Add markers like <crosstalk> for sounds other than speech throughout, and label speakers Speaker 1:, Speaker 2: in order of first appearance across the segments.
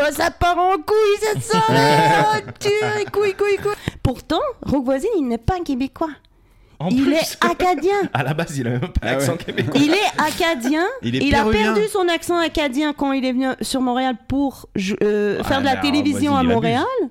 Speaker 1: oh, ça part en couille cette soirée oh, Dieu, couille, couille, couille Pourtant, Rogvoisine, il n'est pas un Québécois.
Speaker 2: En
Speaker 1: il
Speaker 2: plus, <laughs>
Speaker 1: est acadien.
Speaker 2: à la base, il a même pas
Speaker 3: Ah
Speaker 2: l'accent
Speaker 3: ouais.
Speaker 2: québécois.
Speaker 1: Il est acadien.
Speaker 3: Il est
Speaker 1: a
Speaker 3: péruvien.
Speaker 1: perdu son accent acadien quand il est venu sur Montréal pour je- euh,
Speaker 2: Ah,
Speaker 1: faire de la
Speaker 2: mais
Speaker 1: télévision à
Speaker 2: Rogvoisine, il abuse.
Speaker 1: Montréal.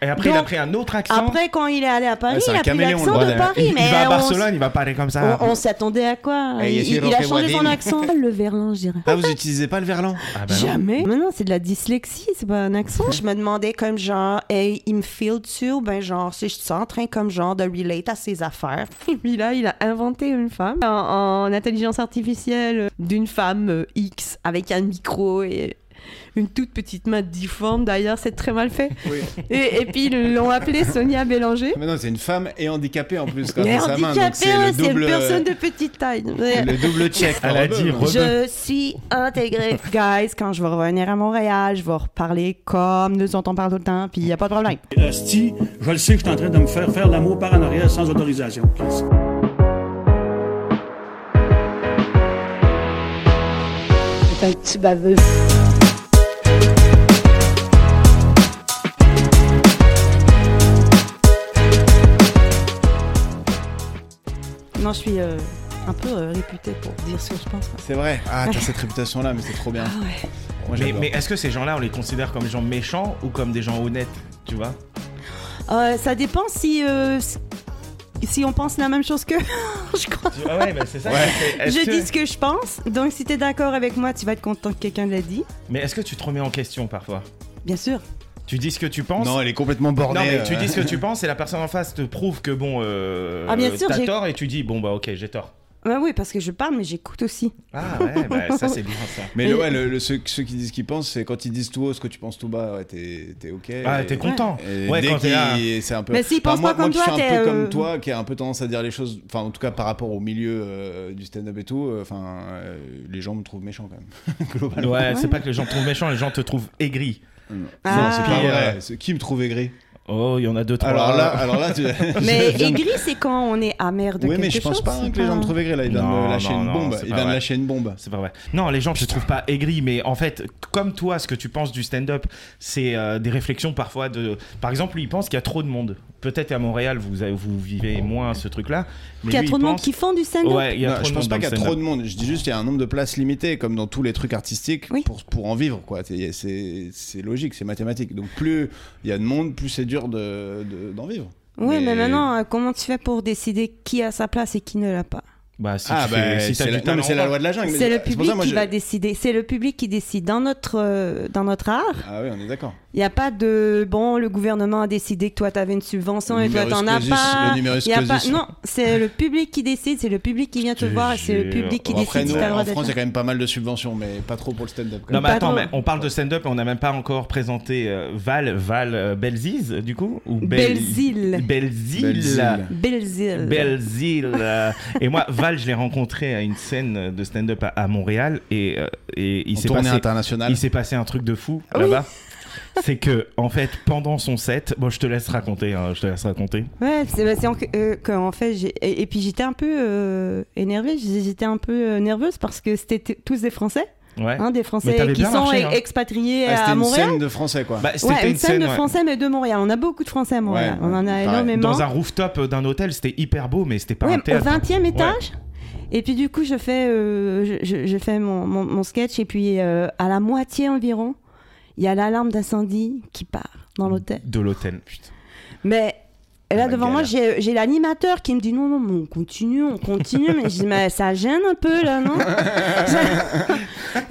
Speaker 2: Et après, il a
Speaker 1: Donc,
Speaker 2: pris un autre accent.
Speaker 1: Après, quand il est allé à Paris,
Speaker 2: Ah,
Speaker 3: Ouais, c'est
Speaker 1: il
Speaker 3: un
Speaker 1: a pris
Speaker 3: caméléon, le
Speaker 1: l'accent de
Speaker 3: bordel.
Speaker 1: Paris.
Speaker 2: il, il
Speaker 1: mais
Speaker 2: va à
Speaker 1: on-
Speaker 2: Barcelone, il va parler comme ça.
Speaker 1: On, on s'attendait à quoi
Speaker 3: Eh,
Speaker 1: il,
Speaker 3: yes, you're
Speaker 1: il- il a
Speaker 3: okay,
Speaker 1: changé son
Speaker 3: Wadine.
Speaker 1: accent, le verlan, je dirais.
Speaker 3: Ah, vous utilisez pas le verlan
Speaker 2: Ah bah non.
Speaker 1: Jamais. Mais non, c'est de la dyslexie, c'est pas un accent. Je me demandais comme genre, hey, il me file tu ben genre, si je suis en train comme genre de relate à ses affaires. <laughs> Et puis là, il a inventé une femme en, en intelligence artificielle euh, d'une femme euh, X avec un micro et une toute petite main difforme. D'ailleurs, c'est très mal fait.
Speaker 3: Oui.
Speaker 1: Et, et puis ils l'ont appelée Sonia Bélanger.
Speaker 3: Mais non, c'est une femme et handicapée en plus. Quand
Speaker 1: Elle est
Speaker 3: c'est sa main, donc
Speaker 1: handicapée,
Speaker 3: c'est le
Speaker 1: hein, c'est une
Speaker 3: double, euh,
Speaker 1: personne de petite taille.
Speaker 3: le double check.
Speaker 2: Elle a dit re-
Speaker 1: Je
Speaker 3: ben.
Speaker 1: suis intégrée. Guys, quand je vais revenir à Montréal, je vais reparler comme nous autres on parle tout le temps, puis il n'y a pas de problème.
Speaker 4: Asti, je le sais que je suis en train de me faire faire l'amour par en arrière sans autorisation. Chris.
Speaker 5: C'est un petit baveux.
Speaker 1: Non, je suis euh, un peu euh, réputée pour dire ce que je pense. hein.
Speaker 3: C'est vrai. Ah, t'as cette réputation là, mais c'est trop bien.
Speaker 1: Ah,
Speaker 3: Moi,
Speaker 2: Mais,
Speaker 3: j'adore.
Speaker 2: mais est-ce que ces gens-là, on les considère comme des gens méchants ou comme des gens honnêtes Tu vois
Speaker 1: Euh, ça dépend si, euh, si- si on pense la même chose que je crois.
Speaker 2: Tu- Ah ouais, mais c'est ça.
Speaker 3: Ouais.
Speaker 2: c'est- est-ce
Speaker 1: Je
Speaker 2: que-
Speaker 1: dis ce que je pense, donc si t'es d'accord avec moi, tu vas être content que quelqu'un l'ait dit.
Speaker 2: Mais est-ce que tu te remets en question parfois
Speaker 1: Bien sûr.
Speaker 2: Tu dis ce que tu penses
Speaker 3: Non, elle est complètement bordée.
Speaker 2: Non, mais tu
Speaker 3: euh.
Speaker 2: dis ce que tu penses et la personne en face te prouve que bon, euh,
Speaker 1: Ah, bien sûr,
Speaker 2: t'as
Speaker 1: j'ai-
Speaker 2: tort et tu dis bon bah ok j'ai tort.
Speaker 1: Bah oui, parce que je parle, mais j'écoute aussi.
Speaker 2: Ah ouais, bah ça c'est bien ça.
Speaker 3: Mais le-
Speaker 1: Et-
Speaker 3: ouais, le- le- ceux, ceux qui disent ce qu'ils pensent, c'est quand ils disent tout haut ce que tu penses tout bas, ouais, t'es t'es ok.
Speaker 2: Ah
Speaker 3: Et-
Speaker 2: t'es content.
Speaker 3: et
Speaker 2: ouais
Speaker 3: dès
Speaker 2: quand t'es là.
Speaker 3: qu'il- c'est un peu.
Speaker 1: Mais s'ils
Speaker 3: Enfin,
Speaker 1: pensent
Speaker 3: moi,
Speaker 1: pas comme
Speaker 3: moi qui
Speaker 1: toi,
Speaker 3: suis un
Speaker 1: t'es,
Speaker 3: peu
Speaker 1: euh,
Speaker 3: comme toi, qui a un peu tendance à dire les choses, enfin en tout cas par rapport au milieu euh, du stand-up et tout, euh, enfin euh, les gens me trouvent méchant quand même.
Speaker 2: Ouais,
Speaker 3: Globalement.
Speaker 2: c'est pas que les gens te trouvent méchant, les gens te trouvent aigri.
Speaker 1: Ah.
Speaker 3: Non, c'est pas
Speaker 2: Puis,
Speaker 3: vrai.
Speaker 2: euh,
Speaker 3: C'est- Qui me trouve aigri
Speaker 2: Oh, il y en a deux trois.
Speaker 3: Alors là, alors
Speaker 2: <laughs>
Speaker 3: là, tu.
Speaker 1: Mais
Speaker 3: <laughs> je viens de-
Speaker 1: aigri, c'est quand on est amer de
Speaker 3: Oui,
Speaker 1: quelque
Speaker 3: mais je pense
Speaker 1: chose,
Speaker 3: pas
Speaker 1: c'est
Speaker 3: que les gens me trouvent aigri là. Il vient
Speaker 2: Non,
Speaker 3: de lâcher
Speaker 2: non,
Speaker 3: une
Speaker 2: non,
Speaker 3: bombe.
Speaker 2: c'est
Speaker 3: Il
Speaker 2: pas
Speaker 3: vient de
Speaker 2: vrai.
Speaker 3: lâcher une bombe.
Speaker 2: C'est pas vrai. Non, les gens, je te trouve pas aigri, mais en fait, comme toi, ce que tu penses du stand-up, c'est euh, des réflexions parfois de. Par exemple, lui, il pense qu'il y a trop de monde. Peut-être à Montréal, vous, avez- vous vivez moins ce truc-là. mais
Speaker 1: Qu'il y a
Speaker 2: lui,
Speaker 1: trop
Speaker 2: il
Speaker 1: de monde
Speaker 2: pense-
Speaker 1: qui font du stand-up.
Speaker 2: Ouais, il y a
Speaker 3: Non,
Speaker 2: trop
Speaker 3: Bah, je
Speaker 2: de
Speaker 3: pense
Speaker 2: monde
Speaker 3: pas
Speaker 2: dans
Speaker 3: qu'il y
Speaker 2: le
Speaker 3: a trop
Speaker 2: stand-up.
Speaker 3: de monde. Je dis juste qu'il y a un nombre de places limitées, comme dans tous les trucs artistiques,
Speaker 1: Oui.
Speaker 3: pour, pour en vivre. quoi. C'est- C'est c'est logique, c'est mathématique. Donc plus il y a de monde, plus c'est dur de- de- d'en vivre.
Speaker 1: Oui, mais maintenant, euh, comment tu fais pour décider qui a sa place et qui ne l'a pas
Speaker 2: Bah, si
Speaker 3: ah,
Speaker 2: tu fais-
Speaker 3: bah,
Speaker 2: si t'as
Speaker 3: c'est
Speaker 2: du
Speaker 3: la, non, mais
Speaker 2: talent,
Speaker 3: c'est la
Speaker 2: on
Speaker 3: loi de la jungle.
Speaker 1: C'est le
Speaker 3: pour ça,
Speaker 1: public
Speaker 3: moi,
Speaker 1: qui
Speaker 3: je-
Speaker 1: va décider. C'est le public qui décide. Dans notre, euh, dans notre art,
Speaker 3: Ah oui, on est d'accord.
Speaker 1: il n'y a pas de bon, le gouvernement a décidé que toi, tu avais une subvention
Speaker 3: Le
Speaker 1: et toi,
Speaker 3: numerus
Speaker 1: t'en as
Speaker 3: clausus,
Speaker 1: pas.
Speaker 3: le numerus
Speaker 1: Il y a pas...
Speaker 3: clausus.
Speaker 1: Non, c'est le public qui décide, c'est le public qui vient te
Speaker 2: Je
Speaker 1: voir et c'est le
Speaker 2: jure.
Speaker 1: public qui
Speaker 3: Bon, après,
Speaker 1: décide si
Speaker 3: nous,
Speaker 1: t'as le
Speaker 3: en
Speaker 1: droit d'être
Speaker 3: France, il y a
Speaker 1: là.
Speaker 3: quand même pas mal de subventions, mais pas trop pour le stand-up. quand
Speaker 2: Non
Speaker 3: même.
Speaker 2: mais
Speaker 1: Pas
Speaker 2: attends,
Speaker 1: trop.
Speaker 2: mais on parle de stand-up et on n'a même pas encore présenté euh, Val, Val euh, Belziz du coup ou
Speaker 1: Belzile.
Speaker 2: Belzile.
Speaker 3: Belzile.
Speaker 1: Belzile.
Speaker 2: Belzile. euh, et moi, Val, je l'ai rencontré à une scène de stand-up à, à Montréal et, euh, et il
Speaker 3: En
Speaker 2: s'est
Speaker 3: tournée
Speaker 2: passé,
Speaker 3: internationale.
Speaker 2: il s'est passé un truc de fou
Speaker 1: Ah
Speaker 2: là-bas. C'est que en fait, pendant son set, bon, je te laisse raconter, hein, je te laisse raconter.
Speaker 1: Ouais, c'est bah, c'est en, euh, que, en fait, j'ai- et, et puis j'étais un peu euh, énervée, j'ai- j'étais un peu euh, nerveuse parce que c'était t- tous des Français,
Speaker 2: Ouais.
Speaker 1: hein, des
Speaker 2: t'avais
Speaker 1: Français qui
Speaker 2: bien
Speaker 1: sont
Speaker 2: marché,
Speaker 1: e-
Speaker 2: hein.
Speaker 1: expatriés
Speaker 3: Ah,
Speaker 1: à
Speaker 3: C'était une
Speaker 1: Montréal.
Speaker 3: scène de français, quoi.
Speaker 2: Bah, c'était
Speaker 1: Ouais, une scène de
Speaker 2: ouais.
Speaker 1: français mais de Montréal. On a beaucoup de français à Montréal.
Speaker 3: Ouais,
Speaker 1: on en a
Speaker 3: pareil.
Speaker 1: énormément.
Speaker 2: Dans un rooftop d'un hôtel, c'était hyper beau, mais c'était pas
Speaker 1: Ouais,
Speaker 2: un
Speaker 1: au
Speaker 2: théâtre.
Speaker 1: 20e
Speaker 2: Ouais.
Speaker 1: étage. Et puis du coup, je fais, euh, je, je- je fais mon, mon- mon sketch et puis euh, à la moitié environ, il y a l'alarme d'incendie qui part dans l'hôtel.
Speaker 2: De l'hôtel. putain.
Speaker 1: Mais là,
Speaker 3: La
Speaker 1: devant moi, j'ai j'ai l'animateur qui me dit non, non, mais on continue, on continue. mais je dis, mais ça gêne un peu, là,
Speaker 2: <laughs>
Speaker 1: non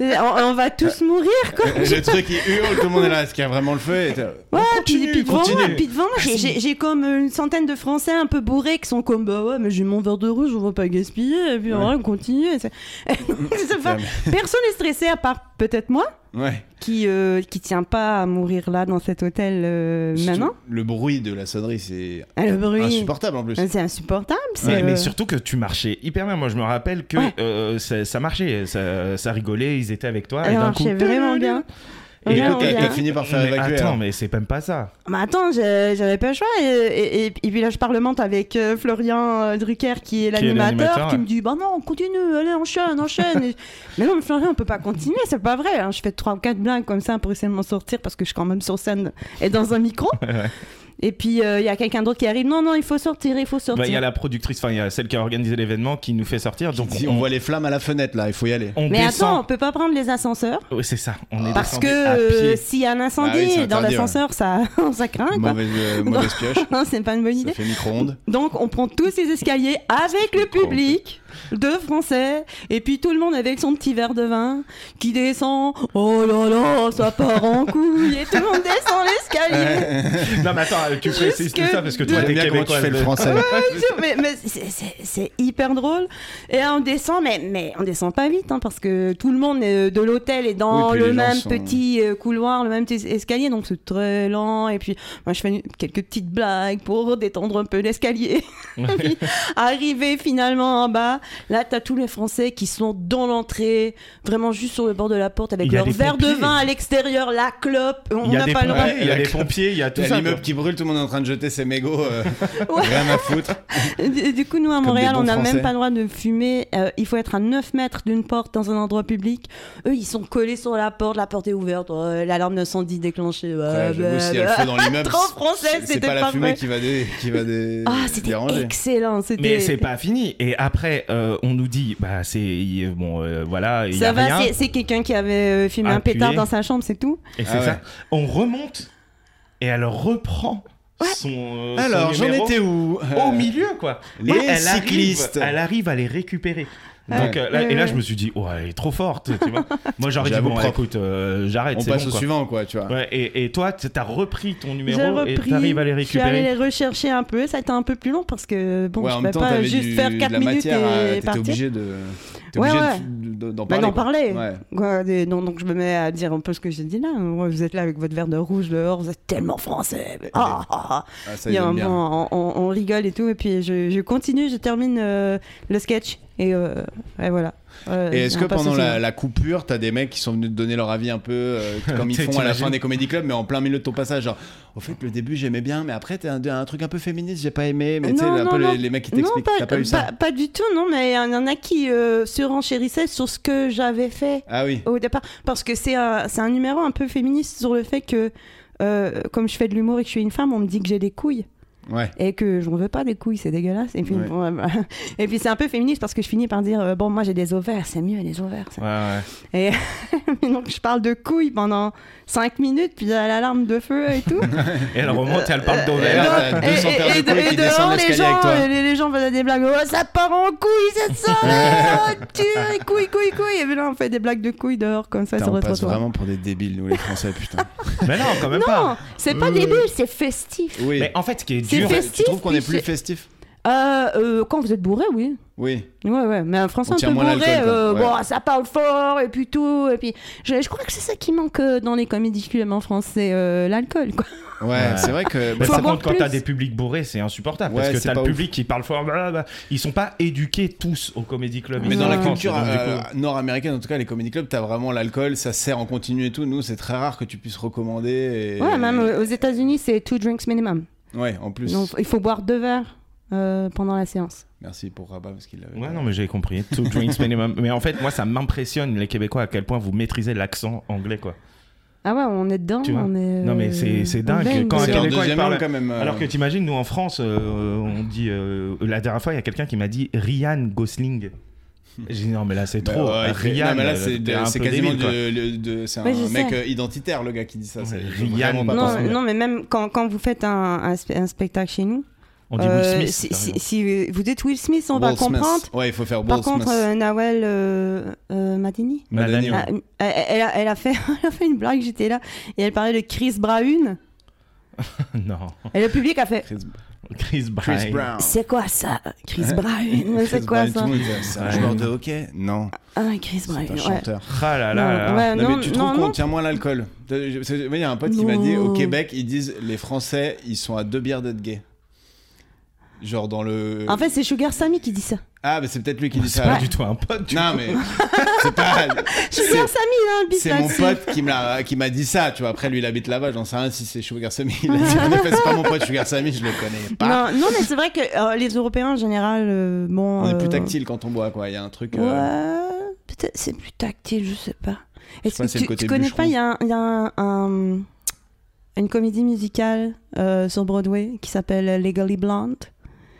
Speaker 1: <laughs> on, on va tous mourir, quoi.
Speaker 3: le truc, il hurle, tout le monde est là. Est-ce qu'il y a vraiment le feu Et t'es-
Speaker 1: Ouais, puis, puis devant moi,
Speaker 3: continue.
Speaker 1: puis devant moi, j'ai- j'ai j'ai comme une centaine de Français un peu bourrés qui sont comme bah ouais, mais j'ai mon verre de rouge, on va pas gaspiller, et puis ouais, on continue. Et c'est- <laughs> C'est pas-
Speaker 2: <laughs>
Speaker 1: Personne n'est stressé à part peut-être moi,
Speaker 3: Ouais.
Speaker 1: qui euh, qui tient pas à mourir là dans cet hôtel euh, maintenant.
Speaker 3: Le bruit de la sonnerie, c'est
Speaker 1: Ah, le bruit.
Speaker 3: insupportable en plus.
Speaker 1: C'est insupportable.
Speaker 2: Ouais,
Speaker 1: c'est,
Speaker 2: Mais
Speaker 1: euh,
Speaker 2: surtout que tu marchais hyper bien. Moi, je me rappelle que
Speaker 1: Ouais.
Speaker 2: euh, ça, ça marchait, ça, ça rigolait, ils étaient avec toi. et
Speaker 1: elle
Speaker 2: d'un
Speaker 1: marchait
Speaker 2: coup,
Speaker 1: vraiment bien. hein. Ouais,
Speaker 2: Et- eh,
Speaker 1: on
Speaker 3: Écoute, t'as
Speaker 1: verra.
Speaker 3: t'as fini par faire
Speaker 2: Mais
Speaker 3: évacuer. hein.
Speaker 2: attends,
Speaker 3: alors.
Speaker 2: mais c'est même pas ça.
Speaker 1: Mais attends, je- j'avais pas le choix. Et, et, et- et puis là, je parlemente avec euh, Florian euh, Drucker, qui est l'animateur,
Speaker 2: l'animateur,
Speaker 1: qui
Speaker 2: ouais.
Speaker 1: me dit Bah non, continue, allez, enchaîne, enchaîne.
Speaker 2: <laughs>
Speaker 1: Et- mais non, mais Florian, on peut pas continuer, c'est pas vrai. hein. Je fais trois ou quatre blagues comme ça pour essayer de m'en sortir parce que je suis quand même sur scène et dans un
Speaker 2: <laughs>
Speaker 1: micro. Et puis, euh, il y a quelqu'un d'autre qui arrive Non, non, il faut sortir, il faut
Speaker 2: Bah,
Speaker 1: sortir.
Speaker 2: Il y a la productrice, enfin, il y a celle qui a organisé l'événement qui nous fait sortir. Donc,
Speaker 3: Si, on voit les flammes à la fenêtre là, il faut y aller.
Speaker 2: on
Speaker 1: mais attends, on
Speaker 2: descend.
Speaker 1: peut pas prendre les ascenseurs
Speaker 2: Ouais, c'est ça, on est
Speaker 1: parce que
Speaker 2: descendu à pied.
Speaker 1: euh, <laughs> s'il y a un incendie
Speaker 3: Bah oui, c'est
Speaker 1: dans
Speaker 3: interdit,
Speaker 1: l'ascenseur, ça, <laughs> ça craint quoi.
Speaker 3: Mauvaise, euh, mauvaise pioche.
Speaker 1: Non, c'est pas une bonne idée.
Speaker 3: Ça fait micro-ondes.
Speaker 1: Donc, on prend tous ces escaliers avec le public, deux Français, et puis tout le monde avec son petit verre de vin qui descend. Oh là là, ça part en couille, et tout le monde descend l'escalier.
Speaker 2: Non, mais attends, euh, tu
Speaker 1: Jusque
Speaker 2: précises tout ça parce que toi,
Speaker 3: J'aime
Speaker 2: t'es
Speaker 3: bien comment tu
Speaker 2: québécois.
Speaker 3: fais le français.
Speaker 1: <laughs> mais mais c'est- c'est c'est hyper drôle. Et on descend, mais, mais on descend pas vite, hein, parce que tout le monde euh, de l'hôtel est dans
Speaker 3: Oui, puis
Speaker 1: le
Speaker 3: les gens
Speaker 1: même
Speaker 3: sont-
Speaker 1: petit euh, couloir, le même petit escalier, donc c'est très lent. Et puis, moi, je fais une- quelques petites blagues pour détendre un peu l'escalier. <laughs> Puis, Arrivé finalement en bas, là, t'as tous les Français qui sont dans l'entrée, vraiment juste sur le bord de la porte, avec
Speaker 2: Il y a
Speaker 1: leur
Speaker 2: des
Speaker 1: verre de
Speaker 2: pompiers.
Speaker 1: vin à l'extérieur, la clope. On
Speaker 2: Il y a
Speaker 1: n'a
Speaker 2: des
Speaker 1: pas le droit.
Speaker 2: pompiers, il y a
Speaker 3: Ouais.
Speaker 2: des pompiers, il y a tout
Speaker 3: Il y a
Speaker 2: ça.
Speaker 3: l'immeuble
Speaker 2: quoi.
Speaker 3: qui brûle, tout le monde est en train de jeter ses mégots. euh,
Speaker 1: <laughs> Ouais.
Speaker 3: Rien à foutre.
Speaker 1: Du du coup, nous, à
Speaker 3: Comme
Speaker 1: Montréal,
Speaker 3: des bons
Speaker 1: on n'a même
Speaker 3: Français.
Speaker 1: pas le droit de fumer. Euh, il faut être à 9 mètres d'une porte dans un endroit public. Eux, ils sont collés sur la porte, la porte est ouverte, euh, l'alarme d'incendie déclenchée. ouais,
Speaker 3: Ouais, j'avoue,
Speaker 1: bah,
Speaker 3: si elle
Speaker 1: bah.
Speaker 3: faut dans l'immeuble.
Speaker 1: Trop français,
Speaker 3: c'est- C'est
Speaker 1: c'était
Speaker 3: pas la
Speaker 1: pas
Speaker 3: fumée
Speaker 1: vrai.
Speaker 3: qui va dé- qui va dé-
Speaker 1: Ah, c'était
Speaker 3: déranger.
Speaker 1: excellent.
Speaker 2: Mais c'est
Speaker 1: C'était...
Speaker 2: pas fini. Et après, euh, on nous dit, bah, c'est. il- Bon, euh, voilà, il y
Speaker 1: Ça
Speaker 2: a
Speaker 1: va,
Speaker 2: rien.
Speaker 1: c'est, c'est quelqu'un qui avait euh, fumé un
Speaker 2: Appuyé.
Speaker 1: pétard dans sa chambre, c'est tout.
Speaker 2: Et c'est
Speaker 3: Ah ouais.
Speaker 2: ça. On remonte et elle reprend son. euh, son
Speaker 3: Alors, j'en
Speaker 2: numéro
Speaker 3: étais où
Speaker 2: Au
Speaker 3: Euh,
Speaker 2: milieu, quoi.
Speaker 3: les
Speaker 2: et elle
Speaker 3: cyclistes.
Speaker 2: Arrive, elle arrive à les récupérer. Donc,
Speaker 3: Ouais.
Speaker 2: euh, là-
Speaker 1: Ouais,
Speaker 2: et là,
Speaker 1: ouais.
Speaker 2: je me suis dit, ouais, elle est trop forte.
Speaker 1: <laughs>
Speaker 2: tu vois. Moi, j'aurais dit,
Speaker 3: J'avoue,
Speaker 2: bon,
Speaker 3: propre.
Speaker 2: écoute, euh, j'arrête.
Speaker 3: On
Speaker 2: c'est
Speaker 3: passe
Speaker 2: bon,
Speaker 3: au
Speaker 2: quoi.
Speaker 3: suivant, quoi, tu vois.
Speaker 2: Ouais, et, et toi, t- t'as repris ton numéro
Speaker 1: J'ai
Speaker 2: et t'arrives à les
Speaker 1: je suis allée
Speaker 2: récupérer.
Speaker 1: les rechercher un peu. Ça a été un peu plus long parce que bon,
Speaker 3: Ouais,
Speaker 1: je
Speaker 3: en
Speaker 1: pouvais
Speaker 3: même temps,
Speaker 1: pas
Speaker 3: t'avais
Speaker 1: juste
Speaker 3: du-
Speaker 1: faire
Speaker 3: de
Speaker 1: 4
Speaker 3: la
Speaker 1: minutes
Speaker 3: matière, euh,
Speaker 1: et
Speaker 3: t'étais
Speaker 1: partir.
Speaker 3: obligé de. T'es
Speaker 1: Ouais,
Speaker 3: obligé
Speaker 1: ouais.
Speaker 3: de- de- d'en
Speaker 1: Bah,
Speaker 3: parler.
Speaker 1: d'en
Speaker 3: quoi.
Speaker 1: parler.
Speaker 3: Ouais.
Speaker 1: Quoi, des- donc, donc je me mets à dire un peu ce que j'ai dit là. hein. Ouais, Vous êtes là avec votre verre de rouge dehors, vous êtes tellement français. Ah, ah, ah.
Speaker 3: Ah, ça,
Speaker 1: Il y a
Speaker 3: ils
Speaker 1: un
Speaker 3: aiment bien.
Speaker 1: moment, on, on- on rigole et tout, et puis je, je continue, je termine euh, le sketch, et, euh, et voilà. Euh,
Speaker 3: Et est-ce
Speaker 1: on
Speaker 3: que
Speaker 1: passe au
Speaker 3: pendant la,
Speaker 1: suivant.
Speaker 3: la coupure, t'as des mecs qui sont venus te donner leur avis un peu
Speaker 1: <laughs>
Speaker 3: euh, comme ils
Speaker 2: T'es-
Speaker 3: font à la
Speaker 2: t'imagines
Speaker 3: fin des comédie clubs, mais en plein milieu de ton passage Genre, au fait, le début j'aimais bien, mais après t'as un, un truc un peu féministe, j'ai pas aimé, mais tu sais,
Speaker 1: Non,
Speaker 3: un
Speaker 1: non,
Speaker 3: peu
Speaker 1: non.
Speaker 3: les, les mecs qui
Speaker 1: Non,
Speaker 3: t'expliquent,
Speaker 1: pas, euh, bah,
Speaker 3: t'as pas eu ça
Speaker 1: pas- pas du tout, non, mais il y en a qui euh, surenchérissaient sur ce que j'avais fait
Speaker 3: Ah oui.
Speaker 1: au départ, parce que c'est un, c'est un numéro un peu féministe sur le fait que, euh, comme je fais de l'humour et que je suis une femme, on me dit que j'ai des couilles.
Speaker 3: Ouais.
Speaker 1: et que j'en veux pas des couilles, c'est dégueulasse. Et puis,
Speaker 3: Ouais.
Speaker 1: bon, euh, <laughs> et puis c'est un peu féministe parce que je finis par dire euh, bon moi j'ai des ovaires, c'est mieux les ovaires. ça. <laughs>
Speaker 2: Ouais, ouais.
Speaker 1: Et donc je parle de couilles pendant 5 minutes, puis il y a l'alarme de feu et
Speaker 3: <laughs>
Speaker 1: tout.
Speaker 2: Et elle remonte et elle
Speaker 1: Euh,
Speaker 2: parle
Speaker 3: Et
Speaker 2: d'Over.
Speaker 3: là,
Speaker 1: donc-
Speaker 3: t'as 200 paires de
Speaker 1: et- et-
Speaker 3: couilles
Speaker 1: et
Speaker 3: qui descendent
Speaker 1: dehors les
Speaker 3: l'escalier avec
Speaker 1: gens,
Speaker 3: toi.
Speaker 1: euh, les, les gens faisaient des blagues oh ça part en couilles cette
Speaker 3: <laughs>
Speaker 1: soirée, oh, tu couilles couilles couilles. Et puis là on fait des blagues de couilles dehors comme ça
Speaker 3: Putain,
Speaker 1: sur
Speaker 3: on
Speaker 1: le
Speaker 3: passe
Speaker 1: trottoir.
Speaker 3: vraiment pour des débiles, nous les Français, putain.
Speaker 2: <laughs> Mais non, quand même
Speaker 1: euh, Non,
Speaker 2: pas.
Speaker 1: c'est pas
Speaker 3: Mmh.
Speaker 1: débile, c'est festif.
Speaker 3: Oui.
Speaker 2: Mais en fait, ce qui est
Speaker 1: C'est
Speaker 2: dur,
Speaker 1: fait-
Speaker 3: tu
Speaker 1: festif,
Speaker 3: trouves qu'on est
Speaker 1: puis
Speaker 3: plus
Speaker 1: c'est-
Speaker 3: festif
Speaker 1: Euh, euh, quand vous êtes bourré, oui.
Speaker 3: Oui.
Speaker 1: Ouais, ouais, mais un Français
Speaker 3: On
Speaker 1: un
Speaker 3: tient
Speaker 1: peu
Speaker 3: moins
Speaker 1: bourré,
Speaker 3: l'alcool, quoi.
Speaker 1: euh,
Speaker 3: Ouais.
Speaker 1: bon, ça parle fort, et puis tout, et puis... Je, je crois que c'est ça qui manque euh, dans les comédies films en France, c'est euh, l'alcool, quoi.
Speaker 3: Ouais,
Speaker 2: Ouais.
Speaker 3: c'est vrai que. bah,
Speaker 2: Mais
Speaker 1: Faut
Speaker 2: par
Speaker 1: en
Speaker 2: contre, quand
Speaker 1: plus.
Speaker 2: t'as des publics bourrés, c'est insupportable.
Speaker 3: Ouais,
Speaker 2: parce que
Speaker 3: c'est
Speaker 2: t'as
Speaker 3: pas
Speaker 2: le public qui parle fort. blablabla. Ils sont pas éduqués tous au comedy club.
Speaker 3: Mais dans la
Speaker 1: Ouais.
Speaker 3: culture
Speaker 2: Donc, du coup,
Speaker 3: euh, nord-américaine, en tout cas, les comedy clubs, t'as vraiment l'alcool, ça sert en continu et tout. Nous, c'est très rare que tu puisses recommander. Et...
Speaker 1: Ouais, même euh, aux états unis c'est two drinks minimum.
Speaker 3: Ouais, en plus.
Speaker 1: Donc, il faut boire deux verres euh, pendant la séance.
Speaker 3: Merci pour Rabat parce qu'il l'avait.
Speaker 2: Ouais,
Speaker 3: pas.
Speaker 2: non, mais j'ai compris. Two drinks minimum. Mais en fait, moi, ça m'impressionne, les Québécois, à quel point vous maîtrisez l'accent anglais, quoi.
Speaker 1: Ah ouais, on est dedans,
Speaker 2: Tu vois.
Speaker 1: on est...
Speaker 2: Non, mais
Speaker 1: euh,
Speaker 2: c'est- c'est dingue,
Speaker 1: on baigne
Speaker 2: quand un
Speaker 3: C'est
Speaker 1: dedans.
Speaker 3: leur
Speaker 2: Québécois, il
Speaker 3: deuxième
Speaker 2: parle-
Speaker 3: langue quand même. euh,
Speaker 2: Alors que t'imagines, nous, en France, euh, on dit. euh, la dernière fois, il y a quelqu'un qui m'a dit Ryan Gosling. J'ai dit, non, mais là, c'est
Speaker 3: bah,
Speaker 2: trop.
Speaker 3: ouais,
Speaker 2: Ryan.
Speaker 3: non, mais là,
Speaker 2: euh,
Speaker 3: c'est
Speaker 2: t'es un
Speaker 3: c'est
Speaker 2: peu
Speaker 3: quasiment
Speaker 2: débile, quoi.
Speaker 3: de- le- de- c'est
Speaker 1: Ouais, je
Speaker 3: un mec
Speaker 1: sais.
Speaker 3: euh, identitaire le gars qui dit ça. C'est
Speaker 2: Ryan
Speaker 3: vraiment pas
Speaker 2: Gosling.
Speaker 1: Non,
Speaker 3: possible.
Speaker 1: non, mais même quand, quand vous faites un, un spe- un spectacle chez nous,
Speaker 2: On dit
Speaker 1: euh,
Speaker 2: Will Smith.
Speaker 1: si,
Speaker 2: par
Speaker 1: si-
Speaker 2: exemple.
Speaker 1: si vous dites Will Smith, on va
Speaker 3: Will Smith.
Speaker 1: comprendre.
Speaker 3: Ouais, il faut faire
Speaker 1: Par
Speaker 3: Will
Speaker 1: contre,
Speaker 3: Smith.
Speaker 1: euh, Nawel euh, euh, Madini
Speaker 2: Madani,
Speaker 3: Madani,
Speaker 1: Ah, elle, elle a, elle a fait, <laughs> elle a fait une blague, j'étais là, et elle parlait de Chris Brown.
Speaker 2: <laughs> non.
Speaker 1: Et le public a fait
Speaker 3: Chris,
Speaker 2: Chris Brown.
Speaker 3: Chris Brown.
Speaker 1: C'est quoi ça Chris Brown
Speaker 3: Hein? <laughs> Chris
Speaker 1: C'est quoi
Speaker 3: Brown,
Speaker 1: ça
Speaker 3: tout le monde dit, C'est un
Speaker 2: Ouais.
Speaker 3: joueur de hockey Non,
Speaker 1: Ah, Chris Brown.
Speaker 3: c'est un
Speaker 1: Ouais.
Speaker 3: chanteur.
Speaker 2: Ah là là. là.
Speaker 1: Ouais,
Speaker 3: Non,
Speaker 1: non,
Speaker 3: mais tu
Speaker 1: non,
Speaker 3: trouves qu'on
Speaker 1: non.
Speaker 3: tient moins l'alcool De- je- c'est- Il y a un pote qui m'a
Speaker 1: Non.
Speaker 3: dit au Québec, ils disent les Français, ils sont à deux bières d'être gays. Genre dans le.
Speaker 1: En fait, c'est Sugar Sammy qui dit ça.
Speaker 3: Ah, mais c'est peut-être lui qui dit
Speaker 2: C'est
Speaker 3: ça.
Speaker 2: pas
Speaker 3: alors.
Speaker 2: du tout un
Speaker 3: <laughs>
Speaker 2: pote. tu
Speaker 3: Non, mais <laughs> c'est
Speaker 1: <laughs>
Speaker 3: pas.
Speaker 1: Je suis Samy, hein, le
Speaker 3: C'est mon
Speaker 1: business.
Speaker 3: pote qui me l'a- qui m'a dit ça, tu vois. Après, lui, il habite là-bas, j'en sais rien si c'est Sugar Sammy. Il a dit, en effet, c'est pas mon pote Sugar Sammy, je le connais pas.
Speaker 1: Non, non, mais c'est vrai que euh, les Européens en général, euh, bon.
Speaker 3: Ah. On est plus
Speaker 1: euh,
Speaker 3: tactile quand on boit, quoi. Il y a un truc. euh,
Speaker 1: Ouais, peut-être c'est plus tactile, je sais pas. Est-ce
Speaker 3: pas,
Speaker 1: que
Speaker 3: c'est
Speaker 1: tu,
Speaker 3: le côté
Speaker 1: tu connais
Speaker 3: bûcheron.
Speaker 1: pas, il y a, un- il y a un- un- une comédie musicale euh, sur Broadway qui s'appelle Legally Blonde.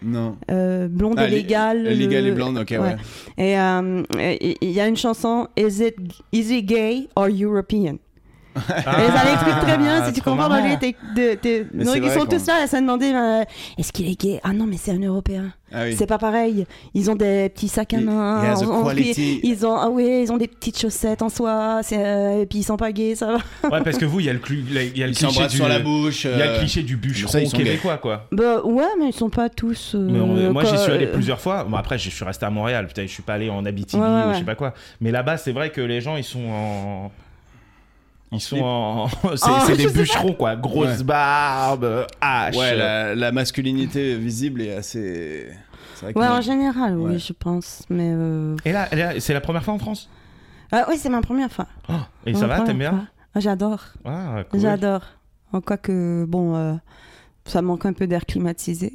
Speaker 3: Non.
Speaker 1: Euh, blonde
Speaker 3: Ah,
Speaker 1: et
Speaker 3: lé-
Speaker 1: légale. le-
Speaker 3: Légal et blonde, ok, ouais.
Speaker 1: ouais. Et euh, et- et il y a une chanson, Is it, is it gay or European?
Speaker 2: vois.
Speaker 1: Et ça l'explique très bien.
Speaker 2: Ah,
Speaker 1: Si tu
Speaker 2: trop
Speaker 1: comprends dans
Speaker 2: marrant.
Speaker 1: les tes- de- tes-
Speaker 3: Mais
Speaker 1: nos-
Speaker 3: c'est
Speaker 1: ils
Speaker 3: vrai
Speaker 1: sont
Speaker 3: qu'on-
Speaker 1: tous là à se demander euh, est-ce qu'il est gay Ah non, mais c'est un Européen.
Speaker 3: Ah oui.
Speaker 1: C'est pas pareil. Ils ont des petits sacs à
Speaker 3: He-
Speaker 1: main.
Speaker 3: he has a
Speaker 1: en- en-
Speaker 3: quality.
Speaker 1: ils ont ah ouais, ils ont des petites chaussettes en soie. c'est, euh, et puis ils sont pas gays, ça va.
Speaker 2: Ouais, parce que vous, il y a le, clu- la- il y a le
Speaker 3: Ils
Speaker 2: cliché
Speaker 3: s'embrassent
Speaker 2: du...
Speaker 3: sur la bouche.
Speaker 2: Il y a le
Speaker 3: euh,
Speaker 2: cliché du bûcheron
Speaker 3: ça, ils sont gays.
Speaker 2: québécois, quoi.
Speaker 1: Bah ouais, mais ils sont pas tous. euh,
Speaker 2: Mais on- moi, j'y
Speaker 1: quoi,
Speaker 2: suis allé
Speaker 1: euh,
Speaker 2: plusieurs fois. Bon, après, je suis resté à Montréal. Putain, je suis pas allé en Abitibi
Speaker 1: Ouais, ouais,
Speaker 2: ou je
Speaker 1: ouais.
Speaker 2: sais pas quoi. Mais là-bas, c'est vrai que les gens, ils sont en... Ah, Ils sont
Speaker 3: slip.
Speaker 2: <laughs> en... C'est
Speaker 1: Oh,
Speaker 2: c'est
Speaker 1: je
Speaker 2: des
Speaker 1: sais pas.
Speaker 2: bûcherons, quoi. Grosse
Speaker 3: Ouais.
Speaker 2: barbe, euh, hache.
Speaker 3: Ouais,
Speaker 2: euh,
Speaker 3: la, la masculinité visible est assez. c'est vrai que-
Speaker 1: Ouais, en général, oui,
Speaker 3: Ouais.
Speaker 1: je pense. Mais euh,
Speaker 2: Et là, là, c'est la première fois en France
Speaker 1: ah oui, c'est ma première fois.
Speaker 2: Oh, Et
Speaker 1: Ma
Speaker 2: ça va,
Speaker 1: première
Speaker 2: t'aimes bien
Speaker 1: fois. Ah, J'adore.
Speaker 2: Ah, cool.
Speaker 1: J'adore. En quoi que bon, euh, ça manque un peu d'air climatisé.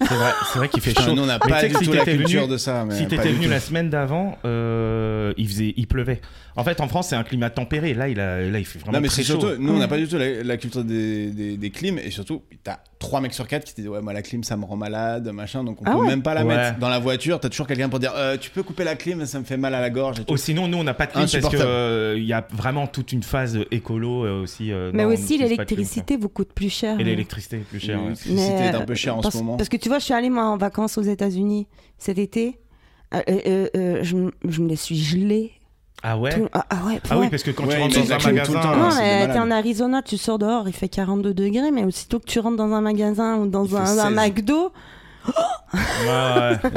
Speaker 2: C'est vrai, c'est <laughs> vrai qu'il fait
Speaker 3: Putain,
Speaker 2: chaud.
Speaker 3: Nous, on n'a
Speaker 2: Mais tu
Speaker 3: pas
Speaker 2: sais
Speaker 3: du
Speaker 2: que si
Speaker 3: tout la
Speaker 2: t'étais venu-
Speaker 3: culture de ça. Mais
Speaker 2: Si
Speaker 3: pas
Speaker 2: t'étais
Speaker 3: du
Speaker 2: venu
Speaker 3: tout.
Speaker 2: la semaine d'avant, euh, il faisait, il pleuvait. En fait, en France, c'est un climat tempéré. Là, il a, là, il fait vraiment
Speaker 3: Non, mais
Speaker 2: très
Speaker 3: c'est
Speaker 2: chaud. Hmm.
Speaker 3: surtout, nous, on n'a pas du tout la, la culture des, des, des clims, et surtout, t'as 3 mecs sur 4 qui te disent Ouais, moi, la clim, ça me rend malade, machin, donc on
Speaker 1: Ah
Speaker 3: peut
Speaker 1: ouais.
Speaker 3: même pas la
Speaker 2: Ouais.
Speaker 3: mettre. Dans la voiture, t'as toujours quelqu'un pour dire Euh, Tu peux couper la clim, ça me fait mal à la gorge. Et tout.
Speaker 2: Oh, sinon, nous, on n'a pas de clim parce que
Speaker 3: Insupportable.
Speaker 2: euh, il y a vraiment toute une phase écolo euh, aussi. euh,
Speaker 1: Mais
Speaker 2: non, on
Speaker 1: aussi,
Speaker 2: n'utilise pas de clim,
Speaker 1: l'électricité vous coûte plus cher.
Speaker 2: quoi. Et
Speaker 1: hein.
Speaker 2: l'électricité est plus chère. ouais.
Speaker 3: L'électricité
Speaker 1: Mais,
Speaker 3: est un peu chère en
Speaker 1: parce,
Speaker 3: ce moment.
Speaker 1: Parce que tu vois, je suis allée moi en vacances aux États-Unis cet été. Euh, euh, euh, je, m- je me les suis gelées.
Speaker 2: Ah ouais.
Speaker 1: Tout- ah, ah ouais,
Speaker 2: Ah oui,
Speaker 1: ouais.
Speaker 2: parce que quand
Speaker 3: Ouais,
Speaker 2: tu rentres
Speaker 3: mais
Speaker 2: dans
Speaker 3: la
Speaker 2: un
Speaker 3: clim tout le temps, hein.
Speaker 2: magasin,
Speaker 1: Non,
Speaker 3: c'est des
Speaker 1: mais t'es
Speaker 3: malades.
Speaker 1: en Arizona, tu sors dehors, il fait 42 degrés, mais aussitôt que tu rentres dans un magasin ou dans
Speaker 3: Il
Speaker 1: un,
Speaker 3: fait
Speaker 1: un
Speaker 3: 16.
Speaker 1: McDo,
Speaker 3: <laughs>
Speaker 2: ouais, ouais.
Speaker 3: J'ai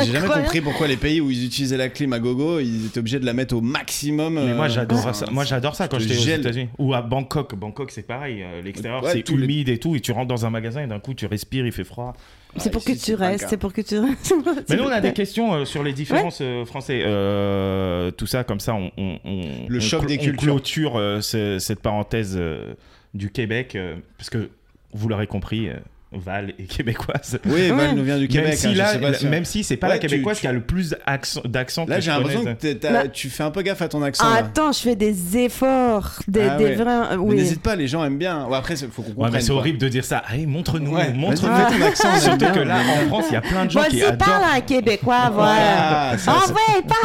Speaker 3: jamais
Speaker 1: Incroyable.
Speaker 3: compris pourquoi les pays où ils utilisaient la clim à gogo, ils étaient obligés de la mettre au maximum.
Speaker 2: Mais
Speaker 3: euh,
Speaker 2: moi j'adore
Speaker 3: enfin,
Speaker 2: ça. Moi j'adore ça quand
Speaker 3: te
Speaker 2: j'étais aux
Speaker 3: gèle.
Speaker 2: États-Unis ou à Bangkok. Bangkok c'est pareil. euh, L'extérieur
Speaker 3: Ouais,
Speaker 2: c'est
Speaker 3: tous les-
Speaker 2: humide et tout et tu rentres dans un magasin et d'un coup tu respires, il fait froid. Ah,
Speaker 1: c'est pour,
Speaker 3: ici,
Speaker 1: que tu
Speaker 3: c'est pas le
Speaker 1: restes,
Speaker 3: cas.
Speaker 1: c'est pour que tu <laughs> restes. Ah,
Speaker 2: Mais nous, on a des questions euh, sur les différences euh, français. Euh, tout ça, comme ça, on, on- on-
Speaker 3: Le
Speaker 2: on
Speaker 3: choc
Speaker 2: clo-
Speaker 3: des
Speaker 2: on
Speaker 3: cultures.
Speaker 2: clôture euh, ce- cette parenthèse euh, du Québec, euh, parce que vous l'aurez compris, euh, Val est <laughs> québécoise.
Speaker 3: Oui, Val
Speaker 1: Ouais.
Speaker 3: nous vient du Québec.
Speaker 2: même si,
Speaker 3: hein, je
Speaker 2: là,
Speaker 3: sais pas si-
Speaker 2: même si c'est pas
Speaker 3: Ouais,
Speaker 2: la
Speaker 3: tu-
Speaker 2: québécoise
Speaker 3: tu-
Speaker 2: qui a le plus accent- d'accent.
Speaker 3: Là,
Speaker 2: que
Speaker 3: j'ai
Speaker 2: je
Speaker 3: l'impression que
Speaker 2: connaisse.
Speaker 3: t'es- t'as-
Speaker 1: Là-
Speaker 3: tu fais un peu gaffe à ton accent. là.
Speaker 1: Attends, je fais des efforts, des,
Speaker 3: Ah
Speaker 1: des
Speaker 3: ouais.
Speaker 1: vrais- euh,
Speaker 3: Mais
Speaker 1: Ah, oui.
Speaker 3: N'hésite pas, les gens aiment bien. Bon, après, c'est- faut qu'on
Speaker 2: Ouais,
Speaker 3: comprenne.
Speaker 2: mais c'est
Speaker 3: quoi.
Speaker 2: horrible de dire ça. Allez, montre-nous,
Speaker 3: Ouais,
Speaker 2: montre-nous.
Speaker 3: vas-y, fais ton
Speaker 2: <laughs>
Speaker 3: accent, on aime
Speaker 2: Surtout
Speaker 3: bien,
Speaker 2: que
Speaker 3: on
Speaker 2: là,
Speaker 3: aime bien.
Speaker 2: en France, il y a plein de gens qui
Speaker 1: Vas-y, parle
Speaker 2: adorent.
Speaker 1: à un Québécois, voilà.
Speaker 3: Ah, ça,
Speaker 1: En
Speaker 3: c'est-
Speaker 1: vrai,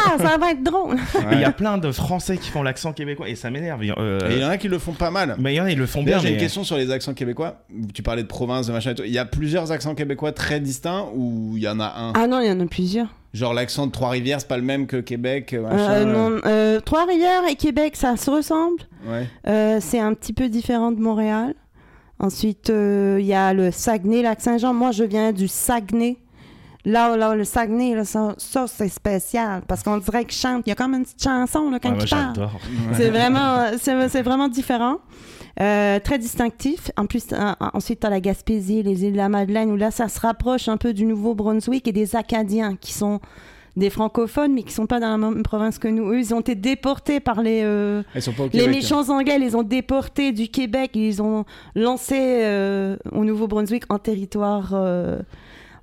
Speaker 1: parle, ça va être drôle.
Speaker 2: Mais Il y a plein de Français qui font l'accent québécois et ça m'énerve. Euh,
Speaker 3: Et il y en a qui le font pas mal.
Speaker 2: Mais il y en a, ils le font bien.
Speaker 3: D'ailleurs, j'ai
Speaker 2: mais- euh,
Speaker 3: une question sur les accents québécois. Tu parlais de province, de machin et tout. Il y a plusieurs accents québécois très distincts ou il y en a un
Speaker 1: Ah non, il y en a plusieurs.
Speaker 3: Genre l'accent de Trois-Rivières, c'est pas le même que Québec, euh, machin.
Speaker 1: Euh, non, euh, Trois-Rivières et Québec, ça se ressemble.
Speaker 3: Ouais.
Speaker 1: Euh, c'est un petit peu différent de Montréal. Ensuite, euh, il y a le Saguenay, Lac-Saint-Jean. Moi, je viens du Saguenay. Là, là, le Saguenay, là, ça, ça, c'est spécial. Parce qu'on dirait qu'il chante. Il y a comme une petite chanson là, quand
Speaker 2: Ah, moi,
Speaker 1: il parle.
Speaker 2: j'adore.
Speaker 1: C'est vraiment, c'est c'est vraiment différent. Euh, très distinctif. En plus, euh, en- en- ensuite, tu la Gaspésie, les îles de la Madeleine, où là, ça se rapproche un peu du Nouveau-Brunswick et des Acadiens, qui sont des francophones, mais qui sont pas dans la même province que nous. Eux, ils ont été déportés par les, euh,
Speaker 3: Elles sont pas au
Speaker 1: les
Speaker 3: Québec. hein.
Speaker 1: méchants anglais, ils les ont déportés du Québec, ils les ont lancés euh, au Nouveau-Brunswick en territoire, euh,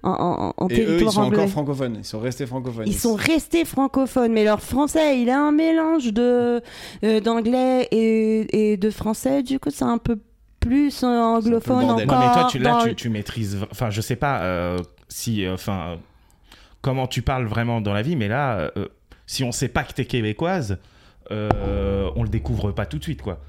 Speaker 1: en, en- en
Speaker 3: Et eux,
Speaker 1: territoire
Speaker 3: ils sont
Speaker 1: anglais.
Speaker 3: encore francophones. Ils sont restés francophones.
Speaker 1: Ils sont restés francophones, mais leur français, il a un mélange de euh, d'anglais et, et de français. Du coup, c'est un peu plus euh, anglophone
Speaker 3: bordel.
Speaker 1: encore.
Speaker 2: Non, mais toi, tu, là,
Speaker 1: dans-
Speaker 2: tu, tu maîtrises. v- Enfin, je sais pas euh, si. euh, Enfin, euh, comment tu parles vraiment dans la vie, mais là, euh, si on sait pas que t'es québécoise, euh, on le découvre pas tout de suite, quoi.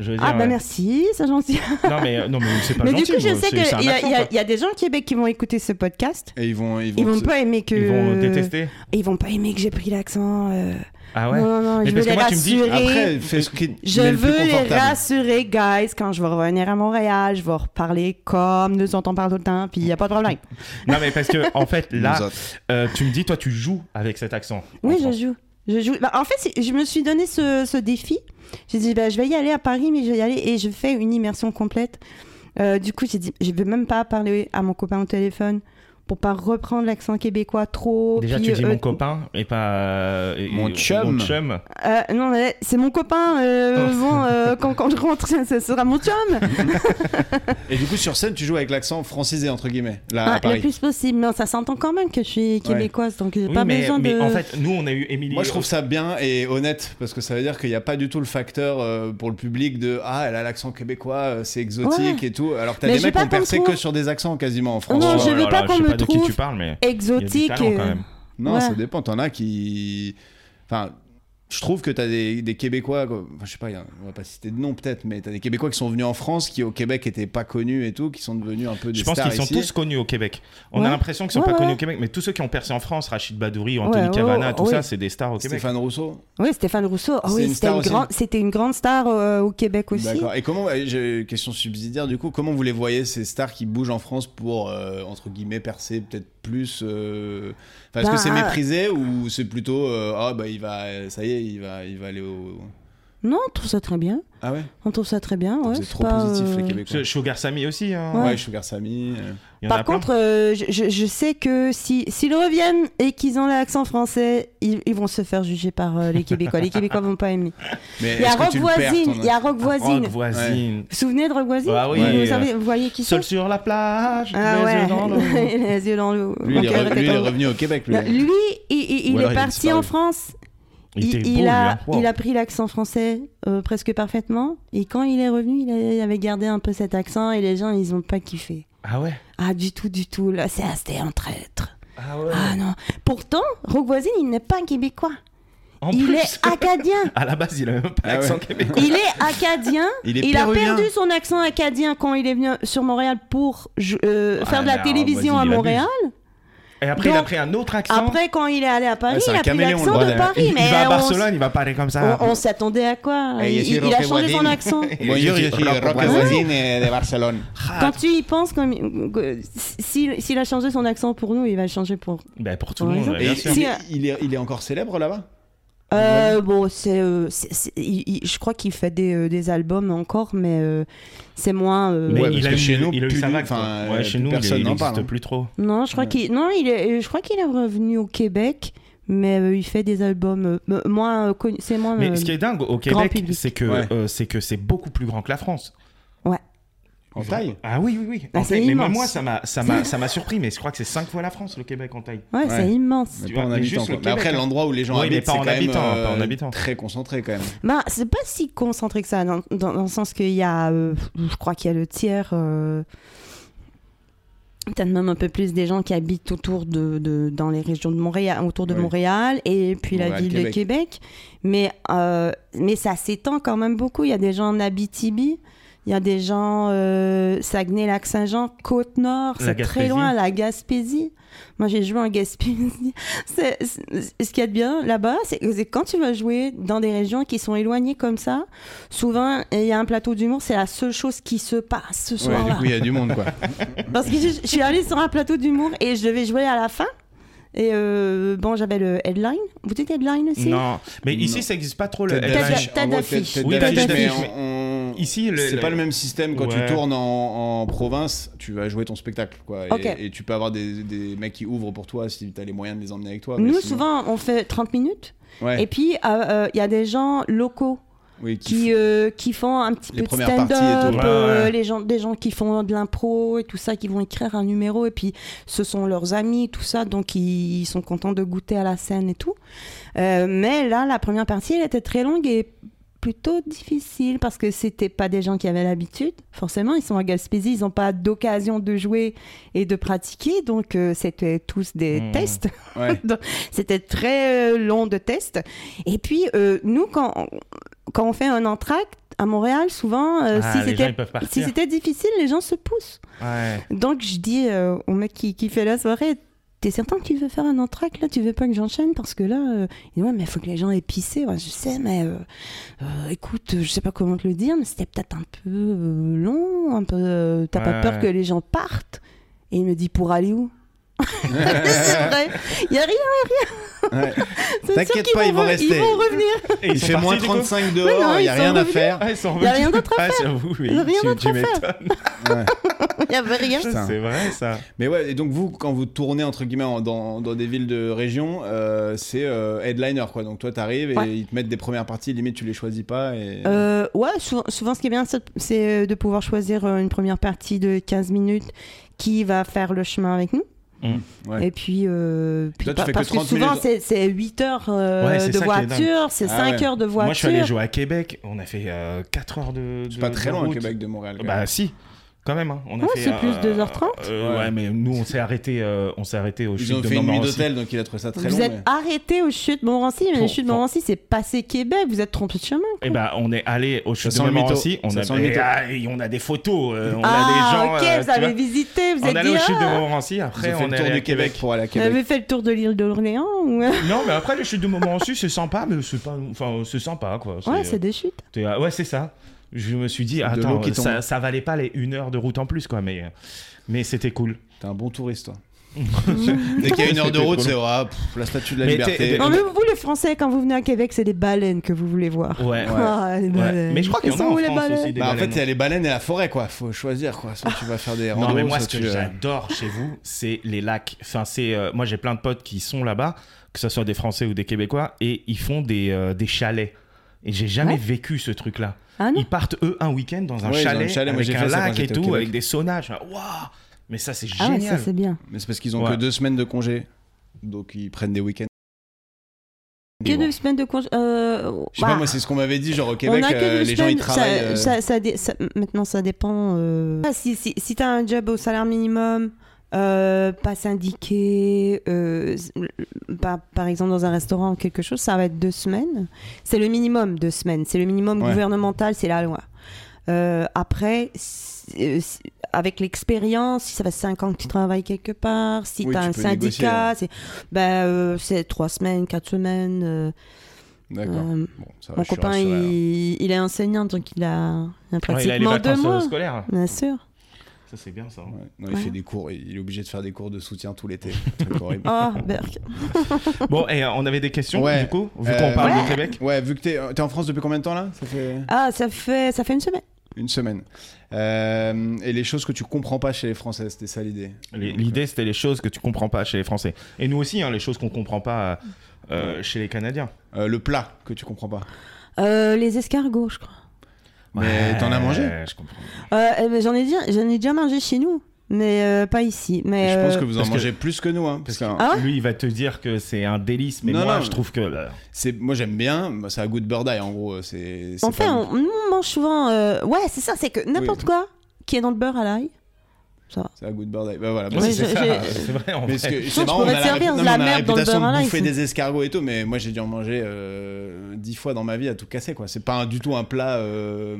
Speaker 2: Je veux dire,
Speaker 1: Ah bah
Speaker 2: euh,
Speaker 1: merci, c'est gentil.
Speaker 2: Non, mais, euh, non, mais c'est pas
Speaker 1: Mais
Speaker 2: gentil.
Speaker 1: du coup, je
Speaker 2: moi,
Speaker 1: sais
Speaker 2: c'est- c'est un
Speaker 1: qu'il y, a-
Speaker 2: accent,
Speaker 1: y a-
Speaker 2: quoi.
Speaker 1: y a des gens au Québec qui vont écouter ce podcast.
Speaker 3: Et ils vont. Ils vont,
Speaker 1: Ils vont pas aimer que.
Speaker 2: Ils vont euh, détester.
Speaker 1: Ils vont pas aimer que j'ai pris l'accent. euh.
Speaker 2: Ah ouais
Speaker 1: Non, non, non,
Speaker 2: Mais
Speaker 1: je veux
Speaker 2: parce
Speaker 1: les
Speaker 2: que moi, tu me dis-
Speaker 1: rassurer.
Speaker 3: Après, fais ce qui.
Speaker 1: Je
Speaker 3: mais le plus
Speaker 1: veux les
Speaker 3: confortable.
Speaker 1: rassurer, guys. Quand je vais revenir à Montréal, je vais reparler comme nous on parle tout le temps, puis il n'y a pas de problème.
Speaker 2: Non, mais parce que, en fait,
Speaker 3: Nous
Speaker 2: là,
Speaker 3: autres.
Speaker 2: euh, tu me dis, toi, tu joues avec cet accent. en
Speaker 1: Oui, je
Speaker 2: France.
Speaker 1: joue. Je joue. Bah, en fait, c'est- je me suis donné ce, ce défi. J'ai dit, bah, je vais y aller à Paris, mais je vais y aller et je fais une immersion complète. Euh, du coup, j'ai dit, je vais même pas parler à mon copain au téléphone pour pas reprendre l'accent québécois trop.
Speaker 2: Déjà,
Speaker 1: puis,
Speaker 2: tu dis
Speaker 1: euh,
Speaker 2: mon copain et pas. euh, et-
Speaker 3: Mon
Speaker 2: et-
Speaker 3: chum.
Speaker 2: Mon chum.
Speaker 1: euh, non, mais c'est mon copain. euh,
Speaker 2: Oh.
Speaker 1: bon, euh, quand, quand je rentre, <laughs> ce sera mon chum.
Speaker 3: Et du coup, sur scène, tu joues avec l'accent francisé, entre guillemets, là,
Speaker 1: Ah,
Speaker 3: à
Speaker 1: le
Speaker 3: Paris.
Speaker 1: plus possible. Mais ça s'entend quand même que je suis québécoise, donc j'ai
Speaker 2: Oui,
Speaker 1: pas
Speaker 2: mais,
Speaker 1: besoin
Speaker 2: mais
Speaker 1: de.
Speaker 2: en fait, nous, on a eu Émilie.
Speaker 3: Moi, je trouve ça bien et honnête, parce que ça veut dire qu'il n'y a pas du tout le facteur euh, pour le public de Ah, elle a l'accent québécois, euh, c'est exotique et tout. Alors que t'as
Speaker 1: Mais
Speaker 3: des
Speaker 1: j'ai
Speaker 3: mecs
Speaker 1: pas
Speaker 3: qui ont percé
Speaker 1: compris.
Speaker 3: que sur des accents quasiment en
Speaker 2: Oh
Speaker 3: France.
Speaker 1: Non,
Speaker 2: là
Speaker 3: tu vois.
Speaker 1: je veux
Speaker 2: là
Speaker 1: pas
Speaker 2: là,
Speaker 1: qu'on
Speaker 2: je sais
Speaker 1: me
Speaker 2: pas de qui
Speaker 1: trouve
Speaker 2: tu parles, mais. il y a du
Speaker 1: exotique.
Speaker 2: talent, quand
Speaker 1: euh,
Speaker 2: même.
Speaker 3: Non,
Speaker 1: Ouais.
Speaker 3: ça dépend. T'en as qui. Enfin, je trouve que t'as des, des Québécois. quoi. Enfin, je sais pas, y a- on va pas citer de nom peut-être, mais t'as des Québécois qui sont venus en France, qui au Québec étaient pas connus et tout, qui sont devenus un peu des
Speaker 2: Je pense
Speaker 3: stars
Speaker 2: qu'ils sont
Speaker 3: ici.
Speaker 2: tous connus au Québec. On
Speaker 1: Ouais.
Speaker 2: a l'impression qu'ils sont
Speaker 1: Ouais,
Speaker 2: pas
Speaker 1: ouais.
Speaker 2: connus au Québec, mais tous ceux qui ont percé en France, Rachid Badouri, Anthony
Speaker 1: ouais,
Speaker 2: Cavana,
Speaker 1: ouais,
Speaker 2: tout
Speaker 1: oui.
Speaker 2: ça, c'est des stars au Québec.
Speaker 3: Stéphane Rousseau.
Speaker 1: Oui, Stéphane Rousseau. Ah
Speaker 3: C'est
Speaker 1: oui,
Speaker 3: une
Speaker 1: c'était
Speaker 3: star
Speaker 1: une,
Speaker 3: aussi.
Speaker 1: grande- c'était une grande star euh, au Québec aussi.
Speaker 3: D'accord. Et comment, et j'ai une question subsidiaire du coup, comment vous les voyez ces stars qui bougent en France pour, euh, entre guillemets, percer peut-être plus euh, enfin, Est-ce
Speaker 1: Bah,
Speaker 3: que c'est
Speaker 1: euh,
Speaker 3: méprisé ou c'est plutôt, euh, ah bah il va, ça y est, il va, il va aller au.
Speaker 1: Non, on trouve ça très bien.
Speaker 3: Ah ouais
Speaker 1: On trouve ça très bien. Ouais,
Speaker 3: Vous êtes
Speaker 1: c'est
Speaker 3: trop
Speaker 1: pas,
Speaker 3: positif,
Speaker 1: euh,
Speaker 3: les Québécois.
Speaker 2: Ce- Sugar Sammy aussi. hein.
Speaker 1: Ouais.
Speaker 3: Ouais, Sugar Sammy. euh.
Speaker 2: Il y en a
Speaker 1: Par
Speaker 2: plein.
Speaker 1: contre, euh, je, je- je sais que si- s'ils reviennent et qu'ils ont l'accent français, ils, ils vont se faire juger par euh, les Québécois. les Québécois vont pas aimer.
Speaker 3: Mais
Speaker 1: Il y a
Speaker 3: est-ce que
Speaker 1: Rock
Speaker 3: tu le perds,
Speaker 1: Voisine.
Speaker 3: ton
Speaker 1: Il y a Rock
Speaker 2: Rock
Speaker 1: Voisine. Vous
Speaker 2: voisine.
Speaker 1: vous souvenez de Rock Voisine
Speaker 2: Ah oui,
Speaker 1: vous,
Speaker 2: euh,
Speaker 1: savez- vous voyez qui c'est
Speaker 2: Seul sur la plage,
Speaker 1: Ah
Speaker 2: les
Speaker 1: ouais,
Speaker 2: yeux
Speaker 1: <laughs>
Speaker 2: dans l'eau.
Speaker 1: les yeux dans l'eau.
Speaker 3: Lui, il est,
Speaker 1: Donc,
Speaker 3: re- lui, il est
Speaker 1: euh,
Speaker 3: revenu au Québec, lui.
Speaker 1: non, lui, il, il- il
Speaker 3: Ou alors il
Speaker 1: est
Speaker 3: a
Speaker 1: parti
Speaker 3: disparu.
Speaker 1: en France.
Speaker 2: Il, était beau, lui,
Speaker 1: a,
Speaker 2: hein. Wow.
Speaker 1: il a pris l'accent français euh, presque parfaitement. Et quand il est revenu, il a- il avait gardé un peu cet accent et les gens, ils ont pas kiffé.
Speaker 2: Ah ouais.
Speaker 1: Ah, du tout, du tout. Là, c'est ah, c'était un traître.
Speaker 2: Ah ouais.
Speaker 1: Ah non. Pourtant, Rogue Voisine, il n'est pas québécois.
Speaker 2: En
Speaker 1: il
Speaker 2: plus,
Speaker 1: est
Speaker 2: <laughs>
Speaker 1: acadien.
Speaker 2: à la base, il avait même pas
Speaker 3: Ah ouais.
Speaker 2: l'accent québécois.
Speaker 1: Il est acadien.
Speaker 3: Il est
Speaker 1: il a
Speaker 3: péruvien.
Speaker 1: perdu son accent acadien quand il est venu sur Montréal pour jou- euh,
Speaker 2: Ouais,
Speaker 1: faire de la
Speaker 2: mais
Speaker 1: télévision
Speaker 2: Ah
Speaker 1: à
Speaker 2: Rogue Voisine, il
Speaker 1: Montréal.
Speaker 2: Et après, il a
Speaker 1: Donc,
Speaker 2: pris un autre accent.
Speaker 1: Après, quand il est
Speaker 2: Ah,
Speaker 1: allé à Paris,
Speaker 3: Ouais, c'est
Speaker 1: il
Speaker 3: un
Speaker 1: a pris
Speaker 3: caméléon, le
Speaker 1: l'accent de
Speaker 3: bordel.
Speaker 1: Paris.
Speaker 2: il, il
Speaker 1: mais
Speaker 2: va
Speaker 1: on
Speaker 2: à
Speaker 1: s-
Speaker 2: Barcelone, il va parler comme ça.
Speaker 1: On, on s'attendait à quoi
Speaker 3: Eh, je
Speaker 1: Il,
Speaker 3: suis
Speaker 1: il- il a
Speaker 3: Roque
Speaker 1: changé son
Speaker 3: Voisine.
Speaker 1: accent.
Speaker 2: <laughs>
Speaker 3: Bonjour, je suis
Speaker 2: Rock
Speaker 3: Rock
Speaker 2: Voisine.
Speaker 3: Voisine de Barcelone.
Speaker 1: Quand tu y penses, comme- que- si- s'il a changé son accent pour nous, il va le changer pour.
Speaker 2: Bah, pour tout
Speaker 1: Ouais,
Speaker 2: le monde,
Speaker 1: ça-
Speaker 2: bien
Speaker 3: Et
Speaker 2: sûr.
Speaker 1: Si,
Speaker 3: il,
Speaker 1: euh,
Speaker 3: il est, il est encore célèbre là-bas
Speaker 1: Euh, Bon, c'est, euh, c'est- c'est- il- il- je crois qu'il fait des, euh, des albums encore, mais euh, c'est moins. euh,
Speaker 2: Mais
Speaker 3: Ouais,
Speaker 2: il
Speaker 3: parce
Speaker 2: a
Speaker 3: que
Speaker 2: eu,
Speaker 3: chez nous,
Speaker 2: il a eu
Speaker 3: plus
Speaker 2: sa
Speaker 3: du-
Speaker 2: vague, quoi.
Speaker 3: enfin,
Speaker 2: Ouais,
Speaker 3: euh,
Speaker 2: chez
Speaker 3: plus
Speaker 2: nous, il
Speaker 3: personne n'en
Speaker 2: n'existe
Speaker 3: parle, hein.
Speaker 2: plus trop.
Speaker 1: Non, je crois
Speaker 3: Ouais.
Speaker 1: qu'il non, il est, euh, je crois qu'il est revenu au Québec, mais euh, il fait des albums euh, m- moins euh, connus. C'est moins.
Speaker 2: Mais
Speaker 1: euh,
Speaker 2: ce qui est dingue au Québec,
Speaker 1: public.
Speaker 2: c'est que
Speaker 3: Ouais.
Speaker 2: euh, c'est que c'est beaucoup plus grand que la France.
Speaker 3: En taille
Speaker 2: Ah oui, oui, oui.
Speaker 1: Ah,
Speaker 2: En
Speaker 1: c'est
Speaker 2: fait, mais même
Speaker 1: immense.
Speaker 2: moi, ça m'a, ça m'a, ça m'a surpris. Mais je crois que c'est cinq fois la France, le Québec en taille.
Speaker 1: Ouais, c'est
Speaker 3: Ouais.
Speaker 1: immense.
Speaker 3: Mais
Speaker 2: Tu
Speaker 3: pas
Speaker 2: vois,
Speaker 3: en
Speaker 2: mais
Speaker 3: habitant.
Speaker 2: juste
Speaker 3: quoi.
Speaker 2: le
Speaker 3: Mais après,
Speaker 2: Québec.
Speaker 3: l'endroit où les gens
Speaker 2: Ouais, il est
Speaker 3: habitent,
Speaker 2: pas
Speaker 3: c'est
Speaker 2: en
Speaker 3: quand même
Speaker 2: habitant, hein, pas en
Speaker 3: euh,
Speaker 2: habitant.
Speaker 3: très concentré quand même.
Speaker 1: Bah, c'est pas si concentré que ça, dans, dans- dans le sens qu'il y a, euh, je crois qu'il y a le tiers, euh, peut-être même un peu plus des gens qui habitent autour de, de- dans les régions de Montréal, autour de
Speaker 3: Ouais.
Speaker 1: Montréal et puis la
Speaker 3: Montréal,
Speaker 1: ville de Québec. Mais, euh, mais ça s'étend quand même beaucoup. Il y a des gens en Abitibi. Il y a des gens euh, Saguenay-Lac-Saint-Jean, Côte-Nord,
Speaker 2: La
Speaker 1: c'est très
Speaker 2: Gaspésie.
Speaker 1: loin, la Gaspésie. Moi, j'ai joué en Gaspésie. C'est- c'est- ce qu'il y a de bien là-bas, c'est que c'est quand tu vas jouer dans des régions qui sont éloignées comme ça, souvent, il y a un plateau d'humour, c'est la seule chose qui se passe ce
Speaker 3: Ouais, du
Speaker 1: soir-là.
Speaker 3: coup, il y a du monde quoi.
Speaker 1: Parce que je, je suis allée sur un plateau d'humour et je devais jouer à la fin. Et euh, bon, j'avais le headline. Vous dites headline aussi
Speaker 2: Non, mais ici,
Speaker 3: Non.
Speaker 2: ça n'existe pas trop le.
Speaker 3: Tête d'affiche.
Speaker 1: tête
Speaker 3: En gros,
Speaker 1: d'affiche.
Speaker 3: tête- tête
Speaker 2: Oui, tête
Speaker 3: d'affiche, mais
Speaker 2: d'affiche,
Speaker 3: on- on-
Speaker 2: Ici, le-
Speaker 3: c'est
Speaker 2: le-
Speaker 3: pas le même système quand
Speaker 2: Ouais.
Speaker 3: tu tournes en, en province, tu vas jouer ton spectacle quoi. Et,
Speaker 1: Ok.
Speaker 3: et tu peux avoir des, des mecs qui ouvrent pour toi si t'as les moyens de les emmener avec toi. mais
Speaker 1: Nous,
Speaker 3: sinon-
Speaker 1: souvent, on fait 30 minutes.
Speaker 3: Ouais.
Speaker 1: Et puis, euh, euh, il y a des gens locaux
Speaker 3: Oui, qui
Speaker 1: qui, euh, qui font un petit
Speaker 3: Les
Speaker 1: peu de
Speaker 3: premières parties et
Speaker 1: stand-up,
Speaker 2: tout.
Speaker 1: euh,
Speaker 2: Ouais, ouais.
Speaker 1: les gens, des gens qui font de l'impro et tout ça, qui vont écrire un numéro et puis ce sont leurs amis, tout ça, donc ils, ils sont contents de goûter à la scène et tout. Euh, mais là, la première partie, elle était très longue et plutôt difficile parce que c'était pas des gens qui avaient l'habitude. Forcément, ils sont à Gaspésie, ils n'ont pas d'occasion de jouer et de pratiquer, donc euh, c'était tous des
Speaker 2: Mmh.
Speaker 1: tests.
Speaker 3: Ouais.
Speaker 1: Donc, C'était très euh, long de tests. Et puis, euh, nous, quand on, quand on fait un entracte à Montréal, souvent, euh,
Speaker 2: Ah,
Speaker 1: si
Speaker 2: les gens,
Speaker 1: c'était
Speaker 2: ils peuvent
Speaker 1: si
Speaker 2: partir.
Speaker 1: c'était difficile, les gens se poussent.
Speaker 2: Ouais.
Speaker 1: Donc, je dis euh, au mec qui, qui fait la soirée, t'es certain que tu veux faire un entracte là Tu veux pas que j'enchaîne Parce que là, euh, il dit, ouais, mais faut que les gens aient pissé. Ouais, je sais, mais euh, euh, écoute, euh, je sais pas comment te le dire, mais c'était peut-être un peu euh, long, un peu. euh, T'as
Speaker 2: Ouais,
Speaker 1: pas peur
Speaker 2: ouais.
Speaker 1: que les gens partent Et il me dit, pour aller où <laughs> c'est vrai. Il n'y a rien,
Speaker 3: Ouais.
Speaker 1: <laughs> c'est sûr
Speaker 3: T'inquiète
Speaker 1: qu'ils
Speaker 3: pas, ils vont
Speaker 1: re-
Speaker 3: rester.
Speaker 1: Ils vont revenir.
Speaker 2: Et
Speaker 3: Il
Speaker 2: ils sont
Speaker 3: fait
Speaker 2: partis,
Speaker 3: moins
Speaker 2: du coup
Speaker 3: 35
Speaker 1: Mais non,
Speaker 3: dehors, il
Speaker 1: ils
Speaker 3: n'y a
Speaker 1: sont
Speaker 3: rien à
Speaker 1: revenus.
Speaker 3: faire.
Speaker 2: Ah, ils sont
Speaker 1: Y a rien
Speaker 2: revenus.
Speaker 1: d'autre à
Speaker 2: Ah, j'avoue, oui,
Speaker 1: Y a rien
Speaker 2: tu-
Speaker 1: d'autre
Speaker 2: tu
Speaker 1: à faire. <laughs>
Speaker 2: m'étonnes.
Speaker 1: Il n'y avait rien.
Speaker 3: Putain.
Speaker 2: C'est vrai, ça.
Speaker 3: Mais ouais, et donc vous, quand vous tournez entre guillemets en- dans, dans des villes de région, euh, c'est euh, headliner quoi. Donc toi, t'arrives et
Speaker 1: Ouais.
Speaker 3: ils te mettent des premières parties, limite tu les choisis pas. Et...
Speaker 1: Euh, ouais, souvent, souvent, ce qui est bien, c'est- c'est euh, de pouvoir choisir euh, une première partie de 15 minutes qui va faire le chemin avec nous.
Speaker 2: Mm,
Speaker 3: ouais.
Speaker 1: Et puis, euh, puis
Speaker 3: Toi, tu
Speaker 1: pa-
Speaker 3: fais que
Speaker 1: parce que,
Speaker 3: 30
Speaker 1: souvent,
Speaker 3: minutes.
Speaker 1: c'est- c'est 8 heures euh,
Speaker 2: Ouais, c'est
Speaker 1: de
Speaker 2: ça qui est dingue.
Speaker 1: voiture, c'est
Speaker 3: Ah
Speaker 1: 5
Speaker 3: ouais.
Speaker 1: heures de voiture.
Speaker 2: Moi, je suis allé jouer à Québec. On a fait 4 heures de.
Speaker 3: C'est
Speaker 2: de-
Speaker 3: pas très
Speaker 2: de
Speaker 3: loin
Speaker 2: route.
Speaker 3: Québec de Montréal. quand
Speaker 2: Bah
Speaker 3: même.
Speaker 2: si, quand même. hein. On a
Speaker 1: Ouais,
Speaker 2: fait,
Speaker 1: c'est plus 2h30.
Speaker 2: euh, ouais.
Speaker 3: Ouais.
Speaker 2: mais nous on s'est arrêté, euh, on s'est arrêté au
Speaker 3: ils
Speaker 2: chute
Speaker 3: ont
Speaker 2: de
Speaker 3: fait une nuit
Speaker 2: Montmorency.
Speaker 3: d'hôtel, donc il a trouvé ça très
Speaker 1: vous
Speaker 3: long.
Speaker 1: êtes
Speaker 3: mais-
Speaker 1: arrêté aux chutes de Montmorency, mais les
Speaker 2: Pour-
Speaker 1: chutes de
Speaker 2: pour-
Speaker 1: Montmorency, c'est passé Québec, vous êtes trompé de chemin.
Speaker 2: Et ben on est allé au chute
Speaker 3: sent
Speaker 2: de
Speaker 3: le mytho.
Speaker 2: Montmorency. On
Speaker 3: Ça
Speaker 2: a
Speaker 3: sent le mytho.
Speaker 2: et, ah, et on a des photos. euh, on
Speaker 1: ah,
Speaker 2: a des gens. euh,
Speaker 1: ok, vous
Speaker 2: tu
Speaker 1: avez
Speaker 2: vois.
Speaker 1: visité, vous
Speaker 2: on est
Speaker 1: êtes
Speaker 2: allé
Speaker 1: dit,
Speaker 2: au chute de
Speaker 1: ah,
Speaker 2: Montmorency.
Speaker 3: Ils
Speaker 2: Après
Speaker 3: ont fait
Speaker 2: on
Speaker 3: le
Speaker 2: est
Speaker 3: tour
Speaker 2: allé à
Speaker 3: du Québec, pour aller à
Speaker 1: vous
Speaker 3: Québec.
Speaker 1: avez fait le tour de l'île d'Orléans ou... euh,
Speaker 2: Non mais après le chute de Montmorency c'est sympa, mais c'est pas, enfin c'est sympa quoi.
Speaker 1: Ouais, c'est des chutes.
Speaker 2: t'es- ah, ouais, c'est ça. Je me suis dit
Speaker 3: De
Speaker 2: attends,
Speaker 3: l'eau qui tombe.
Speaker 2: ça, ça valait pas les une heure de route en plus quoi, mais euh, mais c'était cool.
Speaker 3: T'es un bon
Speaker 2: <laughs>
Speaker 3: touriste, toi. Dès qu'il y a une heure de
Speaker 2: C'était
Speaker 3: route,
Speaker 2: trop
Speaker 3: c'est ah, pff, la statue de la
Speaker 2: Mais t'es-
Speaker 3: liberté.
Speaker 1: Non, mais vous, les Français, quand vous venez à Québec, c'est des baleines que vous voulez voir.
Speaker 2: Ouais.
Speaker 1: Ah, les
Speaker 2: Ouais.
Speaker 1: baleines.
Speaker 2: Mais je crois qu'il y en
Speaker 1: Elles
Speaker 2: a
Speaker 1: sont
Speaker 2: en
Speaker 1: où, les
Speaker 2: France
Speaker 1: baleines
Speaker 2: aussi des
Speaker 3: Bah, en fait,
Speaker 2: baleines.
Speaker 3: il y a les baleines et la forêt, quoi. Faut choisir, quoi. Soit tu vas faire des randos,
Speaker 2: Non, mais moi,
Speaker 3: soit
Speaker 2: ce que
Speaker 3: tu- euh,
Speaker 2: j'adore chez vous, c'est les lacs. Enfin, c'est, euh, moi, j'ai plein de potes qui sont là-bas, que ce soit des Français ou des Québécois, et ils font des, euh, des chalets. Et j'ai jamais
Speaker 1: Ouais.
Speaker 2: vécu ce truc-là.
Speaker 1: Ah non
Speaker 2: Ils partent, eux, un week-end dans un
Speaker 3: Ouais, ils ont
Speaker 2: chalet,
Speaker 3: un chalet. Moi,
Speaker 2: avec
Speaker 3: j'ai
Speaker 2: un
Speaker 3: fait ça quand
Speaker 2: lac et
Speaker 3: j'étais au
Speaker 2: tout,
Speaker 3: Québec.
Speaker 2: avec des saunas. Je me dis, Waouh Mais ça, c'est
Speaker 1: Ah ouais, ça
Speaker 2: génial.
Speaker 1: c'est bien.
Speaker 3: Mais c'est parce qu'ils ont
Speaker 2: Ouais.
Speaker 3: que deux semaines de congé. Donc ils prennent des week-ends.
Speaker 1: Que
Speaker 3: Mais bon.
Speaker 1: deux semaines de congé. euh,
Speaker 3: Je sais pas,
Speaker 1: bah,
Speaker 3: moi, c'est ce qu'on m'avait dit. Genre au
Speaker 1: on
Speaker 3: Québec,
Speaker 1: a que
Speaker 3: euh,
Speaker 1: deux
Speaker 3: les gens
Speaker 1: semaines,
Speaker 3: ils
Speaker 1: ça-
Speaker 3: travaillent. euh,
Speaker 1: ça- ça dé- ça- maintenant, ça dépend. euh. Ah, si si, si t'as un job au salaire minimum, euh, pas syndiqué, euh, pas- par exemple dans un restaurant ou quelque chose, ça va être deux semaines. C'est le minimum, deux semaines. C'est le minimum
Speaker 3: Ouais.
Speaker 1: gouvernemental, c'est la loi. Euh, après, si- euh, si- avec l'expérience, si ça fait cinq ans que tu travailles quelque part, si
Speaker 3: Oui,
Speaker 1: t'as
Speaker 3: tu
Speaker 1: un
Speaker 3: peux négocier,
Speaker 1: syndicat, c'est ben, euh, c'est trois semaines, quatre semaines. euh,
Speaker 3: D'accord.
Speaker 1: euh,
Speaker 3: Bon, ça va,
Speaker 1: mon
Speaker 3: je suis
Speaker 1: copain,
Speaker 3: rassuré, hein. alors.
Speaker 1: il, il est enseignant, donc il a, il a
Speaker 2: Ouais, il a les
Speaker 1: pratiquement deux
Speaker 2: vacances euh,
Speaker 1: mois.
Speaker 2: scolaires.
Speaker 1: Bien sûr.
Speaker 2: Ça, c'est bien, ça. hein.
Speaker 1: <laughs>
Speaker 3: Ouais. Non, il
Speaker 1: Ouais.
Speaker 3: fait des cours. Il est obligé de faire des cours de soutien tout l'été. <laughs> Truc horrible.
Speaker 1: Oh,
Speaker 3: <laughs>
Speaker 1: Berk.
Speaker 2: Bon, et euh, on avait des questions,
Speaker 3: Ouais.
Speaker 2: du coup, vu
Speaker 3: Euh,
Speaker 2: qu'on parle
Speaker 1: Ouais.
Speaker 2: de Québec.
Speaker 3: Ouais, vu que t'es euh, t'es en France depuis combien de temps là Ça fait
Speaker 1: Ah, ça fait, ça fait une semaine.
Speaker 3: une semaine. Euh, et les choses que tu comprends pas chez les Français, c'était ça l'idée.
Speaker 2: Les-
Speaker 3: Donc,
Speaker 2: L'idée, c'était les choses que tu comprends pas chez les Français. Et nous aussi, hein, les choses qu'on comprend pas euh, euh, chez les Canadiens.
Speaker 3: euh, le plat que tu comprends pas.
Speaker 1: Euh, les escargots, je crois.
Speaker 3: Mais t'en as mangé
Speaker 2: Ouais, Je comprends.
Speaker 1: Euh, eh ben, j'en ai, déjà- j'en ai déjà mangé chez nous, mais euh, pas ici. Mais,
Speaker 3: Je pense
Speaker 1: euh,
Speaker 3: que vous en
Speaker 2: parce que-
Speaker 3: mangez plus que nous, hein. Parce
Speaker 2: Parce
Speaker 3: que,
Speaker 2: que
Speaker 1: Ah ouais
Speaker 2: lui, il va te dire que c'est un délice, mais
Speaker 3: Non,
Speaker 2: moi,
Speaker 3: non.
Speaker 2: je trouve que. là,
Speaker 1: Ah.
Speaker 3: c'est- moi j'aime bien, bah, ça a goût de bird eye en gros. euh, C'est. c'est
Speaker 1: En fait,
Speaker 3: pas-
Speaker 1: on, nous, on mange souvent. euh, Ouais, c'est ça, c'est que n'importe quoi qui est dans le beurre à l'ail.
Speaker 3: Ça a goût de bird eye. Bah voilà.
Speaker 2: Moi,
Speaker 3: moi,
Speaker 1: Ouais,
Speaker 2: euh, c'est
Speaker 1: je-
Speaker 2: ça,
Speaker 1: j'ai-
Speaker 2: c'est vrai, en
Speaker 3: Mais
Speaker 2: vrai.
Speaker 3: ce que-
Speaker 1: je
Speaker 3: c'est marrant, on
Speaker 1: pourrais
Speaker 3: a
Speaker 1: te
Speaker 3: la,
Speaker 1: servir
Speaker 3: rép-
Speaker 1: de
Speaker 3: non,
Speaker 1: la
Speaker 3: mais on a la
Speaker 1: merde dans le
Speaker 3: réputation
Speaker 1: beurre à
Speaker 3: de
Speaker 1: l'ail,
Speaker 3: bouffer
Speaker 1: c'est-
Speaker 3: des escargots et tout, mais moi j'ai dû en manger euh, dix fois dans ma vie à tout casser quoi. C'est pas un- du tout un plat. euh,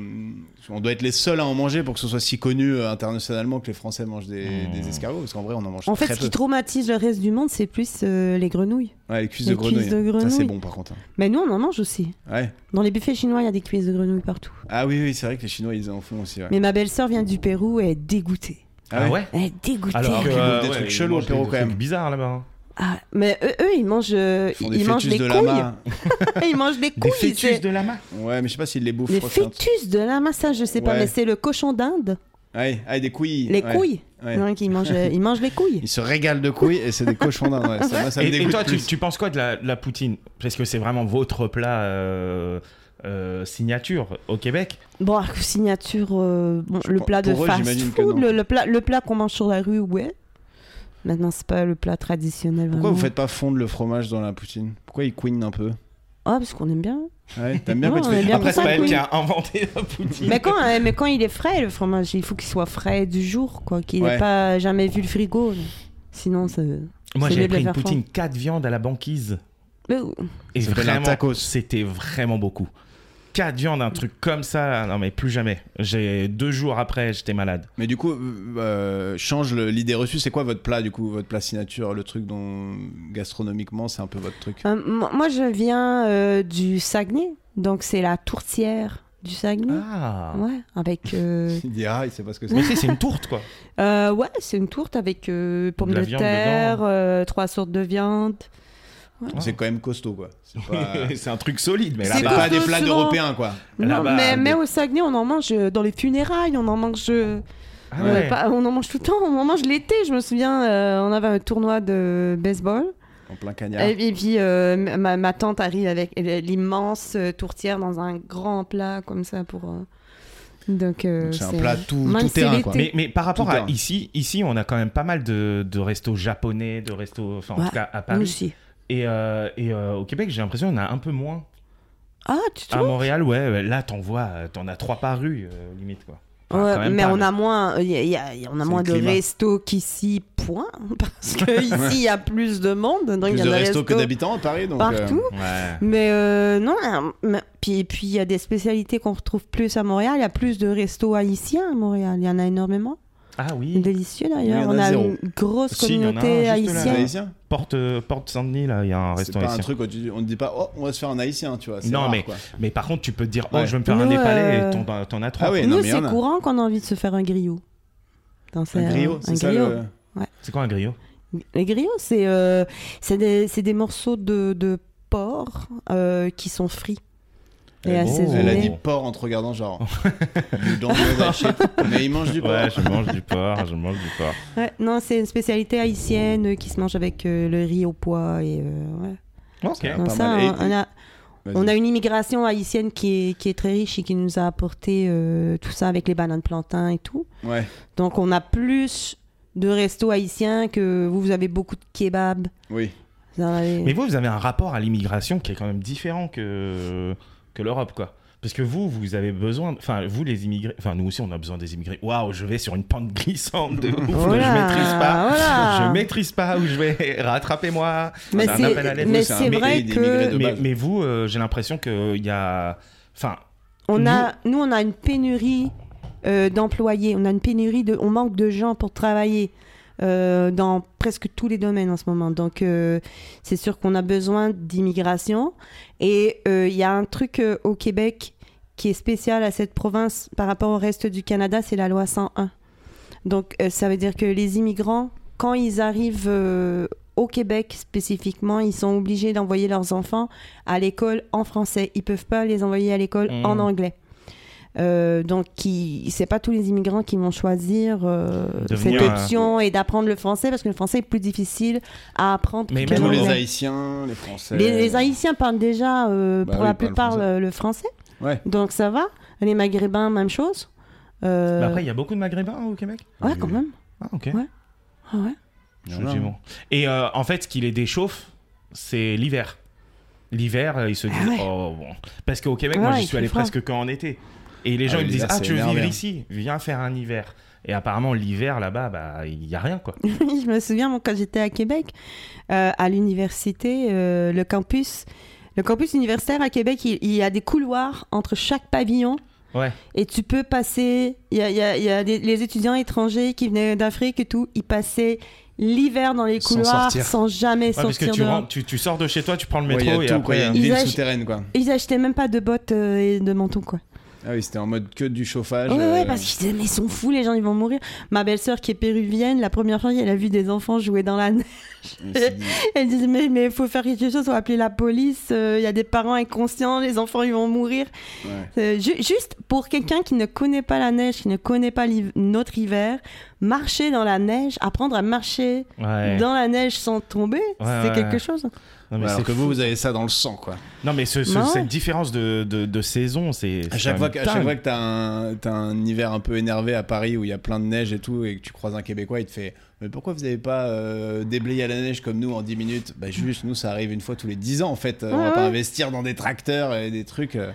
Speaker 3: on doit être les seuls à en manger pour que ce soit si connu euh, internationalement que les Français mangent des,
Speaker 2: Mmh.
Speaker 3: des escargots, parce qu'en vrai on en mange
Speaker 1: En
Speaker 3: très
Speaker 1: fait, ce
Speaker 3: peu.
Speaker 1: qui traumatise le reste du monde, c'est plus euh, les grenouilles.
Speaker 3: Ouais, les cuisses
Speaker 1: les
Speaker 3: de grenouille.
Speaker 1: cuisses de
Speaker 3: Ça c'est
Speaker 1: grenouille.
Speaker 3: bon par contre. hein.
Speaker 1: Mais nous, on en mange aussi.
Speaker 3: Ouais.
Speaker 1: Dans les buffets chinois, il y a des cuisses de grenouilles partout.
Speaker 3: Ah oui oui c'est vrai que les Chinois ils en font aussi. ouais.
Speaker 1: Mais ma belle-sœur vient du Pérou et elle est dégoûtée.
Speaker 2: Ah ouais
Speaker 1: Elle est dégoûtée.
Speaker 2: Alors,
Speaker 3: Ils
Speaker 2: que,
Speaker 3: mangent
Speaker 2: euh,
Speaker 3: des
Speaker 2: ouais,
Speaker 3: trucs
Speaker 2: ils
Speaker 3: chelous au
Speaker 2: mangent
Speaker 3: Pérou,
Speaker 2: des
Speaker 3: quand
Speaker 2: trucs
Speaker 3: même.
Speaker 2: bizarres là-bas. hein.
Speaker 1: Ah, mais eux, eux, ils mangent, euh,
Speaker 3: Ils font
Speaker 1: ils,
Speaker 3: des
Speaker 1: mangent
Speaker 3: fœtus
Speaker 1: des
Speaker 3: de
Speaker 1: couilles.
Speaker 3: lama.
Speaker 1: <laughs> ils mangent des couilles.
Speaker 2: Des fœtus
Speaker 1: c'est-
Speaker 2: de lama.
Speaker 3: Ouais mais je sais pas s'ils les bouffent.
Speaker 1: Les
Speaker 3: je crois que c'est un truc-
Speaker 1: fœtus de lama, ça je sais pas,
Speaker 3: Ouais.
Speaker 1: mais c'est le cochon d'Inde.
Speaker 3: Ouais, ah, et des couilles.
Speaker 1: Les
Speaker 3: ouais,
Speaker 1: couilles.
Speaker 3: ouais.
Speaker 1: Non, qu'ils mangent- euh, ils mangent les couilles.
Speaker 3: Ils se régalent de couilles et c'est des cochons d'Inde. ouais. Ça, moi, ça me
Speaker 2: Et, et
Speaker 3: dégoûte
Speaker 2: toi, tu,
Speaker 3: plus.
Speaker 2: tu penses quoi de la, de la poutine Parce que c'est vraiment votre plat euh, euh, signature au Québec.
Speaker 1: Bon, alors, signature, euh, bon,
Speaker 3: Je
Speaker 1: le
Speaker 3: pense-
Speaker 1: plat de
Speaker 3: pour eux, j'imagine que
Speaker 1: fast-food,
Speaker 3: non.
Speaker 1: le, le plat, le plat qu'on mange sur la rue, ouais. Maintenant, c'est pas le plat traditionnel.
Speaker 3: Pourquoi
Speaker 1: vraiment.
Speaker 3: vous faites pas fondre le fromage dans la poutine Pourquoi il couine un peu
Speaker 1: Ah, parce qu'on aime
Speaker 3: <laughs>
Speaker 1: bien.
Speaker 3: Ouais, t'aimes bien
Speaker 1: Non,
Speaker 3: quand tu
Speaker 1: on
Speaker 3: fais-
Speaker 1: est bien
Speaker 2: Après,
Speaker 1: pour
Speaker 2: c'est
Speaker 1: ça,
Speaker 2: pas elle qui
Speaker 1: couille.
Speaker 2: a inventé la poutine.
Speaker 1: Mais quand, hein, mais quand il est frais, le fromage, il faut qu'il soit frais du jour, quoi. Qu'il n'ait
Speaker 3: Ouais.
Speaker 1: pas jamais vu le frigo. Sinon, ça.
Speaker 2: Moi,
Speaker 1: c'est
Speaker 2: j'ai
Speaker 1: mieux de
Speaker 2: pris
Speaker 1: la
Speaker 2: une
Speaker 1: faire
Speaker 2: poutine 4 viandes à la banquise.
Speaker 1: Mais-
Speaker 2: Et
Speaker 3: Ça s'appelle un
Speaker 2: vraiment,
Speaker 3: tacos.
Speaker 2: c'était vraiment beaucoup. 4 viandes, un truc comme ça. Non, mais plus jamais. J'ai Deux jours après, j'étais malade.
Speaker 3: Mais du coup, euh, euh, change le- l'idée reçue. C'est quoi votre plat, du coup, votre plat signature Le truc dont gastronomiquement, c'est un peu votre truc. <laughs>
Speaker 1: Euh, moi, moi, je viens euh, du Saguenay, donc c'est la tourtière du Saguenay.
Speaker 2: Ah.
Speaker 1: Ouais, avec. euh,
Speaker 3: Il dit ah, il sait pas ce que c'est.
Speaker 2: Mais c'est c'est une tourte, quoi.
Speaker 1: euh, ouais, c'est une tourte avec euh, pommes
Speaker 2: De la
Speaker 1: de,
Speaker 2: viande
Speaker 1: terre,
Speaker 2: dedans.
Speaker 1: euh, trois sortes de viande.
Speaker 3: C'est quand même costaud, quoi. C'est
Speaker 1: <laughs>
Speaker 3: pas,
Speaker 2: <laughs>
Speaker 3: c'est
Speaker 2: c'est un truc solide, mais bah,
Speaker 1: C'est
Speaker 3: pas
Speaker 2: là-bas.
Speaker 1: costaud,
Speaker 3: des plats
Speaker 1: souvent.
Speaker 3: d'Européens, quoi.
Speaker 1: Non,
Speaker 2: Là-bas,
Speaker 1: mais,
Speaker 2: des-
Speaker 1: mais au Saguenay, on en mange euh, dans les funérailles, on en mange. euh,
Speaker 2: Ah
Speaker 1: on,
Speaker 2: ouais.
Speaker 1: est pas- on en mange tout le temps, on en mange l'été. Je me souviens, euh, on avait un tournoi de baseball.
Speaker 3: En plein cagnard.
Speaker 1: Et, et puis, euh, ma, ma tante arrive avec l- l'immense euh, tourtière dans un grand plat comme ça pour. euh, Donc, euh,
Speaker 3: Donc c'est un plat tout,
Speaker 1: même
Speaker 3: tout
Speaker 1: si
Speaker 3: terrain,
Speaker 1: l'été-
Speaker 3: quoi.
Speaker 2: Mais, mais par rapport
Speaker 3: Tout
Speaker 2: à
Speaker 3: terrain.
Speaker 2: ici, ici, on a quand même pas mal de, de restos japonais, de restos, enfin en
Speaker 1: Ouais,
Speaker 2: tout cas à
Speaker 1: Nous
Speaker 2: Paris.
Speaker 1: aussi.
Speaker 2: Et, euh, et euh, au Québec, j'ai l'impression qu'on a un peu moins.
Speaker 1: Ah, tu
Speaker 2: À
Speaker 1: trouves
Speaker 2: Montréal, ouais, ouais, là, t'en vois, euh, t'en as trois par rue, euh, limite, quoi. Enfin,
Speaker 1: Ouais,
Speaker 2: quand même
Speaker 1: mais
Speaker 2: pas,
Speaker 1: on a moins, il y a- il y a- il y a- on a
Speaker 3: C'est
Speaker 1: moins
Speaker 3: le
Speaker 1: de
Speaker 3: climat.
Speaker 1: restos qu'ici, point, <laughs> parce que ici il y a plus de monde, donc il
Speaker 3: Plus
Speaker 1: y a
Speaker 3: de
Speaker 1: des
Speaker 3: restos
Speaker 1: restos
Speaker 3: que d'habitants à Paris, donc. euh,
Speaker 1: partout.
Speaker 2: Ouais.
Speaker 1: Mais euh, non, hein, mais- puis puis il y a des spécialités qu'on retrouve plus à Montréal. Il y a plus de restos haïtiens à Montréal. Il y en a énormément. <laughs>
Speaker 2: Ah oui,
Speaker 1: Délicieux
Speaker 3: Il y
Speaker 1: d'ailleurs.
Speaker 3: en a
Speaker 1: On a
Speaker 3: zéro.
Speaker 1: une grosse
Speaker 2: Si, il y en a un
Speaker 1: communauté
Speaker 2: juste là.
Speaker 3: euh, c'est
Speaker 1: haïtienne.
Speaker 3: haïtien.
Speaker 2: porte, euh, porte Saint-Denis, là, il y a un
Speaker 3: C'est
Speaker 2: restaurant
Speaker 3: pas un
Speaker 2: ici.
Speaker 3: truc où tu- on ne dit pas oh on va se faire un haïtien tu vois. c'est
Speaker 2: Non,
Speaker 3: rare,
Speaker 2: mais,
Speaker 3: quoi.
Speaker 2: mais par contre, tu peux te dire, oh,
Speaker 3: Ouais.
Speaker 2: je veux me faire un
Speaker 1: Nous,
Speaker 2: népalais,
Speaker 1: euh,
Speaker 2: et t'en, t'en as trois.
Speaker 3: Ah oui. non,
Speaker 1: Nous
Speaker 3: mais il y en
Speaker 1: c'est
Speaker 3: a.
Speaker 1: courant qu'on a envie de se faire un griot. Dans ces-
Speaker 3: un griot, c'est ça.
Speaker 1: griot.
Speaker 3: le-
Speaker 2: C'est quoi un griot
Speaker 1: Les griots, c'est euh, c'est des, c'est des morceaux de, de porc euh, qui sont frits et
Speaker 3: Elle-
Speaker 1: assaisonnés.
Speaker 3: Elle a dit porc en te
Speaker 2: <laughs>
Speaker 3: regardant genre. you don't know that shit. Mais il mange du porc.
Speaker 2: Ouais, je mange du porc, je mange du porc.
Speaker 1: Ouais, non, c'est une spécialité haïtienne euh, qui se mange avec euh, le riz au pois. Et, euh, ouais.
Speaker 2: Ok.
Speaker 3: Ah,
Speaker 1: Donc
Speaker 3: pas
Speaker 1: ça,
Speaker 3: mal. Et-
Speaker 1: on, on a,
Speaker 3: Vas-y.
Speaker 1: on a une immigration haïtienne qui est, qui est très riche et qui nous a apporté euh, tout ça avec les bananes plantains et tout.
Speaker 3: Ouais.
Speaker 1: Donc on a plus de restos haïtiens que vous, vous avez beaucoup de kebabs.
Speaker 3: Oui.
Speaker 1: Vous en avez-
Speaker 2: Mais vous, vous avez un rapport à l'immigration qui est quand même différent que, que l'Europe, quoi. Parce que vous, vous avez besoin, enfin, vous les immigrés, enfin, nous aussi, on a besoin des immigrés. Waouh, je vais sur une pente glissante de ouf,
Speaker 1: Voilà,
Speaker 2: je maîtrise pas,
Speaker 1: voilà.
Speaker 2: je maîtrise pas où je vais, <laughs> rattrapez-moi.
Speaker 1: Mais
Speaker 2: C'est un
Speaker 1: c'est-
Speaker 2: appel à l'aide.
Speaker 1: mais
Speaker 2: Vous,
Speaker 3: c'est un
Speaker 1: c'est
Speaker 3: métier
Speaker 1: vrai
Speaker 3: d'immigré
Speaker 1: que
Speaker 3: de-
Speaker 2: Mais,
Speaker 3: base.
Speaker 2: mais vous, euh, j'ai l'impression qu'il y a. Enfin,
Speaker 1: On a, nous, on a une pénurie euh, d'employés. On a une pénurie de, on manque de gens pour travailler euh, dans presque tous les domaines en ce moment. Donc, euh, c'est sûr qu'on a besoin d'immigration. Et euh, il y a un truc euh, au Québec qui est spécial à cette province par rapport au reste du Canada, c'est la loi 101. Donc, euh, ça veut dire que les immigrants, quand ils arrivent euh, au Québec spécifiquement, ils sont obligés d'envoyer leurs enfants à l'école en français. Ils peuvent pas les envoyer à l'école
Speaker 3: Mmh.
Speaker 2: Mm.
Speaker 1: en anglais. Euh, donc, qui- c'est pas tous les immigrants qui vont choisir euh,
Speaker 2: Devenir
Speaker 1: cette
Speaker 2: un-
Speaker 1: option et d'apprendre le français parce que le français est plus difficile à apprendre.
Speaker 2: Mais
Speaker 1: que
Speaker 2: même
Speaker 3: Tous les
Speaker 1: l'anglais.
Speaker 3: Haïtiens, les Français.
Speaker 1: Les, les Haïtiens parlent déjà, euh,
Speaker 3: Bah
Speaker 1: pour
Speaker 3: oui,
Speaker 1: la
Speaker 3: ils parlent
Speaker 1: plupart,
Speaker 3: français.
Speaker 1: le, le français.
Speaker 3: Ouais.
Speaker 1: Donc ça va. Les Maghrébins, même chose. Euh,
Speaker 2: bah après, il y a beaucoup de Maghrébins hein, au Québec.
Speaker 1: ouais, quand même.
Speaker 2: Ah, ok.
Speaker 1: Ouais. Ah
Speaker 2: <laughs>
Speaker 1: ouais. <laughs>
Speaker 3: Il y en a.
Speaker 2: Joliment. Et euh, en fait, ce qui les déchauffe, c'est l'hiver. L'hiver, euh, ils se disent
Speaker 1: Ah ouais.
Speaker 2: oh bon. Parce qu'au Québec,
Speaker 1: Ah
Speaker 2: moi,
Speaker 1: ouais,
Speaker 2: j'y
Speaker 1: il
Speaker 2: suis
Speaker 1: fait
Speaker 2: allé
Speaker 1: froid.
Speaker 2: presque qu'en été. Et les gens,
Speaker 3: Ah,
Speaker 2: ils me disent
Speaker 3: l'hiver,
Speaker 2: ah,
Speaker 3: c'est
Speaker 2: tu veux vivre
Speaker 3: énervé, hein.
Speaker 2: ici Viens faire un hiver. Et apparemment, l'hiver là-bas, bah, il y a rien quoi.
Speaker 1: je me souviens, moi, quand j'étais à Québec, euh, à l'université, euh, le campus. Le campus universitaire à Québec, il, il y a des couloirs entre chaque pavillon
Speaker 2: Ouais.
Speaker 1: et tu peux passer. Il y a, il y a- il y a des- les étudiants étrangers qui venaient d'Afrique et tout, ils passaient l'hiver dans les
Speaker 3: Sans
Speaker 1: couloirs sans,
Speaker 3: sortir.
Speaker 1: jamais
Speaker 2: Ouais, parce
Speaker 1: sortir
Speaker 2: que tu,
Speaker 1: dehors.
Speaker 2: rentres- tu, tu sors de chez toi, tu prends le
Speaker 3: Ouais, il y
Speaker 2: métro
Speaker 3: a
Speaker 2: et
Speaker 3: tout, quoi, il y a
Speaker 2: après.
Speaker 3: une
Speaker 1: Ils
Speaker 3: ville
Speaker 1: achètent-
Speaker 3: souterraine quoi.
Speaker 1: Ils achetaient même pas de bottes euh, et de manteaux, quoi.
Speaker 3: Ah oui, c'était en mode que du chauffage.
Speaker 1: Ouais, ouais,
Speaker 3: euh,
Speaker 1: parce qu'ils disaient, mais ils sont fous, les gens, ils vont mourir. Ma belle-sœur, qui est péruvienne, la première fois, elle a vu des enfants jouer dans la neige. <laughs>
Speaker 3: on s'est dit,
Speaker 1: Elle disait, mais il faut faire quelque chose, on va appeler la police, euh, il y a des parents inconscients, les enfants, ils vont mourir.
Speaker 3: ouais.
Speaker 1: Euh, ju- juste pour quelqu'un qui ne connaît pas la neige, qui ne connaît pas l'hiv- notre hiver, marcher dans la neige, apprendre à marcher
Speaker 2: euh, Ouais.
Speaker 1: dans la neige sans tomber, c'est
Speaker 2: ouais,
Speaker 1: quelque
Speaker 2: ouais.
Speaker 1: chose.
Speaker 2: Non, mais
Speaker 3: Alors
Speaker 2: c'est
Speaker 3: que
Speaker 2: fou.
Speaker 3: vous, vous avez ça dans le sang quoi.
Speaker 2: Non, mais ce- ce-
Speaker 1: Non.
Speaker 2: cette différence de, de, de saison, c'est.
Speaker 3: À
Speaker 2: c'est quand
Speaker 3: chaque, fois
Speaker 2: même
Speaker 3: que, à chaque
Speaker 2: dingue.
Speaker 3: fois que t'as un, t'as un hiver un peu énervé à Paris où il y a plein de neige et tout, et que tu croises un Québécois, il te fait Mais pourquoi vous n'avez pas euh, déblayé à la neige comme nous en 10 minutes Bah, juste, nous, ça arrive une fois tous les 10 ans en fait. On va
Speaker 1: Ouais,
Speaker 3: pas
Speaker 1: ouais.
Speaker 3: investir dans des tracteurs et des trucs. euh.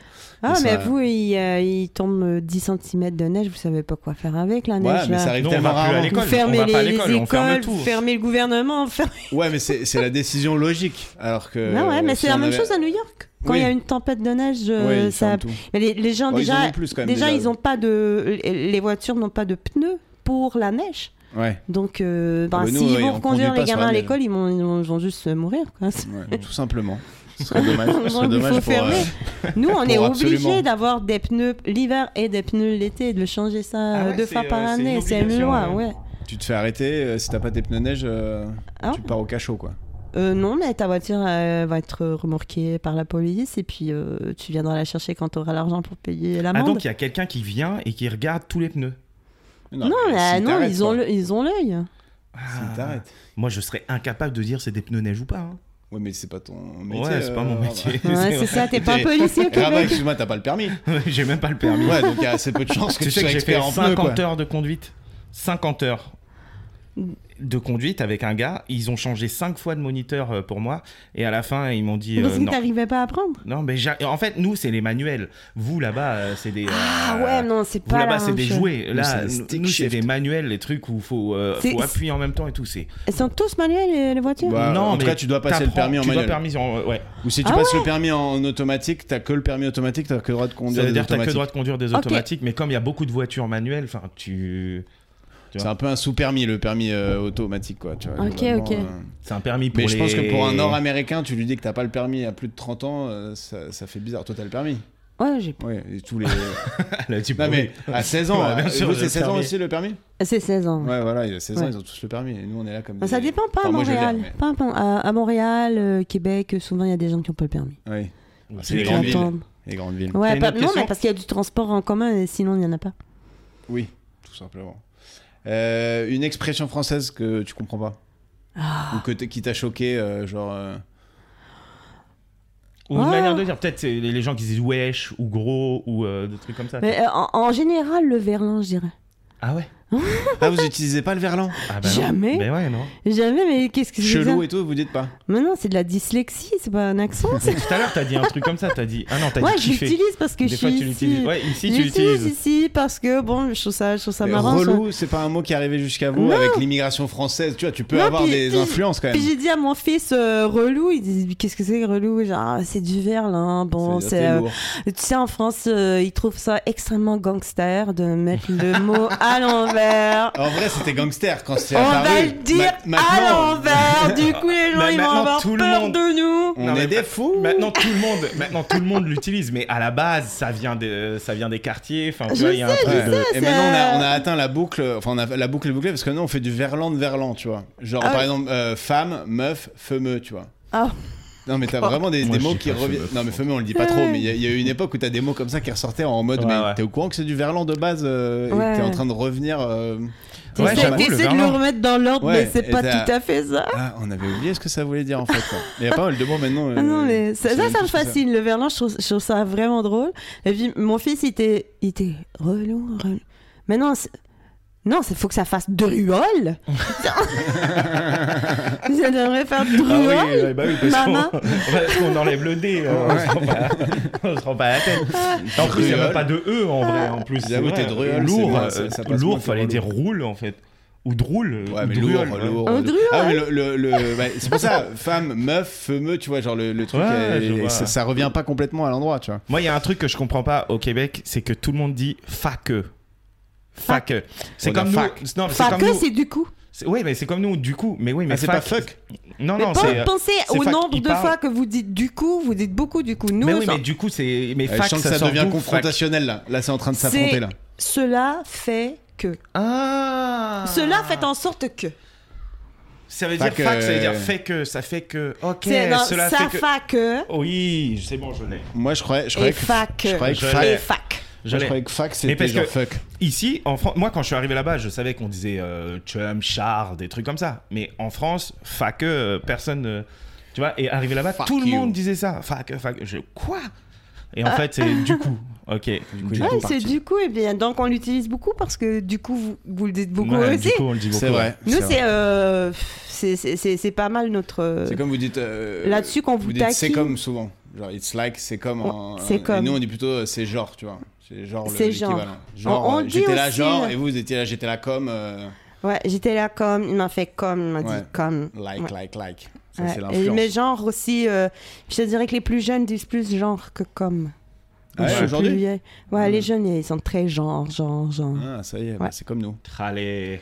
Speaker 1: Ah,
Speaker 3: Et
Speaker 1: mais
Speaker 3: ça-
Speaker 1: vous, il, euh, il tombe euh, 10 cm de neige, vous savez pas quoi faire avec la neige.
Speaker 3: Ouais, mais
Speaker 1: là.
Speaker 3: ça arrive
Speaker 2: Nous, on
Speaker 3: tellement
Speaker 2: va plus à
Speaker 3: rarement.
Speaker 2: l'école.
Speaker 1: Vous
Speaker 2: on
Speaker 1: fermez
Speaker 2: va pas à
Speaker 1: les,
Speaker 2: l'école,
Speaker 1: les
Speaker 2: on ferme
Speaker 1: écoles,
Speaker 2: tout.
Speaker 1: vous fermez le gouvernement. vous fermez-
Speaker 3: Ouais, mais c'est c'est la décision logique. Alors que.
Speaker 1: non, ouais, mais
Speaker 3: Euh, si
Speaker 1: c'est la
Speaker 3: on
Speaker 1: même
Speaker 3: avait-
Speaker 1: chose à New York. Quand il
Speaker 3: Oui.
Speaker 1: y a une tempête de neige,
Speaker 3: Ouais,
Speaker 1: euh,
Speaker 3: ils
Speaker 1: ça.
Speaker 3: ferment tout.
Speaker 1: Mais les, les gens
Speaker 3: Oh, ils en
Speaker 1: déjà,
Speaker 3: ont plus, quand même,
Speaker 1: déjà,
Speaker 3: déjà.
Speaker 1: ils ont pas de, les voitures n'ont pas de pneus pour la neige.
Speaker 3: Ouais.
Speaker 1: Donc, euh, ben,
Speaker 3: Ah bah nous,
Speaker 1: s'ils
Speaker 3: ouais,
Speaker 1: vont
Speaker 3: on
Speaker 1: reconduire
Speaker 3: conduit
Speaker 1: les
Speaker 3: pas sur
Speaker 1: gamins à
Speaker 3: la
Speaker 1: l'école, ils vont, ils vont- ils vont juste mourir. quoi.
Speaker 2: <laughs>
Speaker 3: Ouais, tout simplement. Ce serait dommage, ce serait
Speaker 1: Donc, il
Speaker 3: dommage
Speaker 1: faut
Speaker 3: pour, euh,
Speaker 1: fermer. Nous, on est
Speaker 3: pour absolument.
Speaker 1: obligé d'avoir des pneus l'hiver et des pneus l'été, de changer ça
Speaker 2: Ah
Speaker 1: euh,
Speaker 2: ouais,
Speaker 1: deux
Speaker 2: c'est,
Speaker 1: fois
Speaker 2: euh,
Speaker 1: par
Speaker 2: c'est une
Speaker 1: année. C'est une
Speaker 2: obligation,
Speaker 1: loi,
Speaker 2: ouais.
Speaker 1: ouais.
Speaker 3: tu te fais arrêter euh, si t'as pas tes pneus neige, euh,
Speaker 1: Ah
Speaker 3: tu pars au cachot quoi.
Speaker 1: Euh, non, mais ta voiture euh, va être remorquée par la police et puis euh, tu viendras la chercher quand tu auras l'argent pour payer
Speaker 2: Ah,
Speaker 1: l'amende.
Speaker 2: donc il y a quelqu'un qui vient et qui regarde tous les pneus.
Speaker 1: non, mais,
Speaker 3: s'ils
Speaker 1: ah, non,
Speaker 3: t'arrêtent,
Speaker 1: ils ont
Speaker 3: quoi.
Speaker 1: le- ils ont
Speaker 2: <laughs>
Speaker 1: l'œil.
Speaker 2: Ah.
Speaker 3: S'ils t'arrêtent.
Speaker 2: Moi, je serais incapable de dire c'est des pneus neige ou pas. hein.
Speaker 3: Ouais, mais c'est pas ton métier.
Speaker 2: Ouais, c'est pas mon
Speaker 3: euh, <laughs>
Speaker 2: métier.
Speaker 1: Ouais,
Speaker 2: <laughs> C'est
Speaker 1: c'est ça, t'es pas
Speaker 3: T'es-
Speaker 1: un policier au
Speaker 3: Rabat. Rabat,
Speaker 1: Québec. <laughs>
Speaker 3: excuse-moi, t'as pas le permis.
Speaker 2: vrai. J'ai même pas le permis.
Speaker 3: Ouais, donc il y a
Speaker 2: <laughs>
Speaker 3: assez peu de chances que
Speaker 2: tu
Speaker 3: tu
Speaker 2: sais que
Speaker 3: sois
Speaker 2: j'ai fait
Speaker 3: expert en pneus quoi.
Speaker 2: 50 heures de conduite. 50 heures de conduite avec un gars. Ils ont changé 5 fois de moniteur euh, pour moi. Et à la fin, ils m'ont dit
Speaker 1: Mais
Speaker 2: euh,
Speaker 1: c'est que
Speaker 2: non.
Speaker 1: t'arrivais pas à prendre.
Speaker 2: Non, mais j'a- en fait, nous, c'est les manuels. Vous, là-bas, euh, c'est des.
Speaker 1: Ah
Speaker 2: euh,
Speaker 1: ouais, non, c'est
Speaker 2: Vous,
Speaker 1: pas la
Speaker 2: là-bas, c'est
Speaker 1: même
Speaker 2: des
Speaker 1: chose.
Speaker 2: jouets.
Speaker 3: c'est
Speaker 2: Là,
Speaker 3: un stick
Speaker 2: nous, c'est
Speaker 3: shift.
Speaker 2: des manuels, les trucs où il faut, euh,
Speaker 1: C'est-
Speaker 2: faut appuyer en même temps et tout. C'est.
Speaker 1: Elles sont tous manuels, les, les voitures
Speaker 3: Bah,
Speaker 2: non,
Speaker 3: en tout
Speaker 2: mais
Speaker 3: cas, tu dois passer le
Speaker 2: t'apprends-
Speaker 3: permis en
Speaker 2: tu dois
Speaker 3: manuel.
Speaker 2: permis en- euh, ouais.
Speaker 3: Ou si tu
Speaker 1: Ah
Speaker 3: passes le permis en automatique, t'as que le permis automatique, t'as que le droit de
Speaker 2: Ça
Speaker 3: conduire.
Speaker 2: veut
Speaker 3: des
Speaker 2: dire que t'as que le
Speaker 3: automatiques.
Speaker 2: droit de conduire des
Speaker 1: Ok.
Speaker 2: automatiques, mais comme il y a beaucoup de voitures manuelles, enfin, tu.
Speaker 3: C'est un peu un sous-permis, le permis euh, automatique, quoi. Tu vois,
Speaker 1: Ok,
Speaker 3: globalement, euh.
Speaker 1: ok.
Speaker 2: C'est un permis pour
Speaker 3: Mais je
Speaker 2: les-
Speaker 3: pense que pour un Nord-Américain, tu lui dis que t'as pas le permis à plus de 30 ans, euh, ça, ça fait bizarre. Toi, t'as le permis.
Speaker 1: Ouais, j'ai
Speaker 3: Ouais, et tous les.
Speaker 2: <laughs> Là, tu
Speaker 3: non, mais
Speaker 2: pourrais-
Speaker 3: à 16 ans,
Speaker 2: <laughs> Ouais,
Speaker 3: euh,
Speaker 2: bien sûr,
Speaker 3: vous,
Speaker 2: j'ai
Speaker 3: c'est
Speaker 2: le
Speaker 3: 16 ans
Speaker 2: permis.
Speaker 3: aussi le permis
Speaker 1: C'est 16 ans. ouais.
Speaker 3: Ouais, voilà, il a 16 ans,
Speaker 1: Ouais.
Speaker 3: ils ont tous le permis. Et nous, on est là comme.
Speaker 1: Ça
Speaker 3: des-
Speaker 1: dépend pas
Speaker 3: Enfin,
Speaker 1: à
Speaker 3: moi, je veux
Speaker 1: Montréal.
Speaker 3: dire,
Speaker 1: Pas à- à, à Montréal, euh, Québec, euh, souvent il y a des gens qui n'ont pas le permis.
Speaker 3: mais- Ouais,
Speaker 2: C'est les
Speaker 1: Qui
Speaker 3: grandes
Speaker 2: grandes
Speaker 3: villes.
Speaker 1: attendent.
Speaker 3: les grandes villes.
Speaker 2: T'as
Speaker 1: Ouais,
Speaker 2: une
Speaker 1: pas-
Speaker 2: autre
Speaker 1: non,
Speaker 2: question
Speaker 1: mais parce qu'il y a du transport en commun et sinon il n'y en a pas.
Speaker 3: Oui, tout simplement. Euh, une expression française que tu comprends pas
Speaker 1: Ah.
Speaker 3: ou que t'es- qui t'a choqué, euh, genre. euh,
Speaker 2: Ou une
Speaker 1: Ah.
Speaker 2: manière de dire, peut-être c'est les gens qui disent wesh ou gros ou euh, des trucs comme ça.
Speaker 1: Mais euh, en, en général, le verlan, je dirais.
Speaker 2: Ah ouais
Speaker 3: Ah, vous utilisez pas le verlan
Speaker 2: Ah bah non.
Speaker 1: Jamais.
Speaker 2: Mais ouais, non.
Speaker 1: Jamais, mais qu'est-ce que <laughs> c'est
Speaker 3: Chelou
Speaker 1: ça
Speaker 3: et tout, vous dites pas.
Speaker 1: Mais non, c'est de la dyslexie, c'est pas un accent.
Speaker 2: <laughs>
Speaker 1: c'est-
Speaker 2: Tout à l'heure, t'as dit un truc comme ça, t'as dit. Ah non, t'as
Speaker 1: Ouais,
Speaker 2: dit kiffer.
Speaker 1: j'utilise parce que
Speaker 2: Des
Speaker 1: je
Speaker 2: fois,
Speaker 1: suis
Speaker 2: tu l'utilises.
Speaker 1: ici.
Speaker 2: Ouais, ici, tu
Speaker 1: J'utilise
Speaker 2: l'utilises.
Speaker 1: ici parce que bon, je trouve ça, je trouve ça
Speaker 3: Mais
Speaker 1: marrant. ça.
Speaker 3: relou, c'est pas un mot qui est arrivé jusqu'à vous avec l'immigration française. Tu vois, tu peux
Speaker 1: Non,
Speaker 3: avoir
Speaker 1: puis-
Speaker 3: des
Speaker 1: puis-
Speaker 3: influences quand même.
Speaker 1: Puis j'ai dit à mon fils euh, relou, il dit qu'est-ce que c'est relou Genre Ah, c'est du verlan. Bon,
Speaker 3: C'est-
Speaker 1: c'est
Speaker 3: c'est
Speaker 1: euh,
Speaker 3: lourd.
Speaker 1: tu sais en France, euh, ils trouvent ça extrêmement gangster de mettre le mot à l'envers.
Speaker 2: Ah,
Speaker 3: En vrai, c'était gangster quand c'est
Speaker 1: On
Speaker 3: apparu.
Speaker 1: va le dire
Speaker 3: Ma-
Speaker 1: à
Speaker 3: maintenant,
Speaker 1: l'envers. Du coup, les gens
Speaker 2: Mais
Speaker 1: ils vont
Speaker 2: maintenant,
Speaker 1: avoir
Speaker 2: tout le
Speaker 1: peur
Speaker 2: monde-
Speaker 1: de nous.
Speaker 3: on
Speaker 2: Non,
Speaker 3: est
Speaker 2: mais-
Speaker 3: des fous.
Speaker 2: Maintenant tout le monde, maintenant tout le monde l'utilise, mais à la base ça vient de, ça vient des quartiers. Enfin, tu
Speaker 1: Je
Speaker 2: vois, il y a un
Speaker 1: sais,
Speaker 2: truc
Speaker 1: je
Speaker 3: Ouais.
Speaker 2: de-
Speaker 1: sais.
Speaker 3: Et
Speaker 1: c'est- euh,
Speaker 3: maintenant, on a, on a atteint la boucle. Enfin, on a la boucle est bouclée parce que maintenant, on fait du verlan de verlan, tu vois. Genre,
Speaker 1: Ah
Speaker 3: par
Speaker 1: ouais.
Speaker 3: exemple, euh, femme, meuf, femeux, tu vois.
Speaker 1: Ah.
Speaker 3: Non, mais t'as vraiment des,
Speaker 2: Moi,
Speaker 3: des
Speaker 2: je
Speaker 3: mots
Speaker 2: dis
Speaker 3: qui
Speaker 2: pas
Speaker 3: reviennent.
Speaker 2: femeux,
Speaker 3: Non, mais
Speaker 2: franchement.
Speaker 3: femeux, on le dit pas
Speaker 1: Ouais,
Speaker 3: trop,
Speaker 1: ouais.
Speaker 3: mais il y, a- il y a eu une époque où t'as des mots comme ça qui ressortaient en mode,
Speaker 2: Ouais,
Speaker 3: mais
Speaker 2: ouais.
Speaker 3: t'es au courant que c'est du verlan de base euh, et que
Speaker 1: Ouais.
Speaker 3: t'es en train de revenir. euh,
Speaker 2: Ouais,
Speaker 1: T'essaies
Speaker 2: j'avoue, le
Speaker 1: t'essaies de le
Speaker 2: verlan.
Speaker 1: remettre dans l'ordre,
Speaker 3: Ouais,
Speaker 1: mais
Speaker 3: et
Speaker 1: c'est pas
Speaker 3: t'as-
Speaker 1: tout à fait ça.
Speaker 3: Ah, on avait oublié ce que ça voulait dire en fait. quoi. Il y a pas mal de mots maintenant. euh,
Speaker 1: Ah non, mais ça,
Speaker 3: c'est
Speaker 1: ça,
Speaker 3: même
Speaker 1: ça me
Speaker 3: plus que
Speaker 1: fascine. Le verlan, je trouve, je trouve ça vraiment drôle. Et puis, mon fils, il était, il était relou, relou. Mais non, c'est- non, il faut que ça fasse
Speaker 2: <laughs>
Speaker 1: druole. ça devrait faire
Speaker 2: Ah oui,
Speaker 1: druole.
Speaker 2: ouais, bah oui, parce
Speaker 1: Maman.
Speaker 2: qu'on- <laughs> parce qu'on enlève le D, euh, on, se rend pas, on se rend pas la tête. En plus, il n'y a
Speaker 3: Druol.
Speaker 2: même pas de E en vrai.
Speaker 1: Ah.
Speaker 2: En plus,
Speaker 3: Ah. J'avoue,
Speaker 2: C'est
Speaker 3: t'es
Speaker 2: vrai.
Speaker 3: druol, c'est
Speaker 2: Lourd,
Speaker 3: moins, ça- ça
Speaker 2: euh,
Speaker 3: passe moins
Speaker 2: lourd,
Speaker 3: que
Speaker 2: fallait
Speaker 3: relou.
Speaker 2: dire roule en fait. Ou drôle.
Speaker 3: Ouais,
Speaker 2: ou
Speaker 3: mais
Speaker 2: drôle,
Speaker 3: lourd,
Speaker 2: ouais.
Speaker 3: lourd.
Speaker 1: Un
Speaker 3: lourd.
Speaker 1: druol.
Speaker 3: Ah, mais le, le, le- bah, c'est pour ça, femme, meuf, femeux, tu vois, genre le, le truc,
Speaker 2: Ouais,
Speaker 3: euh,
Speaker 2: je vois.
Speaker 3: ça, ça revient pas complètement à l'endroit, tu vois.
Speaker 2: Moi, il y a un truc que je comprends pas au Québec, c'est que tout le monde dit fac. Fac. C'est
Speaker 3: On a
Speaker 2: comme nous.
Speaker 3: fac.
Speaker 2: Non, mais c'est
Speaker 1: Enfin,
Speaker 2: comme
Speaker 1: que
Speaker 2: nous.
Speaker 1: c'est du coup.
Speaker 2: c'est- Oui, mais c'est comme nous, du coup. Mais oui, mais
Speaker 3: Ah, c'est
Speaker 2: fac-
Speaker 3: pas fuck.
Speaker 2: Non,
Speaker 1: mais
Speaker 2: non,
Speaker 1: pen-
Speaker 2: c'est. euh,
Speaker 1: pensez
Speaker 2: c'est
Speaker 1: au
Speaker 2: fac,
Speaker 1: nombre
Speaker 2: il
Speaker 1: de
Speaker 2: parle.
Speaker 1: fois que vous dites du coup, vous dites beaucoup du coup. Nous,
Speaker 2: Mais oui,
Speaker 1: ça-
Speaker 2: mais du coup, c'est. Mais
Speaker 3: Euh,
Speaker 2: fac,
Speaker 3: je sens que ça,
Speaker 2: sort
Speaker 3: devient
Speaker 2: d'où, fac
Speaker 3: confrontationnel là. Là, c'est en train de
Speaker 1: C'est-
Speaker 3: s'affronter là.
Speaker 1: cela fait que.
Speaker 2: Ah
Speaker 1: Cela fait en sorte que.
Speaker 2: Ça veut
Speaker 3: Pas
Speaker 2: dire fac,
Speaker 3: que-
Speaker 2: ça veut dire fait que, ça fait que. Ok,
Speaker 1: C'est- non,
Speaker 2: cela
Speaker 1: ça
Speaker 2: fait que.
Speaker 1: fa que.
Speaker 2: Oui, c'est bon, je l'ai.
Speaker 3: Moi, je croyais, je
Speaker 1: Et
Speaker 3: croyais que
Speaker 1: fac.
Speaker 3: je croyais que
Speaker 2: Je
Speaker 3: fac,
Speaker 2: l'ai.
Speaker 1: Et fac.
Speaker 2: Je
Speaker 3: moi, je
Speaker 2: l'ai.
Speaker 3: croyais que fac,
Speaker 2: Mais
Speaker 3: c'était
Speaker 2: parce
Speaker 3: genre
Speaker 2: que-
Speaker 3: fuck.
Speaker 2: Ici, en France, moi quand je suis arrivé là-bas, je savais qu'on disait euh, chum, char, des trucs comme ça. Mais en France, fac, euh, personne. euh, tu vois, et arrivé là-bas,
Speaker 3: Fuck
Speaker 2: tout le
Speaker 3: you.
Speaker 2: monde disait ça. Fac, fac. Je, quoi Et en fait, c'est
Speaker 1: <laughs>
Speaker 2: du coup. Ok. Du coup,
Speaker 3: il y a
Speaker 1: Ouais,
Speaker 3: tout
Speaker 1: c'est
Speaker 3: parti.
Speaker 1: du coup, et bien donc on l'utilise beaucoup parce que du coup, vous, vous le dites beaucoup
Speaker 2: Ouais,
Speaker 1: aussi.
Speaker 2: du coup, on le dit beaucoup.
Speaker 3: C'est vrai.
Speaker 1: Nous,
Speaker 3: vrai.
Speaker 1: c'est euh, pff, c'est- c'est c'est- c'est pas mal notre. euh,
Speaker 3: C'est comme vous dites. euh,
Speaker 1: Là-dessus qu'on vous,
Speaker 3: Vous dites
Speaker 1: taquine.
Speaker 3: c'est comme souvent. Genre, it's like, c'est comme.
Speaker 1: Ouais,
Speaker 3: un-
Speaker 1: c'est
Speaker 3: un-
Speaker 1: comme.
Speaker 3: Et nous, on dit plutôt euh, c'est genre, tu vois. C'est genre le-
Speaker 1: C'est genre.
Speaker 3: l'équivalent. Genre,
Speaker 1: On- on
Speaker 3: euh,
Speaker 1: dit
Speaker 3: j'étais là,
Speaker 1: aussi,
Speaker 3: genre,
Speaker 1: euh,
Speaker 3: et vous, vous étiez là, j'étais là, comme. euh,
Speaker 1: Ouais, j'étais là comme, il m'a fait comme, il m'a
Speaker 3: Ouais.
Speaker 1: dit comme.
Speaker 3: Like,
Speaker 1: Ouais.
Speaker 3: like, like. Ça,
Speaker 1: Ouais.
Speaker 3: c'est
Speaker 1: Et-
Speaker 3: l'influence.
Speaker 1: mais genre aussi, euh, je te dirais que les plus jeunes disent plus genre que comme.
Speaker 3: Ah
Speaker 1: Les
Speaker 3: ouais,
Speaker 1: plus
Speaker 3: aujourd'hui
Speaker 1: vieilles. Ouais,
Speaker 3: Hmm.
Speaker 1: les jeunes, ils sont très genre, genre, genre.
Speaker 3: Ah, ça y est, bah,
Speaker 1: Ouais.
Speaker 3: c'est comme nous.
Speaker 2: Allez.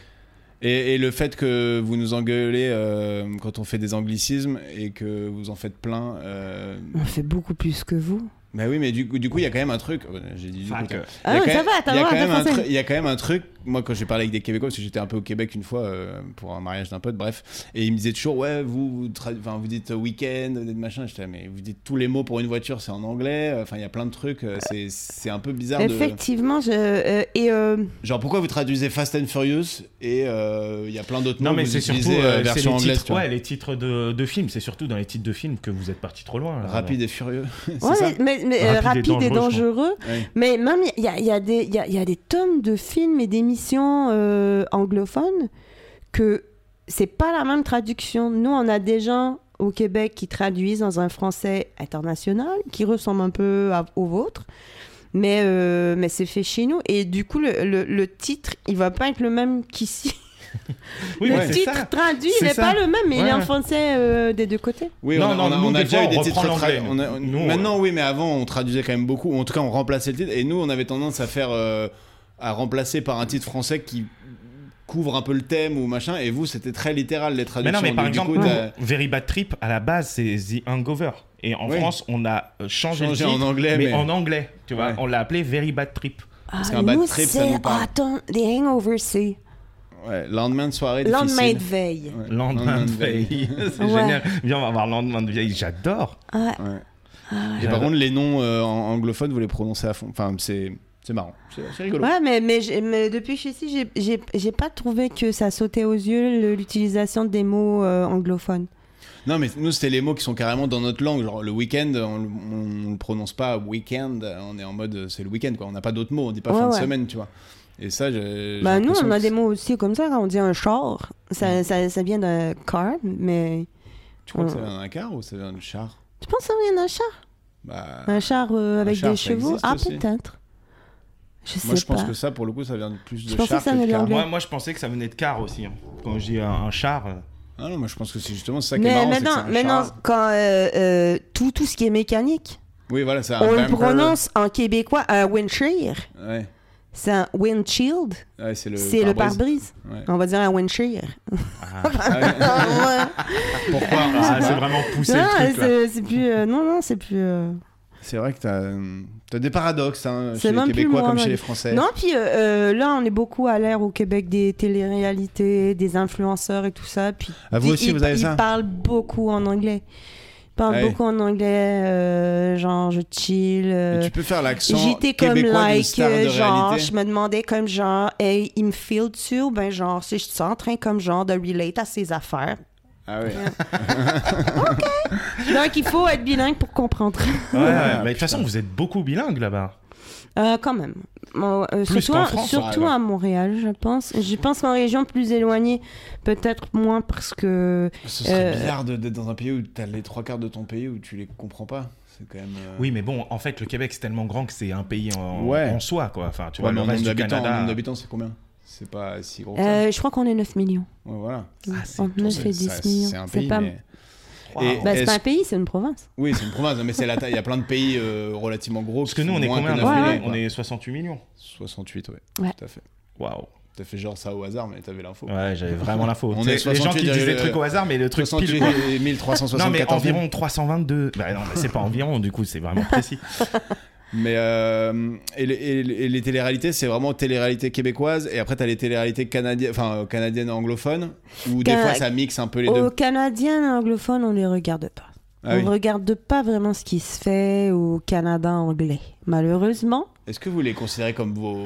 Speaker 3: Et, et le fait que vous nous engueulez euh, quand on fait des anglicismes et que vous en faites plein. euh,
Speaker 1: On fait beaucoup plus que vous.
Speaker 3: Bah oui, mais du coup, du coup, il y a quand même un truc. euh, J'ai dit du coup.
Speaker 2: Fuck.
Speaker 3: t'as-
Speaker 1: Ah
Speaker 3: il y a
Speaker 1: ouais,
Speaker 3: quand
Speaker 1: ça
Speaker 3: même-
Speaker 1: va, t'as
Speaker 3: il y a
Speaker 1: le droit
Speaker 3: quand même
Speaker 1: d'être
Speaker 3: un
Speaker 1: français.
Speaker 3: truc- Il y a quand même un truc. Moi, quand j'ai parlé avec des Québécois, parce que j'étais un peu au Québec une fois euh, pour un mariage d'un pote, bref, et ils me disaient toujours, ouais, vous, vous, tra- enfin, vous dites euh, week-end, vous dites machin. J'étais, là, mais vous dites tous les mots pour une voiture, c'est en anglais. Enfin, il y a plein de trucs. euh, C'est c'est un peu bizarre. De...
Speaker 1: Effectivement, je. euh, et. euh,
Speaker 3: Genre, pourquoi vous traduisez Fast and Furious et euh, il y a plein d'autres mots
Speaker 2: Non, mais
Speaker 3: que vous
Speaker 2: c'est surtout
Speaker 3: utilisez, euh,
Speaker 2: euh, c'est
Speaker 3: version
Speaker 2: les
Speaker 3: anglaise. tu
Speaker 2: titres,
Speaker 3: vois.
Speaker 2: ouais, les titres de, de films. C'est surtout dans les titres de films que vous êtes parti trop loin. là.
Speaker 3: Rapide et furieux. <laughs> <laughs> c'est
Speaker 1: ouais,
Speaker 3: ça
Speaker 1: mais, mais, euh,
Speaker 2: Rapide
Speaker 1: rapide,
Speaker 2: et
Speaker 1: et
Speaker 2: dangereux,
Speaker 1: dangereux.
Speaker 3: Ouais.
Speaker 1: Mais même, il y a, il y a des- il y a- il y a des tomes de films et d'émissions euh, anglophones que c'est pas la même traduction. Nous, on a des gens au Québec qui traduisent dans un français international, qui ressemble un peu à- au vôtre. Mais, euh, mais c'est fait chez nous. Et du coup, le, le- le titre, il va pas être le même qu'ici.
Speaker 2: Oui,
Speaker 1: le
Speaker 2: mais c'est
Speaker 1: titre
Speaker 2: ça.
Speaker 1: traduit,
Speaker 2: C'est
Speaker 1: il n'est
Speaker 2: ça.
Speaker 1: pas le même, mais il est en
Speaker 2: Ouais.
Speaker 1: français euh, des deux côtés.
Speaker 3: Oui,
Speaker 2: Non,
Speaker 3: on a,
Speaker 2: non,
Speaker 3: on a-
Speaker 2: nous,
Speaker 3: on a
Speaker 2: des
Speaker 3: déjà
Speaker 2: fois,
Speaker 3: eu des
Speaker 2: on
Speaker 3: titres
Speaker 2: reprend
Speaker 3: tra-
Speaker 2: l'anglais,
Speaker 3: on a- on-
Speaker 2: nous. euh. Nous,
Speaker 3: Maintenant, oui, mais avant, on traduisait quand même beaucoup. En tout cas, on remplaçait le titre. Et nous, on avait tendance à faire. euh, à remplacer par un titre français qui couvre un peu le thème ou machin. Et vous, c'était très littéral, les
Speaker 2: Mais
Speaker 3: traductions.
Speaker 2: non, mais par
Speaker 3: Donc, du
Speaker 2: exemple,
Speaker 3: coup, t'as
Speaker 2: nous, Very Bad Trip, à la base, c'est The Hangover. Et en
Speaker 3: Oui.
Speaker 2: France, on a euh, changé,
Speaker 3: Changé
Speaker 2: le
Speaker 3: en
Speaker 2: titre,
Speaker 3: anglais,
Speaker 2: mais,
Speaker 3: mais-
Speaker 2: en anglais. Tu vois,
Speaker 3: Ouais.
Speaker 2: on l'a appelé Very Bad Trip.
Speaker 3: qu'un bad
Speaker 1: nous,
Speaker 3: trip, ça
Speaker 1: c'est-
Speaker 3: nous parle.
Speaker 1: Ah, attends, les hangovers, c'est
Speaker 3: ouais, lendemain de soirée
Speaker 1: lendemain
Speaker 3: difficile.
Speaker 1: de veille.
Speaker 3: Ouais,
Speaker 2: Lendemain de veille. <laughs> c'est
Speaker 1: Ouais.
Speaker 2: génial. Viens, on va voir Lendemain de veille. J'adore.
Speaker 1: Ah,
Speaker 3: Ouais. Et par contre, les noms euh, en- anglophones, vous les prononcez à fond. Enfin, c'est c'est marrant. C'est c'est rigolo.
Speaker 1: Ouais, mais, mais, j'ai- mais depuis que je suis ici, j'ai- j'ai- j'ai pas trouvé que ça sautait aux yeux le- l'utilisation des mots euh, anglophones.
Speaker 3: Non, mais nous, c'était les mots qui sont carrément dans notre langue. Genre, le week-end, on, on, on le prononce pas week-end. On est en mode, euh, c'est le week-end, quoi. On n'a pas d'autres mots. On dit pas
Speaker 1: Ouais,
Speaker 3: fin de
Speaker 1: ouais.
Speaker 3: semaine, tu vois. Et ça, je. j'ai
Speaker 1: Bah, nous,
Speaker 3: l'impression
Speaker 1: on a
Speaker 3: que
Speaker 1: des mots aussi comme ça, quand on dit un char, ça, ça, ça vient d'un car, mais
Speaker 3: c'est- Tu crois que ça vient d'un car ou ça vient d'un char
Speaker 1: tu penses que ça vient d'un char
Speaker 3: Bah.
Speaker 1: Un char euh, avec
Speaker 3: char,
Speaker 1: des
Speaker 3: ça
Speaker 1: chevaux
Speaker 3: existe
Speaker 1: Ah,
Speaker 3: aussi.
Speaker 1: peut-être. Je sais
Speaker 3: Moi, je
Speaker 1: pas.
Speaker 3: pense que ça, pour le coup, ça vient plus
Speaker 1: Je
Speaker 3: de
Speaker 1: pensais
Speaker 3: char
Speaker 1: que ça
Speaker 3: que de
Speaker 1: venait de
Speaker 3: car.
Speaker 1: l'anglais.
Speaker 2: Moi, moi, je pensais que ça venait de car aussi. hein. Quand je dis un, un char. euh,
Speaker 3: Ah non, moi, je pense que c'est justement ça qui est
Speaker 1: Mais
Speaker 3: marrant. c'est que
Speaker 1: maintenant,
Speaker 3: c'est un
Speaker 1: maintenant
Speaker 3: char.
Speaker 1: quand euh, euh, tout, tout ce qui est mécanique,
Speaker 3: Oui, voilà, c'est un
Speaker 1: on le
Speaker 3: bumper.
Speaker 1: prononce en québécois un windshield.
Speaker 3: Ouais.
Speaker 1: C'est un windshield.
Speaker 3: Ouais, c'est le.
Speaker 1: C'est le pare-brise.
Speaker 3: Ouais.
Speaker 1: On va dire un windshield. <laughs> Ah,
Speaker 3: Ah,
Speaker 1: ouais.
Speaker 3: Pourquoi
Speaker 1: <laughs>
Speaker 2: Ah, c'est vraiment poussé
Speaker 1: Non,
Speaker 2: le truc. là.
Speaker 1: c'est- c'est plus. euh, non, non, c'est plus. euh,
Speaker 3: C'est vrai que t'as as des paradoxes hein,
Speaker 1: C'est
Speaker 3: chez les
Speaker 1: même plus
Speaker 3: Québécois
Speaker 1: moi,
Speaker 3: comme
Speaker 1: moi.
Speaker 3: chez les Français.
Speaker 1: Non, puis euh, euh, là, on est beaucoup à l'ère au Québec des téléréalités, des influenceurs et tout ça. Puis
Speaker 3: Ah, vous
Speaker 1: ils-
Speaker 3: aussi,
Speaker 1: ils,
Speaker 3: vous avez
Speaker 1: ils
Speaker 3: ça
Speaker 1: parlent beaucoup en anglais. Ils parlent
Speaker 3: Ouais.
Speaker 1: beaucoup en anglais, euh, genre je chill. euh,
Speaker 3: Mais tu peux faire l'accent
Speaker 1: J'étais comme
Speaker 3: québécois d'une
Speaker 1: like,
Speaker 3: star de
Speaker 1: euh, genre,
Speaker 3: réalité.
Speaker 1: je me demandais comme genre, hey, il me feel tu ben genre, si je suis en train comme genre de relate à ses affaires.
Speaker 3: Ah ouais.
Speaker 1: Donc il faut être bilingue pour comprendre.
Speaker 2: Ouais, ouais,
Speaker 3: Ah,
Speaker 2: mais de toute façon, vous êtes beaucoup bilingue là-bas.
Speaker 1: Euh, quand même. Bon, euh,
Speaker 2: Plus
Speaker 1: surtout
Speaker 2: qu'en
Speaker 1: à-
Speaker 2: France,
Speaker 1: surtout
Speaker 3: ouais, ouais.
Speaker 1: à Montréal, je pense. Je pense qu'en région plus éloignée, peut-être moins parce que.
Speaker 3: Ce
Speaker 1: Euh,
Speaker 3: serait bizarre de- d'être dans un pays où t'as les trois quarts de ton pays où tu les comprends pas. C'est quand même. euh,
Speaker 2: Oui, mais bon, en fait, le Québec, c'est tellement grand que c'est un pays en,
Speaker 3: Ouais.
Speaker 2: en soi, quoi. Enfin, tu
Speaker 3: Ouais,
Speaker 2: vois,
Speaker 3: mais
Speaker 2: le
Speaker 3: en nombre
Speaker 2: reste du
Speaker 3: d'habitants, en
Speaker 2: Canada.
Speaker 3: nombre d'habitants, c'est combien C'est pas si gros. que ça.
Speaker 1: Euh, je crois qu'on est 9 millions.
Speaker 3: Ouais, voilà.
Speaker 2: Ah, c'est
Speaker 1: Entre
Speaker 2: tout,
Speaker 1: 9
Speaker 3: C'est
Speaker 1: et
Speaker 3: ça,
Speaker 1: 10 millions.
Speaker 3: c'est un pays.
Speaker 1: pas...
Speaker 3: mais-
Speaker 2: Wow.
Speaker 3: Et-
Speaker 1: Bah, c'est pas
Speaker 3: est-ce-
Speaker 1: un pays, c'est une province.
Speaker 3: Oui, c'est une province, mais c'est la taille. Il y a plein de pays euh, relativement gros.
Speaker 2: Parce
Speaker 3: qui
Speaker 2: que nous,
Speaker 3: font
Speaker 2: on est
Speaker 3: moins
Speaker 2: combien
Speaker 3: que
Speaker 2: neuf
Speaker 1: Ouais.
Speaker 2: millions
Speaker 3: millions,
Speaker 2: On
Speaker 3: quoi.
Speaker 2: est 68 millions.
Speaker 3: 68, ouais.
Speaker 1: Ouais.
Speaker 3: Tout à fait.
Speaker 2: Waouh.
Speaker 3: T'as fait genre ça au hasard, mais t'avais l'info.
Speaker 2: Ouais, j'avais vraiment l'info.
Speaker 3: On
Speaker 2: Tu
Speaker 3: est euh,
Speaker 2: sais, Les gens
Speaker 3: 68,
Speaker 2: qui disent des
Speaker 3: virgule,
Speaker 2: trucs au hasard, mais le Euh, truc pile.
Speaker 3: 68
Speaker 2: quoi.
Speaker 3: et 1374.
Speaker 2: Non, mais environ 322. Bah non, mais c'est pas environ, du coup, c'est vraiment
Speaker 3: <laughs>
Speaker 2: précis.
Speaker 3: Mais euh, et, les, et les- et les téléréalités, c'est vraiment téléréalités québécoises. Et après, t'as les téléréalités canadiennes, enfin euh, canadiennes anglophones, où des
Speaker 1: Ca-
Speaker 3: fois ça mixe un peu les
Speaker 1: Aux
Speaker 3: deux.
Speaker 1: Canadiens anglophones, on les regarde pas.
Speaker 3: Ah
Speaker 1: on
Speaker 3: oui.
Speaker 1: regarde pas vraiment ce qui se fait au Canada anglais. Malheureusement,
Speaker 3: Est-ce que vous les considérez comme vos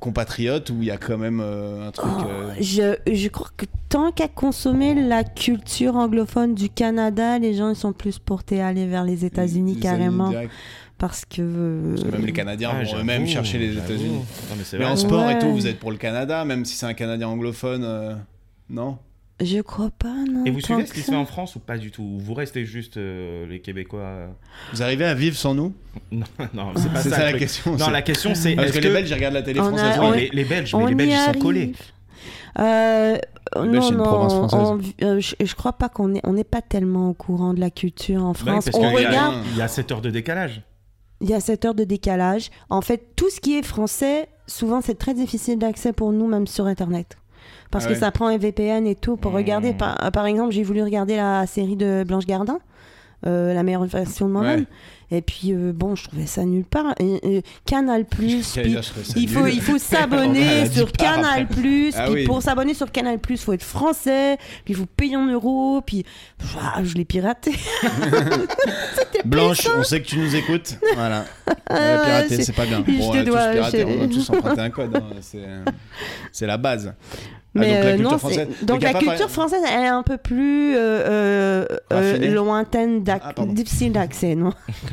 Speaker 3: compatriotes ou il y a quand même euh,
Speaker 1: Oh,
Speaker 3: un truc euh,
Speaker 1: je, je crois que tant qu'à consommer la culture anglophone du Canada, les gens ils sont plus portés à aller vers les États-Unis
Speaker 3: les
Speaker 1: carrément.
Speaker 3: direct
Speaker 1: Parce que. euh,
Speaker 3: Parce que même les Canadiens
Speaker 2: Ah,
Speaker 3: vont
Speaker 2: j'avoue,
Speaker 3: eux-mêmes chercher les
Speaker 2: j'avoue.
Speaker 3: États-Unis.
Speaker 2: Non, mais c'est
Speaker 3: Mais
Speaker 2: vrai.
Speaker 3: en sport et tout,
Speaker 1: Ouais.
Speaker 3: vous êtes pour le Canada, même si c'est un Canadien anglophone, euh, non
Speaker 1: Je crois pas, non.
Speaker 2: Et vous
Speaker 1: tant
Speaker 2: suivez
Speaker 1: que
Speaker 2: ce qui se
Speaker 1: ça.
Speaker 2: fait en France ou pas du tout Vous restez juste euh, les Québécois <laughs> euh,
Speaker 3: Vous arrivez à vivre sans nous
Speaker 2: Non, non, c'est pas
Speaker 3: C'est
Speaker 2: ça.
Speaker 3: ça
Speaker 2: le
Speaker 3: la
Speaker 2: truc.
Speaker 3: question.
Speaker 2: Non,
Speaker 3: c'est-
Speaker 2: la question c'est
Speaker 3: Parce
Speaker 2: est-ce
Speaker 3: que les Belges ils regardent la télé
Speaker 1: On a-
Speaker 3: française.
Speaker 2: Oui,
Speaker 1: Euh, on-
Speaker 2: les, les Belges, mais
Speaker 1: On
Speaker 2: les Belges
Speaker 1: y
Speaker 2: ils sont
Speaker 1: arrive.
Speaker 2: collés. Bah
Speaker 1: Euh,
Speaker 3: Belges, c'est
Speaker 1: non,
Speaker 3: une
Speaker 1: non,
Speaker 3: province française.
Speaker 1: on- euh, je, je crois pas qu'on est, on n'est pas tellement au courant de la culture en
Speaker 2: Bah oui,
Speaker 1: France.
Speaker 2: parce
Speaker 1: on
Speaker 2: qu'il y a-
Speaker 1: regarde,
Speaker 2: Il y a 7 heures de décalage.
Speaker 1: il y a 7 heures de décalage. En fait, tout ce qui est français, souvent c'est très difficile d'accès pour nous, même sur Internet. Parce
Speaker 3: Ah
Speaker 1: que
Speaker 3: ouais. Mmh.
Speaker 1: ça prend un VPN et tout pour regarder. Par, par exemple, j'ai voulu regarder la série de Blanche Gardin, euh, la meilleure version de moi-même. Et puis, euh, bon, je trouvais ça nulle part. Et, et Canal, Plus,
Speaker 3: J'allais dire, je trouvais ça
Speaker 1: il faut,
Speaker 3: nul. <laughs>
Speaker 1: il faut
Speaker 3: On a
Speaker 1: s'abonner
Speaker 3: dit
Speaker 1: sur
Speaker 3: par
Speaker 1: Canal Plus.
Speaker 3: Ah
Speaker 1: puis
Speaker 3: oui.
Speaker 1: pour s'abonner sur Canal Plus, faut être français. Puis il faut payer en euros. Puis ah, je l'ai piraté.
Speaker 3: Blanche, on sait que tu
Speaker 1: <laughs>
Speaker 3: nous écoutes. Voilà.
Speaker 1: Ah ouais,
Speaker 3: Euh, pirater,
Speaker 1: c'est-
Speaker 3: c'est pas bien.
Speaker 1: je
Speaker 3: Bon, on
Speaker 1: te
Speaker 3: a tous
Speaker 1: dois,
Speaker 3: piraté,
Speaker 1: je-
Speaker 3: on a tous emprunté un
Speaker 1: <laughs>
Speaker 3: code. hein, C'est c'est la base. Ah,
Speaker 1: Mais
Speaker 3: donc la
Speaker 1: euh,
Speaker 3: culture
Speaker 1: non,
Speaker 3: française-
Speaker 1: c'est-
Speaker 3: donc
Speaker 1: donc
Speaker 3: y a
Speaker 1: la
Speaker 3: pas par-
Speaker 1: culture française elle est un peu plus euh, euh, euh,
Speaker 3: Raffinée.
Speaker 1: lointaine, d'ac-
Speaker 3: Ah, pardon.
Speaker 1: difficile d'accès,
Speaker 3: <laughs>
Speaker 1: non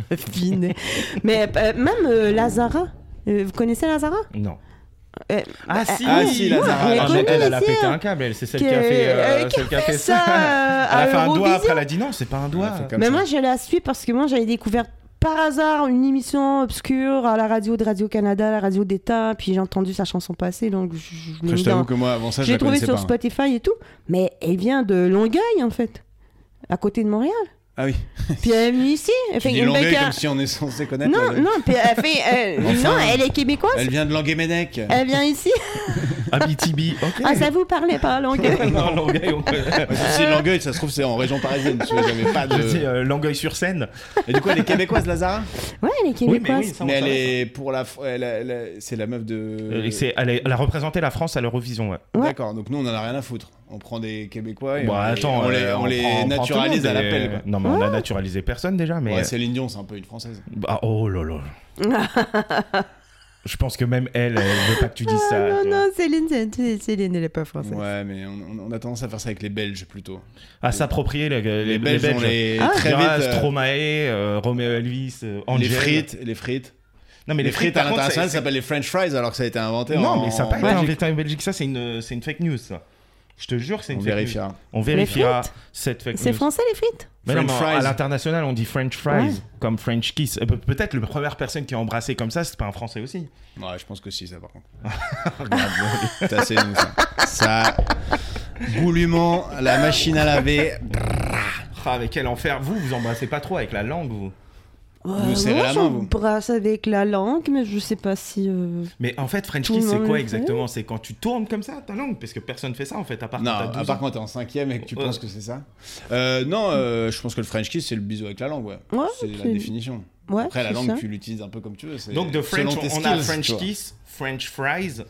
Speaker 1: Raffinée. Mais euh, même euh, Lazara. Euh, Vous connaissez Lazara
Speaker 2: Non.
Speaker 1: Euh,
Speaker 2: Ah si,
Speaker 3: ah, si, la Zara,
Speaker 1: elle est
Speaker 2: Ah,
Speaker 1: connue,
Speaker 2: elle, elle a
Speaker 1: c'est
Speaker 2: pété
Speaker 1: elle.
Speaker 2: un câble, elle, c'est celle
Speaker 1: hein. Que-
Speaker 2: qui a fait, euh,
Speaker 1: euh, qui a
Speaker 2: celle qui a
Speaker 1: fait
Speaker 2: fait
Speaker 1: ça, euh,
Speaker 2: Elle a
Speaker 1: à
Speaker 2: fait un doigt,
Speaker 1: Eurovision.
Speaker 2: après elle a dit non, c'est pas un doigt.
Speaker 3: On a fait comme
Speaker 1: Mais
Speaker 3: ça.
Speaker 1: moi, je la suis parce que moi, j'avais découvert par hasard une émission obscure à la radio de Radio-Canada, la radio d'État, puis j'ai entendu sa chanson passer, donc je, je hein, l'ai
Speaker 3: Après,
Speaker 1: mis
Speaker 3: je t'avoue
Speaker 1: dans-
Speaker 3: que moi, avant ça, je
Speaker 1: J'ai
Speaker 3: la
Speaker 1: trouvé
Speaker 3: connaissais
Speaker 1: sur
Speaker 3: pas. hein.
Speaker 1: Spotify et tout, mais elle vient de Longueuil, en fait, à côté de Montréal.
Speaker 3: Ah oui.
Speaker 1: Puis elle est venue ici. Elle
Speaker 3: Tu
Speaker 1: fait
Speaker 3: dis
Speaker 1: une
Speaker 3: Longueuil
Speaker 1: bec à-
Speaker 3: comme si on est censé connaître.
Speaker 1: Non,
Speaker 3: elle-
Speaker 1: non, puis elle fait. euh,
Speaker 3: Enfin.
Speaker 1: non, elle est québécoise.
Speaker 3: Elle
Speaker 1: Elle...
Speaker 3: vient de Languéménec.
Speaker 1: vient
Speaker 3: <laughs>
Speaker 1: ici.
Speaker 2: Abitibi, ok.
Speaker 1: Ah, ça vous parlait pas euh, Longueuil.
Speaker 2: <laughs> non, Langueuil, on connaît.
Speaker 3: Si
Speaker 1: euh,
Speaker 3: Langueuil, ça se trouve, c'est en région parisienne.
Speaker 1: <laughs>
Speaker 3: Tu vois, j'avais pas
Speaker 2: Je dis,
Speaker 3: de.
Speaker 2: euh, Langueuil-sur-Seine.
Speaker 3: Et du coup, elle est québécoise, Lazara
Speaker 1: Ouais, elle est
Speaker 2: Oui, mais
Speaker 1: québécoise.
Speaker 2: oui, ça, on
Speaker 3: Mais elle
Speaker 2: savait, ça.
Speaker 3: est pour la. fr- elle a- elle a- C'est la meuf de.
Speaker 2: Euh, c'est- elle, est- elle a représenté la France à l'Eurovision, ouais.
Speaker 1: Ouais.
Speaker 3: D'accord, donc nous on en a rien à foutre. On prend des Québécois et
Speaker 2: Bon,
Speaker 3: on, les-
Speaker 2: attends,
Speaker 3: on les,
Speaker 2: euh,
Speaker 3: on les
Speaker 2: prend- on prend
Speaker 3: naturalise
Speaker 2: tout le
Speaker 3: à
Speaker 2: monde,
Speaker 3: l'appel.
Speaker 2: et-
Speaker 3: quoi.
Speaker 2: Non, mais
Speaker 1: Ah.
Speaker 2: on a naturalisé personne déjà, mais. euh,
Speaker 3: Ouais, Céline Dion, c'est un peu une française.
Speaker 2: Bah, oh là là.
Speaker 1: <laughs>
Speaker 2: Je pense que même elle, elle veut pas que tu dises ça.
Speaker 1: Ah, Non,
Speaker 2: tu vois.
Speaker 1: non, Céline, Céline, Céline, elle est pas française.
Speaker 3: Ouais, mais on, on- on a tendance à faire ça avec les Belges plutôt.
Speaker 2: À s'approprier les, les,
Speaker 3: Les, Belges, on les
Speaker 2: Ah
Speaker 3: très vite.
Speaker 2: Gras,
Speaker 3: euh,
Speaker 2: Stromae, euh, Romeo Elvis, euh,
Speaker 3: les
Speaker 2: Angèle.
Speaker 3: frites, les frites.
Speaker 2: Non, mais
Speaker 3: les,
Speaker 2: les,
Speaker 3: frites, à
Speaker 2: par contre,
Speaker 3: l'international,
Speaker 2: c'est-
Speaker 3: ça s'appelle les French fries alors que ça a été inventé en.
Speaker 2: Non, mais ça n'a pas été
Speaker 3: en Belgique.
Speaker 2: inventé en Belgique. Ça, c'est une, c'est une fake news, ça. Je te jure, que c'est
Speaker 3: On
Speaker 2: une fake news.
Speaker 3: vérifiera.
Speaker 2: On vérifiera
Speaker 1: frites
Speaker 2: cette fake
Speaker 1: C'est
Speaker 2: news.
Speaker 1: français les frites
Speaker 2: Mais non,
Speaker 3: French
Speaker 2: mais
Speaker 3: fries.
Speaker 2: à l'international, on dit French fries
Speaker 1: Ouais.
Speaker 2: comme French kiss. Euh, pe- Peut-être la première personne qui a embrassé comme ça, c'est pas un Français aussi.
Speaker 3: Ouais, je pense que si, ça
Speaker 2: <laughs>
Speaker 3: par contre. C'est assez nous, ça. Ça. Goulûment, la machine à laver.
Speaker 2: Ah, avec quel enfer Vous, vous embrassez pas trop avec la langue, vous.
Speaker 1: Ouais,
Speaker 3: serrez
Speaker 1: moi,
Speaker 3: la main, vous.
Speaker 1: j'embrasse avec la langue, mais je sais pas si. euh,
Speaker 2: Mais en fait, French
Speaker 1: Tout le
Speaker 2: kiss, c'est
Speaker 1: monde
Speaker 2: quoi
Speaker 1: le fait.
Speaker 2: exactement C'est quand tu tournes comme ça ta langue, parce que personne fait ça en fait,
Speaker 1: Ah,
Speaker 2: à part
Speaker 3: Non,
Speaker 2: quand t'as
Speaker 3: à
Speaker 2: 12
Speaker 3: part
Speaker 2: ans.
Speaker 3: quand t'es en cinquième et que tu
Speaker 2: Ouais.
Speaker 3: penses que c'est ça. Euh, non, euh, je pense que le French kiss, c'est le bisou avec la langue, ouais.
Speaker 1: Ouais,
Speaker 3: c'est la
Speaker 1: c'est-
Speaker 3: définition.
Speaker 1: Ouais,
Speaker 3: Après, la
Speaker 1: c'est
Speaker 3: langue,
Speaker 1: ça.
Speaker 3: tu l'utilises un peu comme tu veux. c'est
Speaker 2: Donc de French,
Speaker 3: selon
Speaker 2: on,
Speaker 3: tes
Speaker 2: on a
Speaker 3: skills, tu
Speaker 2: French
Speaker 3: vois.
Speaker 2: kiss, French fries.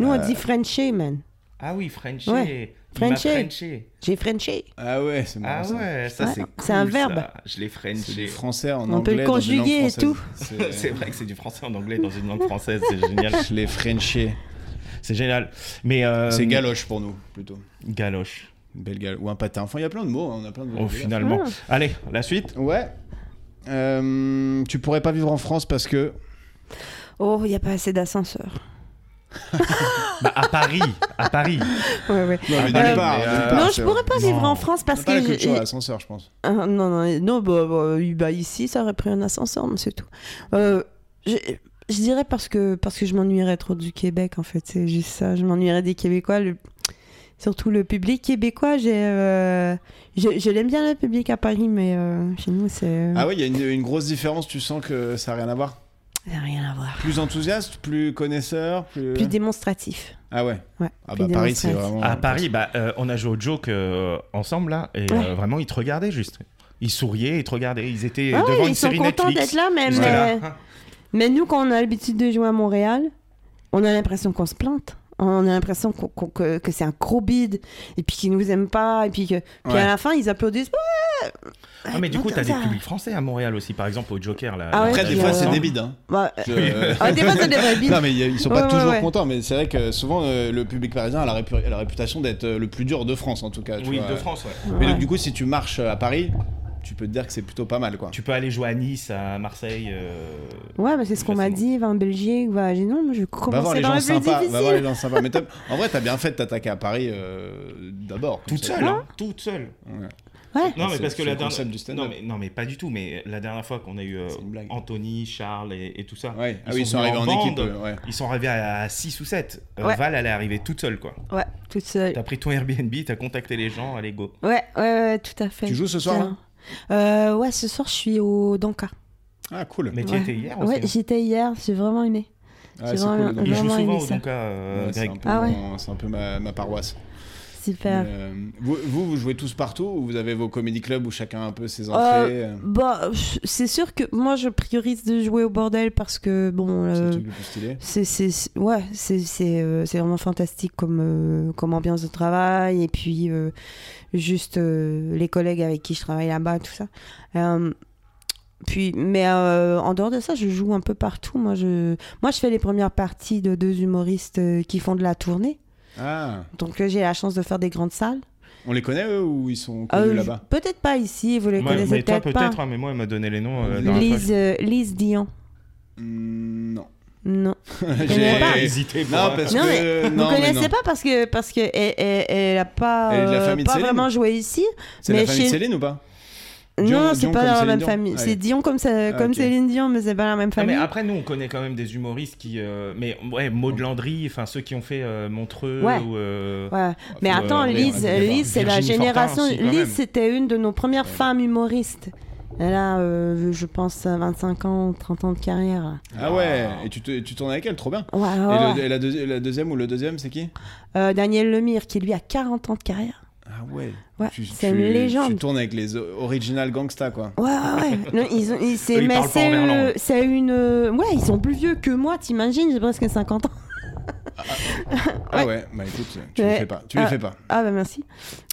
Speaker 1: Nous,
Speaker 3: Euh.
Speaker 1: on dit Frenché, man.
Speaker 2: Ah oui, Frenché.
Speaker 1: Ouais.
Speaker 2: Il m'a
Speaker 1: Frenché. J'ai Frenché.
Speaker 3: Ah ouais, c'est marrant.
Speaker 2: Ah
Speaker 3: ça.
Speaker 2: ouais, ça
Speaker 1: Ouais.
Speaker 2: c'est
Speaker 1: C'est
Speaker 2: cool,
Speaker 1: un verbe.
Speaker 2: ça. Je l'ai
Speaker 3: C'est du
Speaker 2: Frenché.
Speaker 3: français en
Speaker 1: On peut
Speaker 3: anglais.
Speaker 1: le
Speaker 3: dans une langue
Speaker 1: conjuguer et
Speaker 3: française.
Speaker 1: tout.
Speaker 2: <laughs>
Speaker 3: C'est- euh,
Speaker 2: C'est vrai que c'est du français en anglais dans une langue française, c'est génial.
Speaker 3: Je l'ai Frenché.
Speaker 2: <laughs> C'est génial. Mais euh,
Speaker 3: C'est galoche pour nous, plutôt.
Speaker 2: Galoche.
Speaker 3: Une belle galoche. Ou un patin. Enfin, il y a plein de mots. hein, On a plein de mots.
Speaker 2: Oh, finalement.
Speaker 1: Ah.
Speaker 2: Allez, la suite.
Speaker 3: Ouais. Euh, tu pourrais pas vivre en France parce que.
Speaker 1: Oh, il y a pas assez d'ascenseurs.
Speaker 2: Bah, à Paris, à Paris.
Speaker 1: Ouais, ouais.
Speaker 3: Non,
Speaker 2: mais nulle part,
Speaker 3: Ah,
Speaker 2: nulle part,
Speaker 1: non, je pourrais pas vivre
Speaker 2: Non.
Speaker 1: en France parce
Speaker 3: euh, pas la
Speaker 1: que. j'ai-
Speaker 3: culture à l'ascenseur, je pense.
Speaker 1: Ah, non, non, non bah, bah, oui, bah, ici, ça aurait pris un ascenseur, mais c'est tout. Euh, je, je dirais parce que, parce que je m'ennuierais trop du Québec, en fait. C'est juste ça. Je m'ennuierais des Québécois, le- surtout le public québécois. J'ai, euh, je, je l'aime bien, le public à Paris, mais euh, chez nous, c'est. euh,
Speaker 3: Ah ouais, il y a une, une grosse différence. Tu sens que ça a rien à voir.
Speaker 1: Ça n'a rien à voir.
Speaker 3: Plus enthousiaste, plus connaisseur, plus.
Speaker 1: Plus démonstratif.
Speaker 3: Ah ouais.
Speaker 1: Ouais,
Speaker 3: Ah
Speaker 1: plus
Speaker 3: bah Paris, c'est
Speaker 1: démonstratif.
Speaker 3: vraiment.
Speaker 2: À Paris, bah, euh, on a joué au joke euh, ensemble là,
Speaker 1: Ouais.
Speaker 2: et euh, vraiment ils te regardaient juste. Ils souriaient, ils te regardaient. Ils étaient
Speaker 1: Ah ouais,
Speaker 2: devant une
Speaker 1: ils sont
Speaker 2: série
Speaker 1: contents
Speaker 2: Netflix.
Speaker 1: d'être là, euh, mais,
Speaker 2: Ils étaient
Speaker 1: mais,
Speaker 2: là.
Speaker 1: mais nous, quand on a l'habitude de jouer à Montréal, on a l'impression qu'on se plante. On a l'impression qu'on- qu'on- que, que c'est un gros bide, et puis qu'ils nous aiment pas, et puis que puis
Speaker 3: Ouais.
Speaker 1: à la fin, ils applaudissent. Ouais.
Speaker 2: Ah, mais du coup,
Speaker 1: Ouais,
Speaker 2: t'as des
Speaker 1: ça-
Speaker 2: publics français à Montréal aussi, par exemple au Joker là.
Speaker 1: Ah ouais,
Speaker 3: Après,
Speaker 1: puis,
Speaker 3: des fois,
Speaker 1: euh,
Speaker 3: c'est des bides. Hein.
Speaker 1: Bah, euh,
Speaker 2: <laughs>
Speaker 3: Je- euh,
Speaker 1: ah, des fois, c'est des vrais bides.
Speaker 3: Non, mais y a- ils sont pas
Speaker 1: Ouais, ouais,
Speaker 3: toujours
Speaker 1: ouais.
Speaker 3: contents, mais c'est vrai que souvent euh, le public parisien a la, répu- a la réputation d'être euh, le plus dur de France en tout cas. tu
Speaker 2: Oui,
Speaker 3: vois.
Speaker 2: de France, ouais.
Speaker 3: Mais donc,
Speaker 1: Ouais.
Speaker 3: du coup, si tu marches euh, à Paris, tu peux te dire que c'est plutôt pas mal quoi.
Speaker 2: Tu peux aller jouer à Nice, à Marseille. euh,
Speaker 1: Ouais, mais c'est ce qu'on m'a
Speaker 2: facilement.
Speaker 1: dit, va en Belgique, va. J'ai dit non, mais je vais
Speaker 3: Va voir
Speaker 1: commencer
Speaker 3: les
Speaker 1: dans
Speaker 3: gens
Speaker 1: le plus
Speaker 3: sympas. Va voir les
Speaker 1: difficile.
Speaker 3: gens sympas. Mais t'as- en vrai, t'as bien fait de t'attaquer à Paris euh, d'abord. comme
Speaker 2: Toute
Speaker 3: ça.
Speaker 2: seule, hein, toute seule.
Speaker 1: Ouais.
Speaker 2: Non, mais
Speaker 3: C'est-
Speaker 2: parce que
Speaker 3: c'est
Speaker 2: la
Speaker 3: le
Speaker 2: dernière.
Speaker 3: concept du stand-up.
Speaker 2: non, mais, non, mais pas du tout. Mais la dernière fois qu'on a eu euh,
Speaker 3: C'est une blague.
Speaker 2: Anthony, Charles et, et tout ça,
Speaker 3: Ouais. Ah oui, ils sont
Speaker 2: venus
Speaker 3: arrivés en, équipe.
Speaker 2: bande.
Speaker 3: euh, ouais.
Speaker 2: Ils sont arrivés à 6 ou 7.
Speaker 1: Ouais.
Speaker 2: Val, elle est arrivée toute seule, quoi.
Speaker 1: Ouais, toute seule.
Speaker 2: T'as pris ton Airbnb, t'as contacté les gens, allez go.
Speaker 1: Ouais, ouais, ouais, tout à fait.
Speaker 3: Tu joues ce soir,
Speaker 1: Tiens. Euh, Ouais, ce soir, je suis au Donka.
Speaker 3: Ah cool.
Speaker 2: Mais tu
Speaker 1: Ouais.
Speaker 2: étais hier aussi. hein.
Speaker 1: Ouais, j'étais hier, j'ai vraiment aimé.
Speaker 3: Ouais,
Speaker 1: C'est
Speaker 3: Ah, c'est
Speaker 1: vraiment-
Speaker 3: cool. donc.
Speaker 2: Il joue
Speaker 1: Vraiment
Speaker 2: souvent
Speaker 1: aimé
Speaker 2: au
Speaker 1: ça.
Speaker 2: Donka, euh,
Speaker 3: Ouais, c'est
Speaker 2: Greg.
Speaker 3: un peu
Speaker 1: Ah ouais.
Speaker 3: mon- c'est un peu ma, ma paroisse.
Speaker 1: Super.
Speaker 3: Mais, euh, vous, vous, vous jouez tous partout ou vous avez vos comédie clubs où chacun a un peu ses entrées
Speaker 1: Euh,
Speaker 3: euh,
Speaker 1: bah, pff, c'est sûr que moi je priorise de jouer au bordel parce que bon,
Speaker 3: C'est le
Speaker 1: euh,
Speaker 3: truc le plus stylé.
Speaker 1: c'est c'est- c'est- ouais, c'est c'est euh, c'est vraiment fantastique comme euh, comme ambiance de travail et puis euh, juste euh, les collègues avec qui je travaille là-bas, tout ça. Euh, puis, mais euh, en dehors de ça, je joue un peu partout. Moi, je, moi, je fais les premières parties de deux humoristes euh, qui font de la tournée.
Speaker 3: Ah,
Speaker 1: Donc, euh, j'ai la chance de faire des grandes salles.
Speaker 3: on les connaît eux ou ils sont
Speaker 1: Euh,
Speaker 3: connus
Speaker 1: je-
Speaker 3: là-bas
Speaker 1: peut-être pas ici, vous les
Speaker 2: Moi,
Speaker 1: connaissez
Speaker 2: mais toi,
Speaker 1: peut-être pas.
Speaker 2: peut-être, hein, mais moi, elle m'a donné les noms. euh, dans la
Speaker 1: Lise, euh, Lise Dion.
Speaker 3: Hmm, Non.
Speaker 1: Non.
Speaker 3: <laughs> J'ai
Speaker 1: pas.
Speaker 2: hésité pour-
Speaker 3: Non, parce
Speaker 1: Non,
Speaker 3: que.
Speaker 1: mais
Speaker 3: non,
Speaker 1: vous
Speaker 3: mais
Speaker 1: connaissez
Speaker 3: non.
Speaker 1: pas parce que parce que elle, elle- elle a pas,
Speaker 3: Elle est de la
Speaker 1: euh,
Speaker 3: famille de
Speaker 1: pas
Speaker 3: Céline.
Speaker 1: vraiment joué ici.
Speaker 3: C'est la
Speaker 1: mais
Speaker 3: famille de
Speaker 1: chez-
Speaker 3: Céline ou pas Dion-
Speaker 1: non,
Speaker 3: Dion
Speaker 1: c'est pas
Speaker 3: comme
Speaker 1: dans la
Speaker 3: Céline
Speaker 1: même
Speaker 3: Dion.
Speaker 1: famille.
Speaker 3: Ah,
Speaker 1: C'est
Speaker 3: oui.
Speaker 1: Dion comme ça,
Speaker 3: Ah,
Speaker 1: comme
Speaker 3: ok. Ah,
Speaker 1: Céline Dion, mais c'est pas la même
Speaker 2: Non, mais
Speaker 1: famille.
Speaker 2: après, nous, on connaît quand même des humoristes qui. euh, mais ouais, Maud Landry, enfin ceux qui ont fait euh, Montreux.
Speaker 1: Ouais.
Speaker 2: Ou, euh,
Speaker 1: Ouais. Mais
Speaker 2: faut,
Speaker 1: attends,
Speaker 2: euh,
Speaker 1: Lise,
Speaker 2: regarder,
Speaker 1: Lise, c'est la
Speaker 2: Virginie Fortin
Speaker 1: génération.
Speaker 2: aussi, quand même.
Speaker 1: Lise, c'était une de nos premières femmes humoristes. Elle a, euh, je pense, 25 ans, 30 ans de carrière.
Speaker 3: Ah ouais, et tu, te- et tu tournes avec elle, trop bien.
Speaker 1: Ouais, ouais,
Speaker 3: Et, le-
Speaker 1: Ah ouais.
Speaker 3: et la, deuxi- la deuxième ou le deuxième, c'est qui
Speaker 1: Euh, Daniel Lemire, qui lui a 40 ans de carrière.
Speaker 3: Ah ouais.
Speaker 1: Ouais,
Speaker 3: Tu-
Speaker 1: c'est
Speaker 3: tu-
Speaker 1: une
Speaker 3: Tu
Speaker 1: légende.
Speaker 3: tournes avec les o- original gangsta, quoi.
Speaker 1: Ouais, ouais, ouais. Non, ils ont, ils- c'est,
Speaker 2: Eux, ils
Speaker 1: mais
Speaker 2: parlent pas en
Speaker 1: c'est,
Speaker 2: verlan.
Speaker 1: euh, c'est une. euh, Ouais, ils sont plus vieux que moi, t'imagines, j'ai presque 50 ans.
Speaker 3: Ah
Speaker 1: Ouais.
Speaker 3: ouais, bah écoute, tu les
Speaker 1: Ouais.
Speaker 3: fais pas. Tu les
Speaker 1: Ah.
Speaker 3: fais pas.
Speaker 1: Ah, bah merci.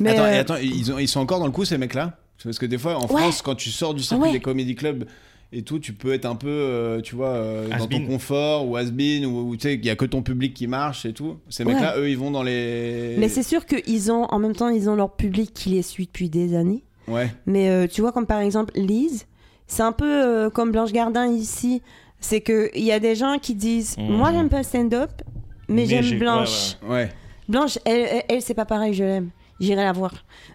Speaker 1: Mais,
Speaker 3: attends, et
Speaker 1: euh,
Speaker 3: attends, ils, ont- ils sont encore dans le coup, ces mecs-là Parce que des fois, en France, quand tu sors du circuit
Speaker 1: Ah ouais.
Speaker 3: des comédie clubs et tout, tu peux être un peu, euh, tu vois, euh, dans ton
Speaker 2: Has-been.
Speaker 3: confort ou has-been, ou ou tu sais, il y a que ton public qui marche et tout. Ces
Speaker 1: Ouais.
Speaker 3: mecs-là, eux, ils vont dans les.
Speaker 1: mais c'est sûr qu'ils ont, en même temps, ils ont leur public qui les suit depuis des années.
Speaker 3: Ouais.
Speaker 1: Mais euh, tu vois, comme par exemple Lise, c'est un peu euh, comme Blanche Gardin ici. C'est qu'il y a des gens qui disent
Speaker 2: Mhm.
Speaker 1: Moi, j'aime pas le stand-up, mais,
Speaker 2: Mais j'ai-
Speaker 1: j'aime
Speaker 2: ouais,
Speaker 1: Blanche.
Speaker 3: Ouais.
Speaker 1: Blanche, elle, elle, elle, c'est pas pareil, je l'aime. J'irai la voir.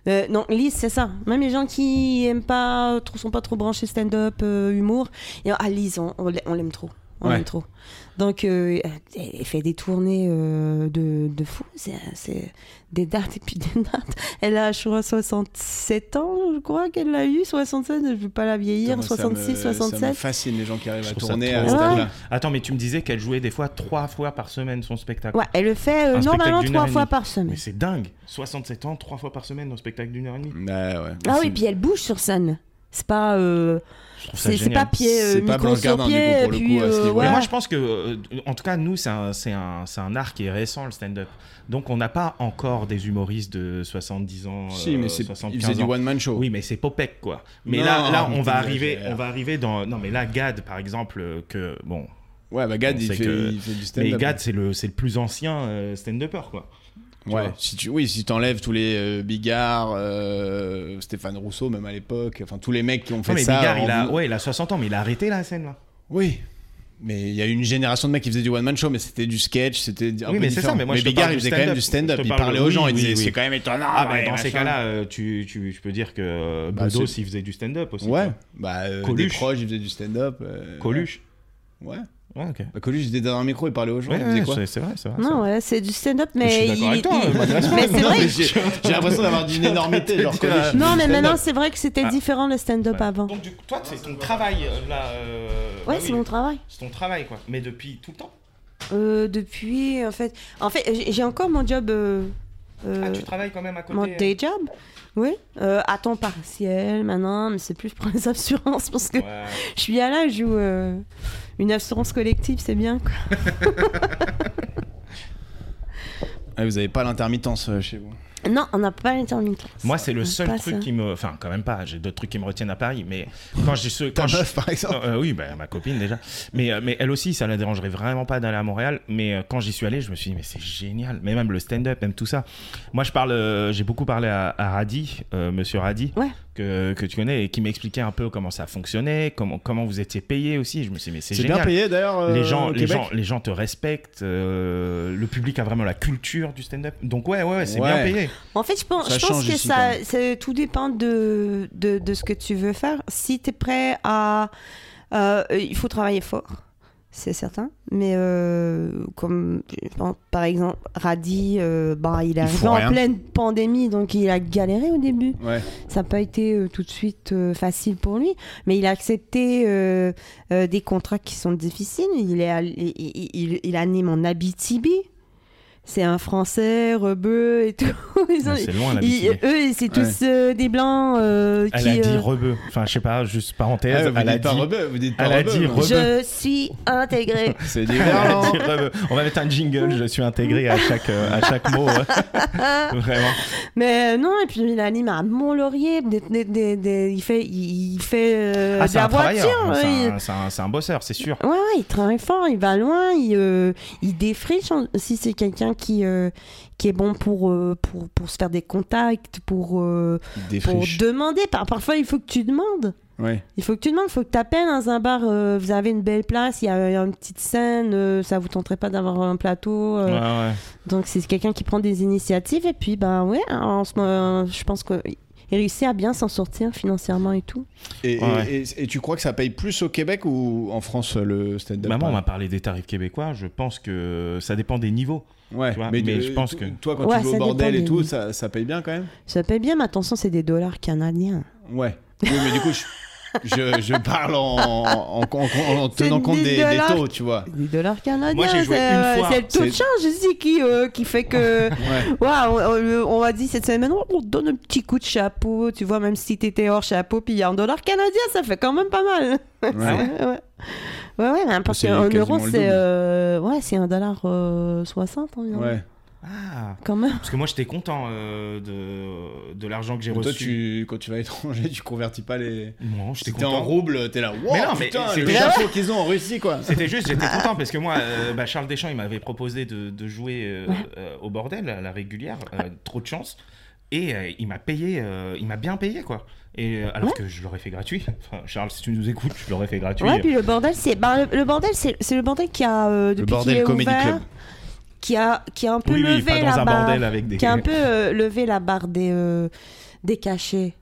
Speaker 1: Euh, non, Lise, c'est ça. Même les gens qui aiment pas, euh, trop- sont pas trop branchés stand-up, euh, humour. Et, ah, Lise, on, on l'a- on l'aime trop. On
Speaker 3: Ouais.
Speaker 1: l'aime trop. Donc, euh, elle elle fait des tournées euh, de, de fou. C'est- C'est des dates et puis des dates. Elle a, je crois, 67 ans, je crois qu'elle l'a eu. 67, je veux pas la vieillir.
Speaker 3: Putain, moi, ça me-
Speaker 1: 66,
Speaker 3: Ça me
Speaker 1: 67.
Speaker 3: fascine les gens qui arrivent
Speaker 2: Je
Speaker 3: à
Speaker 2: trouve ça
Speaker 3: tourner
Speaker 2: trop
Speaker 3: à
Speaker 1: beau.
Speaker 3: cet âge-là.
Speaker 2: Attends, mais tu me disais qu'elle jouait des fois trois fois par semaine son spectacle.
Speaker 1: Ouais, elle le fait euh,
Speaker 2: Un spectacle
Speaker 1: normalement
Speaker 2: d'une
Speaker 1: trois
Speaker 2: heure et
Speaker 1: fois
Speaker 2: demie.
Speaker 1: par semaine.
Speaker 2: Mais c'est dingue. 67 ans, trois fois par semaine, au spectacle d'une heure et demie.
Speaker 3: Bah Ouais, ouais.
Speaker 1: Ah
Speaker 3: C'est-
Speaker 1: oui, puis elle bouge sur scène. C'est pas. euh,
Speaker 2: Je trouve ça
Speaker 1: C'est c'est
Speaker 2: génial.
Speaker 1: pas pied, euh,
Speaker 3: C'est pas
Speaker 1: micro
Speaker 3: Blanche
Speaker 1: sur
Speaker 3: Gardin, du coup,
Speaker 1: pied,
Speaker 3: pour le
Speaker 1: puis
Speaker 3: coup, à ce
Speaker 1: euh,
Speaker 3: niveau-là.
Speaker 1: ouais.
Speaker 2: Mais moi, je pense que, euh, en tout cas, nous, c'est un, c'est un, c'est un art qui est récent, le stand-up. Donc, on n'a pas encore des humoristes de 70 ans. euh,
Speaker 3: Si, mais c'est. Ils faisaient du
Speaker 2: ans.
Speaker 3: one-man show.
Speaker 2: Oui, mais c'est Popek, quoi. Mais
Speaker 3: Non,
Speaker 2: là, là, on
Speaker 3: mais
Speaker 2: va
Speaker 3: t'es
Speaker 2: arriver,
Speaker 3: exagéré.
Speaker 2: on va arriver dans. Non, mais là, Gad, par exemple, euh, que bon,
Speaker 3: Ouais, bah Gad,
Speaker 2: On
Speaker 3: il
Speaker 2: sait
Speaker 3: fait,
Speaker 2: que-
Speaker 3: il fait du
Speaker 2: mais
Speaker 3: stand-up.
Speaker 2: Gad, c'est le, c'est le plus ancien euh, stand-upper, quoi. tu
Speaker 3: Ouais,
Speaker 2: vois.
Speaker 3: si tu, oui, si t'enlèves tous les euh, Bigard, euh, Stéphane Rousseau, même à l'époque, enfin tous les mecs qui ont fait
Speaker 2: Non, mais
Speaker 3: ça.
Speaker 2: Bigard,
Speaker 3: en-
Speaker 2: il a, ouais, il a 60 ans, mais il a arrêté la scène là.
Speaker 3: Oui. Mais il y a une génération de mecs qui faisaient du one-man show, mais c'était du sketch, c'était un
Speaker 2: Oui,
Speaker 3: peu
Speaker 2: mais c'est
Speaker 3: différent.
Speaker 2: ça, mais moi, je te
Speaker 3: Bigard,
Speaker 2: parle
Speaker 3: il
Speaker 2: du
Speaker 3: faisait quand même
Speaker 2: stand-up.
Speaker 3: du stand-up.
Speaker 2: Je te
Speaker 3: Il
Speaker 2: parle-
Speaker 3: parlait aux gens,
Speaker 2: oui,
Speaker 3: il
Speaker 2: oui,
Speaker 3: disait
Speaker 2: oui.
Speaker 3: c'est quand même étonnant.
Speaker 2: Ah, bah,
Speaker 3: ouais,
Speaker 2: dans ces
Speaker 3: machin.
Speaker 2: cas-là, euh, tu, tu, je peux dire que euh,
Speaker 3: Bah,
Speaker 2: Bedos,
Speaker 3: c'est-
Speaker 2: il faisait du stand-up aussi.
Speaker 3: Ouais,
Speaker 2: quoi.
Speaker 3: bah euh, des
Speaker 2: Coluche.
Speaker 3: proches, ils faisaient du stand-up. euh,
Speaker 2: Coluche.
Speaker 3: Ouais.
Speaker 2: Ouais, ok.
Speaker 3: Bah, Coluche, il était derrière un micro, il parlait aux gens.
Speaker 2: Ouais,
Speaker 3: il faisait
Speaker 2: ouais,
Speaker 3: quoi
Speaker 2: c'est c'est vrai, c'est vrai.
Speaker 1: Non, ouais, c'est du stand-up, mais.
Speaker 2: Je suis d'accord
Speaker 1: il-
Speaker 2: avec toi,
Speaker 1: il-
Speaker 2: moi,
Speaker 3: Non,
Speaker 1: Mais c'est vrai.
Speaker 3: mais j'ai j'ai l'impression d'avoir dit une énormité. Genre,
Speaker 2: T'étais
Speaker 3: Coluche,
Speaker 2: là.
Speaker 3: il faisait
Speaker 1: Non,
Speaker 3: du
Speaker 1: mais
Speaker 3: stand-up.
Speaker 1: maintenant, c'est vrai que c'était différent le stand-up avant.
Speaker 2: Donc, du coup, toi, c'est ton travail euh, là. euh, bah
Speaker 1: Ouais,
Speaker 2: oui,
Speaker 1: c'est mon travail.
Speaker 2: c'est ton travail, quoi. Mais depuis tout le temps.
Speaker 1: Euh, depuis, en fait. En fait, j'ai- j'ai encore mon job. euh, euh,
Speaker 2: Ah, tu travailles quand même à côté.
Speaker 1: mon
Speaker 2: euh.
Speaker 1: day job. Oui. Euh, à temps partiel, maintenant, mais c'est plus pour <laughs> les assurances, parce que <laughs>
Speaker 2: Ouais.
Speaker 1: je suis à l'âge où euh, une assurance collective, c'est bien, quoi.
Speaker 3: Ouais, Ah, vous avez pas l'intermittence euh, chez vous.
Speaker 1: Non, on n'a pas l'intermittence.
Speaker 2: Moi, c'est le
Speaker 1: On hein.
Speaker 2: seul
Speaker 1: pas
Speaker 2: truc
Speaker 1: ça.
Speaker 2: qui me. Enfin, quand même pas, j'ai d'autres trucs qui me retiennent à Paris, mais quand j'ai ce.
Speaker 3: Ta
Speaker 2: Quand je-
Speaker 3: meuf, par exemple.
Speaker 2: Euh, oui, bah, ma copine déjà. Mais, euh, mais elle aussi, ça la dérangerait vraiment pas d'aller à Montréal. Mais euh, quand j'y suis allé, je me suis dit, mais c'est génial. Mais même le stand-up, même tout ça. Moi, je parle, euh, j'ai beaucoup parlé à, à Radi, euh, monsieur Radi,
Speaker 1: Ouais.
Speaker 2: que, que tu connais, et qui m'expliquait un peu comment ça fonctionnait, comment, comment vous étiez payé aussi. Je me suis dit, mais c'est
Speaker 3: C'est bien
Speaker 2: génial.
Speaker 3: payé d'ailleurs. euh,
Speaker 2: Les gens,
Speaker 3: au
Speaker 2: les,
Speaker 3: Québec
Speaker 2: gens, les gens te respectent, euh, le public a vraiment la culture du stand-up. Donc ouais, ouais, ouais, c'est bien
Speaker 3: Ouais.
Speaker 2: payé.
Speaker 1: En fait, je pense,
Speaker 3: Ça
Speaker 1: je pense
Speaker 3: change
Speaker 1: que
Speaker 3: ici, quand
Speaker 1: ça,
Speaker 3: même.
Speaker 1: c'est- tout dépend de, de, de ce que tu veux faire. Si tu es prêt à... euh, il faut travailler fort. c'est certain. Mais euh, comme je pense, par exemple Radi, euh, bah, il est arrivé
Speaker 3: font
Speaker 1: en
Speaker 3: rien.
Speaker 1: pleine pandémie, donc il a galéré au début.
Speaker 3: Ouais.
Speaker 1: Ça n'a pas été euh, tout de suite euh, facile pour lui, mais il a accepté euh, euh, des contrats qui sont difficiles. Il, est allé- il, il- il- il anime en Abitibi. C'est un Français, rebeu et tout. <laughs> Ils ont-
Speaker 2: Mais C'est loin la
Speaker 1: ils-
Speaker 2: Bithynie.
Speaker 1: eux, c'est tous euh, des Blancs euh,
Speaker 2: Elle
Speaker 1: qui...
Speaker 2: a dit
Speaker 1: euh,
Speaker 2: rebeu. Enfin, je sais pas, juste
Speaker 3: Ah,
Speaker 2: parenthèse.
Speaker 3: vous
Speaker 2: elle a
Speaker 3: dites
Speaker 2: dit.
Speaker 3: pas rebeu, vous dites pas
Speaker 2: elle a
Speaker 3: rebeu,
Speaker 2: dit
Speaker 3: moi.
Speaker 2: rebeu.
Speaker 1: je suis
Speaker 2: <laughs>
Speaker 1: intégré.
Speaker 3: C'est
Speaker 2: Elle a
Speaker 3: divers.
Speaker 2: dit rebeu. On va mettre un jingle. Je suis intégré à chaque euh, à chaque mot. <laughs> ouais. Vraiment.
Speaker 1: Mais euh, non, et puis il anime à Mont-Laurier. des- des- des- des- il fait, il, il fait euh,
Speaker 2: Ah,
Speaker 1: de
Speaker 2: c'est
Speaker 1: la
Speaker 2: un travailleur.
Speaker 1: voiture.
Speaker 2: C'est
Speaker 1: ouais, il-
Speaker 2: un- c'est un- c'est un bosseur, c'est sûr.
Speaker 1: Ouais, ouais, il travaille fort, il va loin, il, euh, il défriche. hein, Si c'est quelqu'un qui, euh, qui est bon pour, euh, pour, pour se faire des contacts, pour, euh,
Speaker 3: Des
Speaker 1: pour
Speaker 3: friches.
Speaker 1: demander. Par- Parfois, il faut que tu demandes.
Speaker 3: Ouais.
Speaker 1: Il faut que tu demandes, il faut que tu appelles dans un bar. euh, vous avez une belle place, il y a une petite scène, euh, ça vous tenterait pas d'avoir un plateau. euh,
Speaker 2: Ouais, ouais.
Speaker 1: donc c'est quelqu'un qui prend des initiatives et puis ben ouais, en ce moment, je pense que il réussit à bien s'en sortir financièrement et tout.
Speaker 3: Et, et-
Speaker 2: Ouais.
Speaker 3: et- et tu crois que ça paye plus au Québec ou en France le stand-up
Speaker 2: Maman Bah, on m'a parlé des tarifs québécois. Je pense que ça dépend des niveaux.
Speaker 3: Ouais,
Speaker 2: tu vois,
Speaker 3: mais,
Speaker 2: mais
Speaker 3: euh,
Speaker 2: je pense
Speaker 3: to-
Speaker 2: que-
Speaker 3: Toi, quand
Speaker 1: Ouais,
Speaker 3: tu vas
Speaker 1: ça
Speaker 3: au bordel
Speaker 1: dépend
Speaker 3: et tout,
Speaker 1: des-
Speaker 3: ça, ça paye bien quand même
Speaker 1: Ça paye bien, mais attention, c'est des dollars canadiens.
Speaker 3: Ouais. Oui, mais du coup, je, je, je parle en, en, en- en- en tenant
Speaker 1: C'est
Speaker 3: compte
Speaker 1: des
Speaker 3: des, des
Speaker 1: dollars.
Speaker 3: taux, tu vois.
Speaker 1: Des dollars canadiens,
Speaker 2: Moi, j'ai joué
Speaker 1: c'est
Speaker 2: une
Speaker 1: euh,
Speaker 2: fois.
Speaker 1: c'est le taux de
Speaker 3: C'est-
Speaker 1: change ici qui, euh, qui fait
Speaker 2: <laughs>
Speaker 1: que.
Speaker 3: Ouais.
Speaker 1: <laughs> Ouais, on, euh, on- on a dit cette semaine, oh, on te donne un petit coup de chapeau, tu vois, même si t'étais hors chapeau, puis en dollars canadiens, ça fait quand même pas mal. <laughs>
Speaker 3: Ouais.
Speaker 1: ouais. ouais. Ouais, ouais, hein, parce
Speaker 3: C'est
Speaker 1: qu'un
Speaker 3: quasiment
Speaker 1: euro,
Speaker 3: le
Speaker 1: c'est
Speaker 3: double.
Speaker 1: euh, ouais, c'est un dollar euh, 60 environ.
Speaker 3: Ouais.
Speaker 2: Ah.
Speaker 1: Quand même.
Speaker 2: Parce que moi, j'étais content euh, de, de l'argent que j'ai
Speaker 3: Toi,
Speaker 2: reçu.
Speaker 3: tu, quand tu vas à l'étranger, tu convertis pas les.
Speaker 2: Non, j'étais
Speaker 3: Si t'es en
Speaker 2: content.
Speaker 3: rouble, t'es là. Wow,
Speaker 2: Mais non, mais
Speaker 3: putain,
Speaker 2: c'est
Speaker 3: le
Speaker 2: vrai.
Speaker 3: chapeau qu'ils ont en Russie, quoi.
Speaker 2: C'était juste, j'étais
Speaker 1: Ah.
Speaker 2: content parce que moi, euh, bah, Charles Deschamps, il m'avait proposé de, de jouer euh, euh, au bordel à la régulière. euh, trop de chance. Et euh, il m'a payé, euh, il m'a bien payé quoi. Et euh, alors que je l'aurais fait gratuit. <laughs> Enfin, Charles, si tu nous écoutes, je l'aurais fait gratuit.
Speaker 1: Ouais, puis le bordel, c'est bah, le, le bordel, c'est c'est le bordel qui a euh, depuis qu'il est ouvert, qui a qui a un peu
Speaker 2: oui, oui,
Speaker 1: levé
Speaker 2: pas
Speaker 1: la
Speaker 2: dans un
Speaker 1: barre,
Speaker 2: bordel avec des.
Speaker 1: qui a un peu euh, levé la barre des euh, des cachets.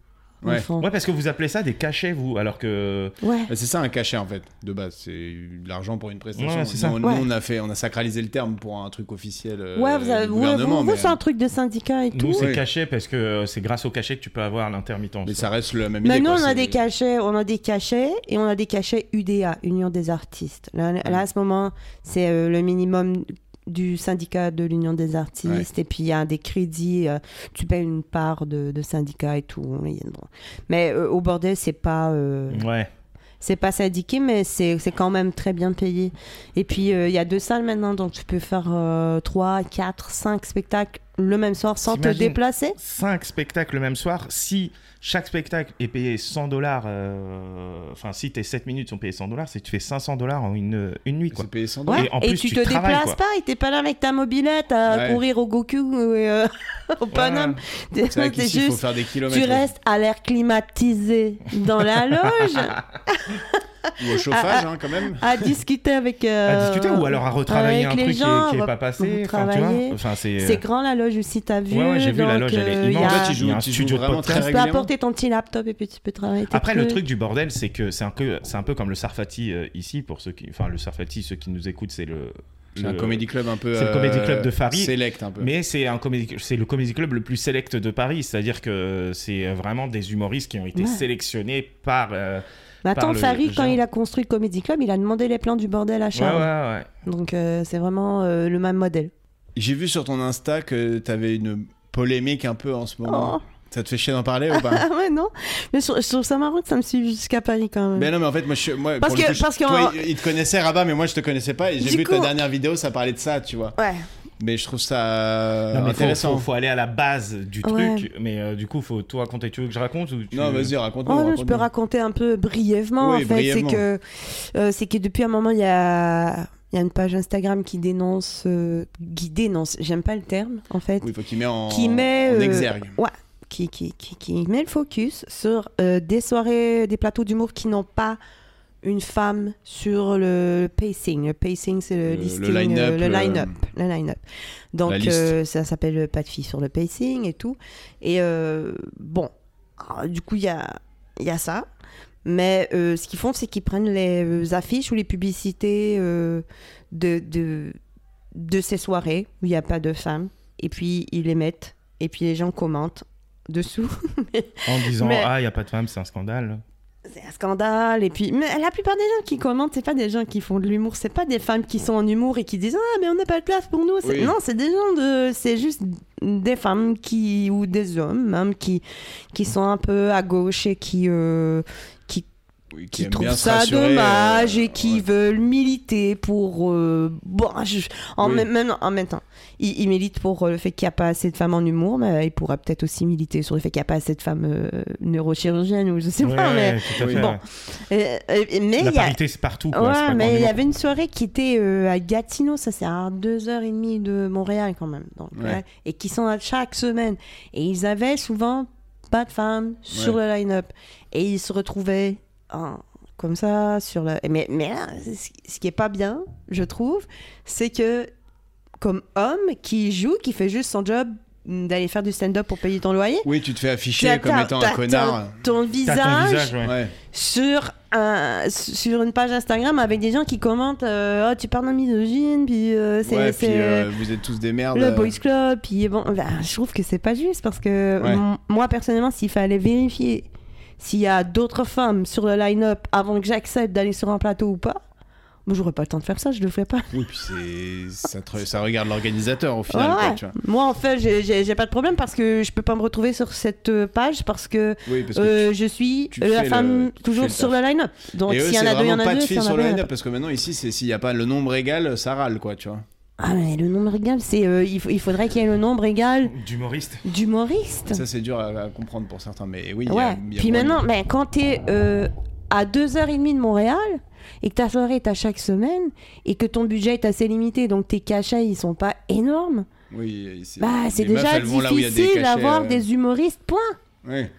Speaker 1: au
Speaker 3: Ouais.
Speaker 1: fond.
Speaker 2: Ouais, parce que vous appelez ça des cachets vous, alors que
Speaker 1: Ouais.
Speaker 3: Bah, C'est ça un cachet en fait, de base. C'est de l'argent pour une prestation.
Speaker 2: Ouais, c'est ça.
Speaker 3: Nous, on-
Speaker 1: Ouais.
Speaker 3: nous, on a fait, on a sacralisé le terme pour un truc officiel. euh,
Speaker 1: Ouais, vous, avez-
Speaker 3: du
Speaker 1: vous-
Speaker 3: gouvernement,
Speaker 1: vous- vous,
Speaker 3: mais,
Speaker 1: c'est un truc de syndicat et
Speaker 2: nous
Speaker 1: tout.
Speaker 2: c'est
Speaker 3: Oui.
Speaker 2: cachet parce que euh, c'est grâce au cachet que tu peux avoir l'intermittence.
Speaker 3: mais ça reste le même. idée,
Speaker 1: Maintenant,
Speaker 3: quoi,
Speaker 1: Bah on a
Speaker 3: c'est-
Speaker 1: des cachets, on a des cachets et on a des cachets UDA, Union des artistes. Là, là, à ce moment, c'est euh, le minimum du syndicat de l'Union des artistes et puis il y a des crédits, euh, tu payes une part de, de syndicat et tout. on y est dedans. Mais euh, au bordel, c'est pas euh,
Speaker 3: Mm.
Speaker 2: Ouais.
Speaker 1: c'est pas syndiqué, mais c'est c'est quand même très bien payé. Et puis euh, il y a deux salles maintenant, donc tu peux faire euh, 3, 4, 5 spectacles le même soir sans te
Speaker 2: T'imagines
Speaker 1: déplacer.
Speaker 2: Cinq spectacles le même soir. Si chaque spectacle est payé 100 dollars, euh, enfin si tes 7 minutes sont payées 100 dollars, c'est que tu fais 500 dollars en une, une nuit quoi.
Speaker 3: C'est payé 100 dollars.
Speaker 1: Ouais,
Speaker 2: Et en plus,
Speaker 1: tu,
Speaker 2: tu
Speaker 1: te
Speaker 2: travailles,
Speaker 1: déplaces
Speaker 2: quoi.
Speaker 1: pas et t'es pas là avec ta mobilette à
Speaker 3: Ouais.
Speaker 1: courir au Goku ou euh, <laughs> au Paname. <laughs> T'es-
Speaker 3: C'est vrai
Speaker 1: t'es
Speaker 3: qu'ici, il faut
Speaker 1: juste-
Speaker 3: faire des kilomètres.
Speaker 1: Tu restes à l'air climatisé dans
Speaker 2: <laughs>
Speaker 1: la loge
Speaker 3: Ou au
Speaker 1: Ah,
Speaker 3: chauffage, hein, quand même.
Speaker 1: à discuter avec.
Speaker 2: à
Speaker 1: euh,
Speaker 2: discuter ou alors à retravailler
Speaker 1: avec
Speaker 2: un
Speaker 1: les
Speaker 2: truc qui est-
Speaker 1: gens,
Speaker 2: qui
Speaker 1: on
Speaker 2: n'est
Speaker 1: va-
Speaker 2: pas passé.
Speaker 1: on
Speaker 2: Enfin, tu
Speaker 1: travailler.
Speaker 2: vois, enfin, c'est.
Speaker 1: C'est grand la loge aussi, t'as vu.
Speaker 2: euh, Ouais, ouais, j'ai vu la
Speaker 1: donc,
Speaker 2: loge, elle est
Speaker 1: euh, il y
Speaker 2: immense.
Speaker 1: a-
Speaker 3: En fait,
Speaker 2: il
Speaker 3: ils jouent,
Speaker 2: y a un
Speaker 3: ils jouent
Speaker 2: studio de
Speaker 3: vraiment
Speaker 2: podcast.
Speaker 3: très
Speaker 1: Tu peux
Speaker 3: régulièrement.
Speaker 1: apporter ton petit laptop et puis tu peux travailler. tes
Speaker 2: Après, le
Speaker 1: trucs.
Speaker 2: truc du bordel, c'est que c'est un peu, c'est un peu comme le Sarfati euh, ici pour ceux qui, enfin le Sarfati, ceux qui nous écoutent, c'est le.
Speaker 3: C'est un
Speaker 2: le-
Speaker 3: comédie club un peu.
Speaker 2: c'est le
Speaker 3: euh,
Speaker 2: comedy club de Paris.
Speaker 3: Select un peu.
Speaker 2: Mais c'est un comédie, c'est le comédie club le plus select de Paris, c'est-à-dire que c'est euh, vraiment des humoristes qui ont été
Speaker 1: Ouais.
Speaker 2: sélectionnés par. euh,
Speaker 1: Mais
Speaker 2: par
Speaker 1: attends,
Speaker 2: le
Speaker 1: Farid, quand
Speaker 2: genre.
Speaker 1: il a construit le Comedy Club, il a demandé les plans du bordel à
Speaker 2: Ouais, ouais,
Speaker 1: Charles.
Speaker 2: ouais.
Speaker 1: Donc euh, c'est vraiment euh, le même modèle.
Speaker 3: J'ai vu sur ton Insta que t'avais une polémique un peu en ce moment.
Speaker 1: Oh. <laughs>
Speaker 3: Ça te fait chier d'en parler ou pas
Speaker 1: Ah ouais, non Mais je, trouve- je trouve ça marrant que ça me suive jusqu'à Paris quand même.
Speaker 3: Ben non, mais en fait, moi, je, moi
Speaker 1: Parce
Speaker 3: pour
Speaker 1: que-
Speaker 3: le coup, je-
Speaker 1: parce que-
Speaker 3: toi, il- il te connaissait Rabat, mais moi, je te connaissais pas. Et j'ai
Speaker 1: Du
Speaker 3: vu ta
Speaker 1: coup-
Speaker 3: dernière vidéo, ça parlait de ça, tu vois.
Speaker 1: Ouais.
Speaker 3: Mais je trouve ça
Speaker 2: Non, mais faut-
Speaker 3: Euh, intéressant.
Speaker 2: Faut, faut aller à la base du
Speaker 1: Ouais.
Speaker 2: truc, mais euh, du coup, faut tout raconter. Tu veux que je raconte ou tu-
Speaker 3: Non, vas-y, raconte-nous.
Speaker 1: Oh non, je
Speaker 3: raconte-nous.
Speaker 1: peux raconter un peu brièvement
Speaker 3: Oui,
Speaker 1: en fait. C'est
Speaker 3: brièvement.
Speaker 1: que, euh, c'est que depuis un moment, il y a, il y a une page Instagram qui dénonce. euh, qui dénonce, j'aime pas le terme en fait.
Speaker 3: Oui, faut qu'il met en,
Speaker 1: qui met.
Speaker 3: en
Speaker 1: euh,
Speaker 3: exergue.
Speaker 1: ouais, qui, qui, qui, qui met le focus sur euh, des soirées, des plateaux d'humour qui n'ont pas une femme sur le pacing. Le pacing, c'est le,
Speaker 3: Le- le
Speaker 1: listing,
Speaker 3: line-up,
Speaker 1: euh, le
Speaker 3: le-
Speaker 1: line-up. le line-up. Donc,
Speaker 3: La liste.
Speaker 1: euh, ça s'appelle euh, Pas de filles sur le pacing et tout. Et euh, bon, Alors, du coup, il y a, il y a ça. Mais euh, ce qu'ils font, c'est qu'ils prennent les euh, affiches ou les publicités euh, de, de, de ces soirées où il n'y a pas de femmes. Et puis, ils les mettent. Et puis, les gens commentent dessous.
Speaker 2: En disant
Speaker 1: Mais-
Speaker 2: Ah, il n'y a pas de femme, c'est un scandale.
Speaker 1: c'est un scandale. Et puis, mais la plupart des gens qui commentent, c'est pas des gens qui font de l'humour. C'est pas des femmes qui sont en humour et qui disent Ah, mais on n'a pas de place pour nous. C'est-
Speaker 3: Oui.
Speaker 1: Non, c'est des gens de. C'est juste des femmes qui. ou des hommes, même, qui, qui sont un peu à gauche et qui. euh, qui
Speaker 3: Oui,
Speaker 1: qui
Speaker 3: aiment
Speaker 1: trouvent
Speaker 3: bien se
Speaker 1: ça
Speaker 3: rassurer,
Speaker 1: dommage
Speaker 3: euh,
Speaker 1: et qui
Speaker 3: ouais.
Speaker 1: veulent militer pour. euh, bon, je- en,
Speaker 3: Oui.
Speaker 1: même, même- en même temps, ils, ils militent pour euh, le fait qu'il n'y a pas assez de femmes en humour, mais ils pourraient peut-être aussi militer sur le fait qu'il n'y a pas assez de femmes euh, neurochirurgiennes ou je sais
Speaker 2: Ouais,
Speaker 1: pas. Mais,
Speaker 2: tout à
Speaker 3: Oui.
Speaker 2: fait.
Speaker 1: Bon, euh, euh, mais
Speaker 2: la
Speaker 1: il y a.
Speaker 2: parité, c'est partout. Quoi. c'est
Speaker 1: Ouais,
Speaker 2: pas
Speaker 1: mais il y
Speaker 2: qu'en
Speaker 1: avait une soirée qui était euh, à Gatineau, ça c'est à 2h30 de Montréal quand même. Donc,
Speaker 3: Ouais.
Speaker 1: ouais, et qui sont à chaque semaine. Et ils avaient souvent pas de femmes sur le line-up. Et ils se retrouvaient en- comme ça sur le. Mais, mais là, ce ce qui est pas bien, je trouve, c'est que comme homme qui joue, qui fait juste son job mm, d'aller faire du stand-up pour payer ton loyer,
Speaker 3: Oui, tu te fais afficher
Speaker 1: t'as-
Speaker 3: comme
Speaker 1: t'as-
Speaker 3: étant
Speaker 1: t'as-
Speaker 3: un
Speaker 1: t'as
Speaker 3: connard.
Speaker 1: ton
Speaker 2: humour. T'as ton visage, ouais.
Speaker 3: Ouais.
Speaker 1: sur un sur une page Instagram avec des gens qui commentent euh, oh tu parles d'un misogyne puis euh, c'est
Speaker 3: Ouais,
Speaker 1: c'est,
Speaker 3: puis
Speaker 1: euh,
Speaker 3: euh, vous êtes tous des merdes.
Speaker 1: le
Speaker 3: euh,
Speaker 1: boys club puis bon bah, je trouve que c'est pas juste parce que
Speaker 3: Ouais.
Speaker 1: m- moi personnellement s'il fallait vérifier s'il y a d'autres femmes sur le line-up avant que j'accepte d'aller sur un plateau ou pas moi j'aurais pas le temps de faire ça je le ferais pas
Speaker 3: Oui, puis c'est- ça, te- ça regarde l'organisateur au final.
Speaker 1: Ouais,
Speaker 3: quoi,
Speaker 1: ouais.
Speaker 3: tu vois.
Speaker 1: moi en fait j'ai- j'ai j'ai pas de problème parce que je peux pas me retrouver sur cette euh, page parce que,
Speaker 3: Oui, parce que
Speaker 1: euh,
Speaker 3: tu-
Speaker 1: je suis
Speaker 3: tu
Speaker 1: la
Speaker 3: fais
Speaker 1: femme
Speaker 3: le- tu
Speaker 1: toujours
Speaker 3: fais le
Speaker 1: sur le
Speaker 3: taf.
Speaker 1: line-up donc
Speaker 3: et eux,
Speaker 1: s'il y
Speaker 3: c'est
Speaker 1: en a deux il y en
Speaker 3: vraiment
Speaker 1: a
Speaker 3: pas
Speaker 1: deux
Speaker 3: de
Speaker 1: s'il y en
Speaker 3: filles
Speaker 1: a
Speaker 3: sur le
Speaker 1: deux, il y en a
Speaker 3: line parce que maintenant ici, c'est s'il n'y a pas le nombre égal, ça râle quoi, tu vois.
Speaker 1: Ah, mais le nombre égal, c'est. euh, il, faut- il faudrait qu'il y ait le nombre égal
Speaker 2: D'humoriste.
Speaker 1: d'humoristes.
Speaker 3: Ça, c'est dur à, à comprendre pour certains, mais oui. il y a-
Speaker 1: Ouais.
Speaker 3: il y a
Speaker 1: Puis
Speaker 3: moins de-
Speaker 1: maintenant, ben, quand t'es euh, à 2h30 de Montréal et que ta soirée est à chaque semaine et que ton budget est assez limité, donc tes cachets, ils sont pas énormes,
Speaker 3: Oui, c'est
Speaker 1: bah c'est
Speaker 3: les meufs,
Speaker 1: déjà
Speaker 3: elles vont là où il y a des
Speaker 1: difficile
Speaker 3: cachets,
Speaker 1: d'avoir
Speaker 3: euh,
Speaker 1: des humoristes, point.
Speaker 3: ouais.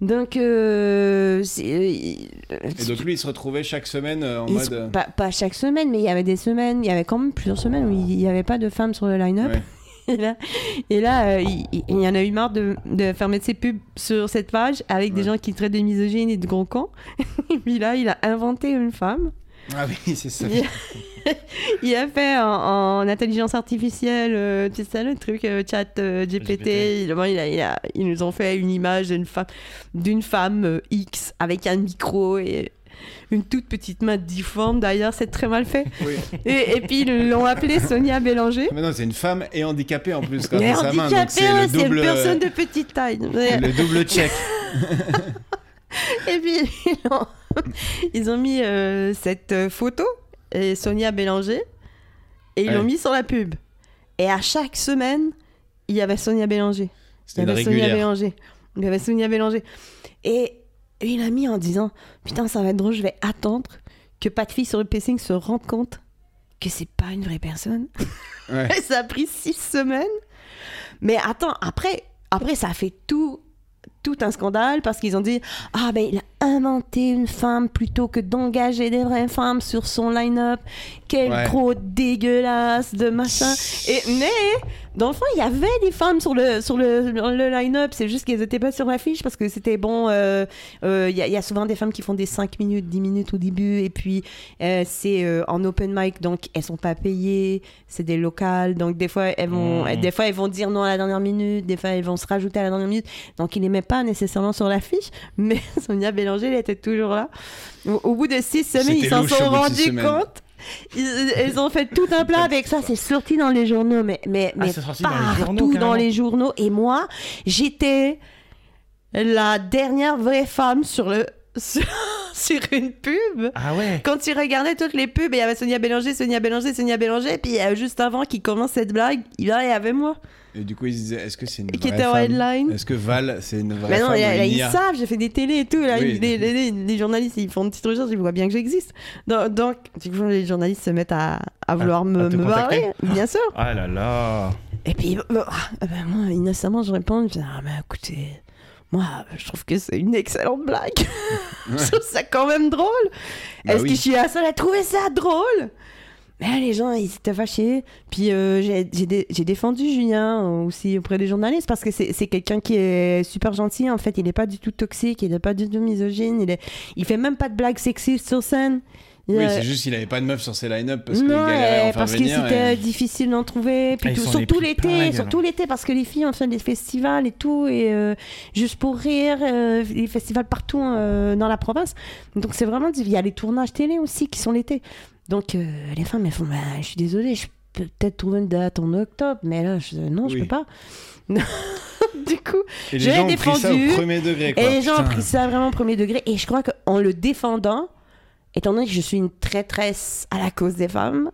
Speaker 1: Donc, euh, c'est- euh,
Speaker 3: Et donc lui, il se retrouvait chaque semaine euh, en
Speaker 1: ils
Speaker 3: mode.
Speaker 1: sont-
Speaker 3: euh,
Speaker 1: pas, pas chaque semaine, mais il y avait des semaines, il y avait quand même plusieurs semaines où il n'y avait pas de femmes sur le line-up.
Speaker 3: ouais.
Speaker 1: Et là, et là euh, il, il- il y en a eu marre de, de faire mettre ses pubs sur cette page avec des
Speaker 3: Ouais.
Speaker 1: gens qui traitent de misogynes et de gros cons. <laughs> Et puis là, il a inventé une femme.
Speaker 3: Ah oui, <laughs> c'est ça.
Speaker 1: Il- Il a fait en, en intelligence artificielle, euh, tu sais ça, le truc euh, chat euh, GPT.
Speaker 2: GPT.
Speaker 1: Il- bon, il a- il a- ils nous ont fait une image d'une femme, d'une femme euh, X avec un micro et une toute petite main difforme. D'ailleurs, c'est très mal
Speaker 3: <laughs>
Speaker 1: fait.
Speaker 3: Oui.
Speaker 1: Et, et puis, ils l'ont appelée Sonia Bélanger.
Speaker 3: Maintenant, c'est une femme et handicapée en plus. Quand
Speaker 1: Elle est
Speaker 3: dans sa main, donc
Speaker 1: handicapée,
Speaker 3: c'est le
Speaker 1: ouais, c'est une
Speaker 3: double. euh,
Speaker 1: personne de petite taille. Ouais.
Speaker 3: Le
Speaker 1: <laughs>
Speaker 3: double check.
Speaker 1: Et puis, ils ont, ils ont mis euh, cette euh, photo et Sonia Bélanger et ils
Speaker 3: Ouais.
Speaker 1: l'ont mis sur la pub. Et à chaque semaine, il y avait Sonia Bélanger. Il
Speaker 3: C'était
Speaker 1: y
Speaker 3: une
Speaker 1: avait Sonia
Speaker 3: régulière.
Speaker 1: Bélanger. Il y avait Sonia Bélanger. Et il a mis en disant Putain, ça va être drôle, je vais attendre que pas de fille sur le pacing se rende compte que c'est pas une vraie personne.
Speaker 3: <laughs> Ouais.
Speaker 1: Et <laughs> ça a pris six semaines. Mais attends, après, après ça a fait tout, tout un scandale parce qu'ils ont dit Ah, ben il a inventé une femme plutôt que d'engager des vraies femmes sur son line-up. Quel
Speaker 3: Ouais.
Speaker 1: gros dégueulasse de machin. Et, mais, dans le fond, il y avait des femmes sur le, sur le, le line-up. C'est juste qu'elles n'étaient pas sur l'affiche parce que c'était bon. euh, euh, Il y, a- il y a souvent des femmes qui font des 5 minutes, 10 minutes au début. Et puis, euh, c'est euh, en open mic, donc elles sont pas payées, c'est des locales, donc des fois elles vont,
Speaker 3: Mmh.
Speaker 2: Mhm.
Speaker 1: des fois elles vont dire non à la dernière minute, des fois elles vont se rajouter à la dernière minute, donc il les met pas nécessairement sur l'affiche, <laughs> mais Sonia Bélanger, elle était toujours là. Au, au bout de six semaines, ils
Speaker 3: C'était
Speaker 1: s'en
Speaker 3: louche au
Speaker 1: sont
Speaker 3: bout de six
Speaker 1: rendus
Speaker 3: semaines.
Speaker 1: compte. Ils, elles ont fait tout un plat avec ça, c'est sorti dans les journaux, mais, mais,
Speaker 2: Ah,
Speaker 1: mais
Speaker 2: c'est sorti dans les
Speaker 1: partout
Speaker 2: journaux, carrément.
Speaker 1: dans les journaux. Et moi, j'étais la dernière vraie femme sur le sur, <laughs> sur une pub.
Speaker 2: Ah ouais
Speaker 1: Quand tu regardais toutes les pubs, il y avait Sonia Bélanger, Sonia Bélanger, Sonia Bélanger, puis euh, juste avant qu'il commence cette blague, il y avait moi.
Speaker 3: Et du coup, ils se disaient est-ce que c'est une
Speaker 1: Qui
Speaker 3: vraie
Speaker 1: était en
Speaker 3: femme
Speaker 1: headline.
Speaker 3: Est-ce que Val, c'est une vraie
Speaker 1: Mais non,
Speaker 3: femme
Speaker 1: là,
Speaker 3: ou
Speaker 1: là,
Speaker 3: une
Speaker 1: ils
Speaker 3: IA
Speaker 1: savent, j'ai fait des télés et tout. Là,
Speaker 3: Oui,
Speaker 1: ils- les,
Speaker 3: d'accord.
Speaker 1: les- les journalistes, ils font une petite recherche, ils voient bien que j'existe. Donc, donc, du coup, les journalistes se mettent à, à vouloir me,
Speaker 2: à te
Speaker 1: me
Speaker 2: contacter.
Speaker 1: barrer, bien sûr.
Speaker 2: Ah là là
Speaker 1: Et puis, bon, ah, ben, moi, innocemment, je réponds, je dis, ah, mais écoutez, moi, je trouve que c'est une excellente blague. <laughs> je trouve ça quand même drôle.
Speaker 3: Bah
Speaker 1: Est-ce
Speaker 3: oui.
Speaker 1: que je suis la seule à trouver ça drôle là, les gens, ils étaient fâchés. Puis euh, j'ai j'ai dé- j'ai défendu Julien euh, aussi auprès des journalistes parce que c'est c'est quelqu'un qui est super gentil. En fait, il n'est pas du tout toxique, il n'est pas du tout misogyne, il, est, il fait même pas de blagues sexistes sur scène. Il,
Speaker 3: Oui,
Speaker 1: euh,
Speaker 3: c'est juste qu'il avait pas de meuf sur ses line-up parce qu'il
Speaker 1: non,
Speaker 3: galérait
Speaker 1: euh,
Speaker 3: à en faire
Speaker 1: parce que
Speaker 3: venir.
Speaker 1: c'était
Speaker 3: et-
Speaker 1: difficile d'en trouver. Puis
Speaker 2: Ah, ils
Speaker 1: tout-
Speaker 2: s'en est
Speaker 1: surtout
Speaker 2: pris plein la
Speaker 1: l'été,
Speaker 2: gueule.
Speaker 1: surtout l'été, parce que les filles ont fait des festivals et tout, et euh, juste pour rire, euh, les festivals partout euh, dans la province. Donc c'est vraiment. Il y a les tournages télé aussi qui sont l'été. Donc euh, les femmes, elles font bah, Je suis désolée, je peux peut-être trouver une date en octobre, mais là, je- non, je
Speaker 3: Oui.
Speaker 1: peux pas. <laughs> du coup, je
Speaker 3: Et les
Speaker 1: l'ai
Speaker 3: gens ont pris ça au
Speaker 1: défendu.
Speaker 3: premier degré. Quoi.
Speaker 1: et les gens ont
Speaker 3: Putain.
Speaker 1: pris ça vraiment au premier degré. Et je crois qu'en le défendant, étant donné que je suis une traîtresse à la cause des femmes,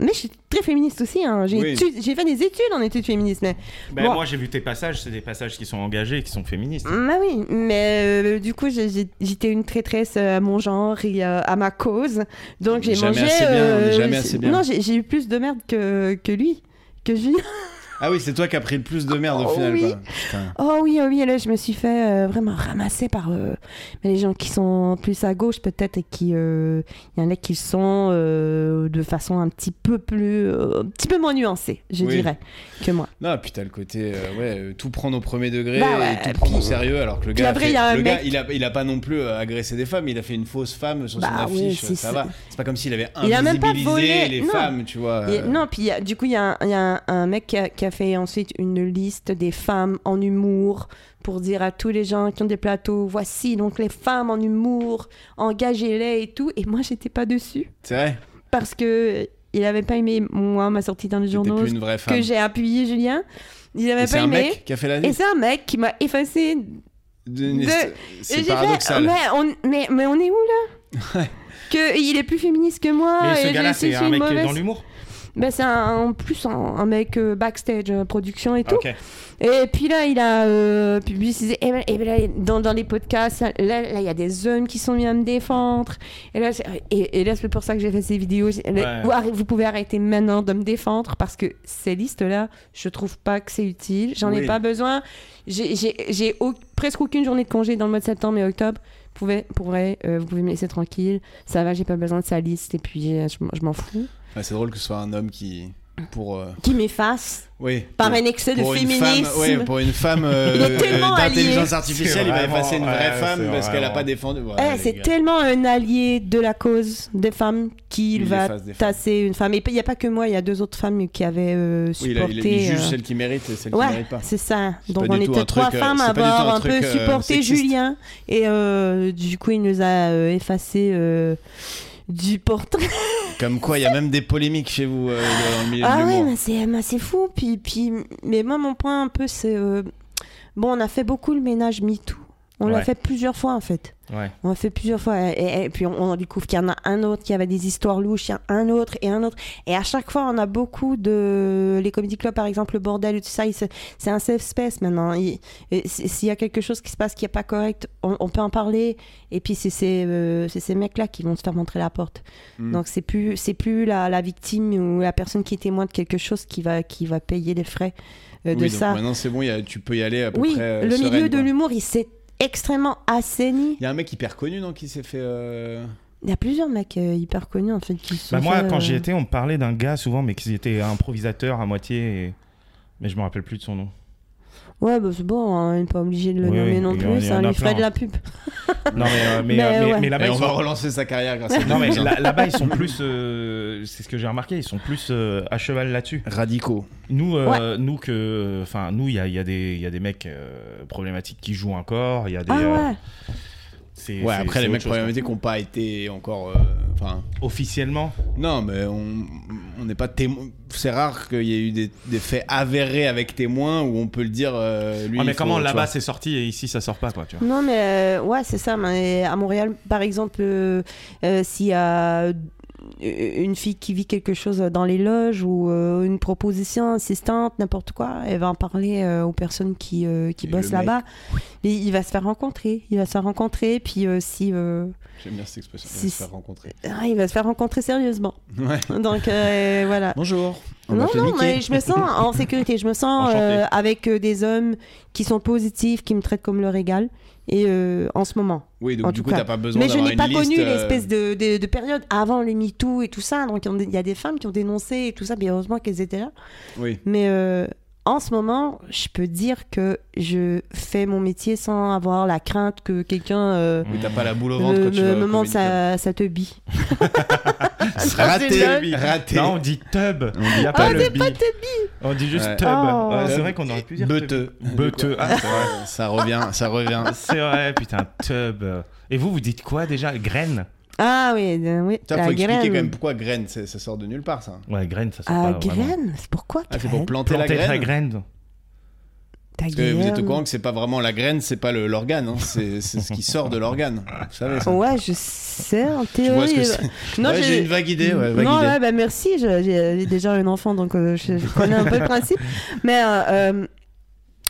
Speaker 1: mais je suis très féministe aussi. hein. J'ai
Speaker 3: Oui.
Speaker 1: études- j'ai fait des études en études féministes. Mais,
Speaker 2: Ben,
Speaker 1: Bon.
Speaker 2: Moi, j'ai vu tes passages, c'est des passages qui sont engagés, qui sont féministes.
Speaker 1: bah oui, mais euh, du coup, j'ai- j'ai- j'étais une traîtresse euh, à mon genre et euh, à ma cause. Donc j'ai
Speaker 3: Jamais
Speaker 1: mangé.
Speaker 3: assez bien, on est jamais
Speaker 1: j'ai-
Speaker 3: assez bien.
Speaker 1: Non, j'ai j'ai eu plus de merde que, que lui. Que Julien.
Speaker 3: Ah oui, c'est toi qui as pris le plus de merde au
Speaker 1: Oh
Speaker 3: final.
Speaker 1: oui.
Speaker 3: quoi. Putain.
Speaker 1: Oh oui, oh oui, et là je me suis fait euh, vraiment ramasser par euh, mais les gens qui sont plus à gauche peut-être et qui euh, il y en a qui le sont euh, de façon un petit peu plus euh, un petit peu moins nuancée, je
Speaker 3: Oui.
Speaker 1: dirais, que moi.
Speaker 3: Non, puis t'as le côté, euh, ouais, euh, tout prendre au premier degré
Speaker 1: Bah ouais,
Speaker 3: et tout prendre au
Speaker 1: puis-
Speaker 3: sérieux, alors que le
Speaker 1: puis
Speaker 3: gars, a
Speaker 1: après,
Speaker 3: fait-
Speaker 1: il y a un
Speaker 3: le gars,
Speaker 1: mec-
Speaker 3: il, a, il a pas non plus euh, agressé des femmes, il a fait une fausse femme sur son
Speaker 1: Bah oui,
Speaker 3: affiche,
Speaker 1: c'est
Speaker 3: ça
Speaker 1: ça.
Speaker 3: va. C'est pas comme s'il avait
Speaker 1: Il a même pas
Speaker 3: invisibilisé
Speaker 1: volé,
Speaker 3: les
Speaker 1: non.
Speaker 3: femmes, tu vois.
Speaker 1: Et
Speaker 3: euh,
Speaker 1: non, puis il y a- du coup il y a, un- il y a un, un mec qui a, qui a fait ensuite une liste des femmes en humour pour dire à tous les gens qui ont des plateaux, voici donc les femmes en humour, engagez-les et tout et moi j'étais pas dessus
Speaker 3: C'est vrai,
Speaker 1: parce que euh, il avait pas aimé moi ma sortie dans les
Speaker 3: t'es
Speaker 1: journaux.
Speaker 3: plus une vraie femme.
Speaker 1: que j'ai appuyé Julien. Il
Speaker 3: Et
Speaker 1: avait
Speaker 3: c'est
Speaker 1: pas
Speaker 3: un
Speaker 1: aimé.
Speaker 3: mec qui a fait la
Speaker 1: Et c'est un mec qui m'a effacé.
Speaker 3: d'une-
Speaker 1: de- Et j'ai
Speaker 3: C'est
Speaker 1: fait,
Speaker 3: paradoxal.
Speaker 1: mais, on, mais, mais on est où là
Speaker 3: Ouais.
Speaker 1: que il est plus féministe que moi.
Speaker 2: Mais
Speaker 1: et
Speaker 2: ce
Speaker 1: je sais
Speaker 2: gars-là,
Speaker 1: que
Speaker 2: c'est
Speaker 1: je
Speaker 2: un
Speaker 1: suis une
Speaker 2: mec qui est
Speaker 1: mauvaise-
Speaker 2: dans l'humour.
Speaker 1: Ben, c'est un- en plus un, un mec euh, backstage, euh, production et tout.
Speaker 2: Ok.
Speaker 1: Et puis là, il a euh, publicisé. Et ben, et ben là, dans, dans les podcasts, là, là, il y a des hommes qui sont mis à me défendre. Et là, c'est- et, et là, c'est pour ça que j'ai fait ces vidéos. J'ai- là,
Speaker 2: Ouais.
Speaker 1: vous arrêtez- Vous pouvez arrêter maintenant de me défendre parce que ces listes-là, je trouve pas que c'est utile. J'en
Speaker 3: Oui.
Speaker 1: ai pas besoin. J'ai- J'ai j'ai au- presque aucune journée de congé dans le mois de septembre et octobre. Vous pouvez, pour vrai, euh, vous pouvez me laisser tranquille. Ça va, j'ai pas besoin de sa liste. Et puis, euh, je, m'en- je m'en fous.
Speaker 3: Ouais, c'est drôle que ce soit un homme qui. Pour. euh,
Speaker 1: Qui m'efface
Speaker 3: Oui.
Speaker 1: par
Speaker 3: pour-
Speaker 1: un excès de
Speaker 3: pour une
Speaker 1: féminisme.
Speaker 3: femme, ouais, pour
Speaker 1: <laughs>
Speaker 3: une femme euh,
Speaker 1: Il est tellement
Speaker 3: d'intelligence
Speaker 1: allié.
Speaker 3: artificielle,
Speaker 2: C'est
Speaker 3: il va
Speaker 2: vraiment-
Speaker 3: effacer une vraie
Speaker 2: ouais,
Speaker 3: femme
Speaker 2: c'est
Speaker 3: parce qu'elle a
Speaker 2: vraiment-
Speaker 3: pas défendu. Ouais,
Speaker 1: Eh,
Speaker 3: les
Speaker 1: c'est
Speaker 3: gars.
Speaker 1: tellement un allié de la cause des femmes qu'il
Speaker 3: Il
Speaker 1: va
Speaker 3: efface des femmes.
Speaker 1: tasser une femme. Et il n'y a pas que moi, il y a deux autres femmes qui avaient euh,
Speaker 3: Oui, il, a-
Speaker 1: supporté.
Speaker 3: il- il juge
Speaker 1: euh,
Speaker 3: celle qui mérite et celle qui
Speaker 1: Ouais,
Speaker 3: mérite pas.
Speaker 1: c'est ça.
Speaker 3: C'est
Speaker 1: Donc
Speaker 3: pas
Speaker 1: on
Speaker 3: du tout un
Speaker 1: était trois
Speaker 3: truc, euh,
Speaker 1: femmes
Speaker 3: c'est
Speaker 1: à
Speaker 3: pas du tout un
Speaker 1: bord, un peu
Speaker 3: truc, euh,
Speaker 1: supporter
Speaker 3: sexiste.
Speaker 1: Julien. Et euh, du coup, il nous a euh, effacé euh, du portrait.
Speaker 3: Comme quoi, il y a même des polémiques chez vous euh, dans le milieu
Speaker 1: Ah
Speaker 3: de
Speaker 1: ouais,
Speaker 3: l'humour.
Speaker 1: mais c'est mais c'est fou. Puis, puis, mais moi, mon point un peu, c'est. euh, Bon, on a fait beaucoup le ménage MeToo. On l'a
Speaker 2: Ouais.
Speaker 1: fait plusieurs fois en fait.
Speaker 2: Ouais.
Speaker 1: On a fait plusieurs fois. Et, et- et puis on, on découvre qu'il y en a un autre qui avait des histoires louches, il y a un autre et un autre. Et à chaque fois, on a beaucoup de. Les comédie clubs, par exemple, le bordel et tout ça, ils se- c'est un safe space maintenant. Il- et si- S'il y a quelque chose qui se passe qui n'est pas correct, on, on peut en parler. Et puis c'est ces, euh, c'est ces mecs-là qui vont se faire montrer la porte.
Speaker 3: Mm.
Speaker 1: Donc c'est plus, c'est plus la, la victime ou la personne qui est témoin de quelque chose qui va, qui va payer les frais euh,
Speaker 3: Oui,
Speaker 1: de
Speaker 3: donc
Speaker 1: ça.
Speaker 3: Maintenant, c'est bon, il y a- tu peux y aller à peu
Speaker 1: Oui,
Speaker 3: près. euh,
Speaker 1: le
Speaker 3: sereine,
Speaker 1: milieu de
Speaker 3: quoi.
Speaker 1: l'humour, il s'est extrêmement assaini.
Speaker 3: Il y a un mec hyper connu, non, qui s'est fait. euh,
Speaker 1: Il y a plusieurs mecs euh, hyper connus en fait qui se sont.
Speaker 2: Bah, moi,
Speaker 1: fait,
Speaker 2: quand
Speaker 1: euh,
Speaker 2: j'y étais, on me parlait d'un gars souvent, mais qui était improvisateur à moitié. et- Mais je me rappelle plus de
Speaker 3: <laughs>
Speaker 2: son nom.
Speaker 1: Ouais, bah, c'est bon, hein, on n'est pas obligé de le
Speaker 2: Oui,
Speaker 1: nommer
Speaker 2: oui,
Speaker 1: non
Speaker 2: il y en- il
Speaker 1: plus,
Speaker 2: y
Speaker 1: hein,
Speaker 2: en a
Speaker 1: lui ferait
Speaker 2: plein.
Speaker 1: de la pub.
Speaker 2: Non, mais, euh, mais,
Speaker 1: Mais
Speaker 2: euh, mais-
Speaker 1: ouais.
Speaker 2: mais
Speaker 3: et
Speaker 2: là-bas,
Speaker 3: on
Speaker 2: ils
Speaker 3: va
Speaker 2: sont-
Speaker 3: relancer sa carrière grâce à
Speaker 2: Non,
Speaker 3: <laughs>
Speaker 2: mais
Speaker 3: nous, hein.
Speaker 2: là- là-bas, ils sont plus. euh, C'est ce que j'ai remarqué, ils sont plus euh, à cheval là-dessus.
Speaker 3: Radicaux.
Speaker 2: Nous, euh, nous que, enfin, nous, il y a, il y a des, il y a des mecs euh, problématiques qui jouent encore. Il y a des.
Speaker 1: Ah
Speaker 2: euh,
Speaker 1: ouais,
Speaker 2: c'est-
Speaker 3: Ouais,
Speaker 2: c'est-
Speaker 3: après,
Speaker 2: c'est
Speaker 3: les
Speaker 2: autre
Speaker 3: mecs
Speaker 2: chose, quoi.
Speaker 3: problématiques n'ont pas été encore. euh, Enfin.
Speaker 2: Officiellement.
Speaker 3: Non, mais on on n'est pas témoin. C'est rare qu'il y ait eu des, des faits avérés avec témoins où on peut le dire. euh, lui,
Speaker 2: Ah, mais
Speaker 3: il faut-
Speaker 2: comment
Speaker 3: tu
Speaker 2: là-bas
Speaker 3: vois.
Speaker 2: c'est sorti et ici ça sort pas, quoi, tu
Speaker 3: <laughs>
Speaker 2: vois.
Speaker 1: non mais euh, ouais, c'est ça. Mais à Montréal, par exemple, euh, euh, s'il y a une fille qui vit quelque chose dans les loges ou euh, une proposition assistante, n'importe quoi, elle va en parler euh, aux personnes qui, euh, qui
Speaker 3: Et
Speaker 1: bossent
Speaker 3: le mec-
Speaker 1: là-bas. Mais il va se faire rencontrer, il va se faire rencontrer, puis euh, si. euh,
Speaker 3: J'aime bien cette expression.
Speaker 1: Si-
Speaker 3: Se faire rencontrer.
Speaker 1: ah, il va se faire rencontrer sérieusement.
Speaker 3: Ouais.
Speaker 1: Donc euh, voilà.
Speaker 3: Bonjour. On va
Speaker 1: Non,
Speaker 3: te
Speaker 1: non,
Speaker 3: niquer.
Speaker 1: mais je me sens
Speaker 3: <laughs>
Speaker 1: en sécurité. Je me sens
Speaker 3: Enchanté.
Speaker 1: euh, avec euh, des hommes qui sont positifs, qui me traitent comme leur égal. Et euh, en ce moment.
Speaker 3: Oui, donc
Speaker 1: en
Speaker 3: du
Speaker 1: tout
Speaker 3: coup,
Speaker 1: cas.
Speaker 3: t'as pas besoin
Speaker 1: Mais je
Speaker 3: d'avoir
Speaker 1: n'ai
Speaker 3: une
Speaker 1: pas
Speaker 3: liste,
Speaker 1: connu
Speaker 3: euh,
Speaker 1: l'espèce de, de- de période avant le MeToo et tout ça. Donc il y a des femmes qui ont dénoncé et tout ça. Bien heureusement qu'elles étaient là.
Speaker 3: Oui.
Speaker 1: Mais euh, en ce moment, je peux dire que je fais mon métier sans avoir la crainte que quelqu'un euh,
Speaker 3: Mais
Speaker 2: Mmh.
Speaker 3: t'as pas la boule Mmh. au ventre
Speaker 1: me,
Speaker 3: quand tu
Speaker 1: me-
Speaker 3: vas au
Speaker 1: me montre <laughs>
Speaker 3: Comedy
Speaker 1: sa,
Speaker 3: Club.
Speaker 1: sa teubie.
Speaker 3: Raté,
Speaker 1: Raté.
Speaker 3: oui, raté.
Speaker 2: Non, on dit tub.
Speaker 3: On dit
Speaker 2: Il y a
Speaker 1: Ah,
Speaker 2: pas
Speaker 1: c'est
Speaker 2: le bi.
Speaker 1: pas teubie.
Speaker 2: On dit juste
Speaker 3: Ouais.
Speaker 2: tub.
Speaker 1: Oh.
Speaker 2: Ouais, c'est vrai qu'on aurait pu dire tub.
Speaker 3: Beuteux.
Speaker 2: Beuteux. Ah, c'est vrai.
Speaker 3: Ça revient, ça revient.
Speaker 2: C'est vrai, putain, tub. Et vous, vous dites quoi déjà Graine
Speaker 1: Ah oui, euh, oui.
Speaker 3: Putain,
Speaker 1: la
Speaker 3: faut expliquer
Speaker 1: graine.
Speaker 3: quand même pourquoi graine, c'est- ça sort de nulle part ça.
Speaker 2: Ouais, graine, ça sort
Speaker 1: Ah,
Speaker 2: pas vraiment.
Speaker 1: graine C'est pourquoi
Speaker 3: Ah, c'est
Speaker 1: graine
Speaker 3: pour planter,
Speaker 2: Planter
Speaker 3: la
Speaker 2: ta
Speaker 3: graine.
Speaker 2: graine.
Speaker 1: Ta
Speaker 3: Parce que vous êtes au
Speaker 1: graine.
Speaker 3: courant que c'est pas vraiment la graine, c'est pas le- l'organe, hein, c'est c'est ce qui sort de l'organe. Vous savez ça.
Speaker 1: Ouais, je sais, en
Speaker 3: Tu Ah. vois
Speaker 1: théorie.
Speaker 3: ce que c'est
Speaker 1: Non,
Speaker 3: Ouais,
Speaker 1: j'ai-
Speaker 3: j'ai une vague idée. Ouais, vague
Speaker 1: non,
Speaker 3: idée.
Speaker 1: ouais, bah merci, je- j'ai j'ai déjà un enfant, donc euh, je, je connais un peu le principe. Mais, euh, euh,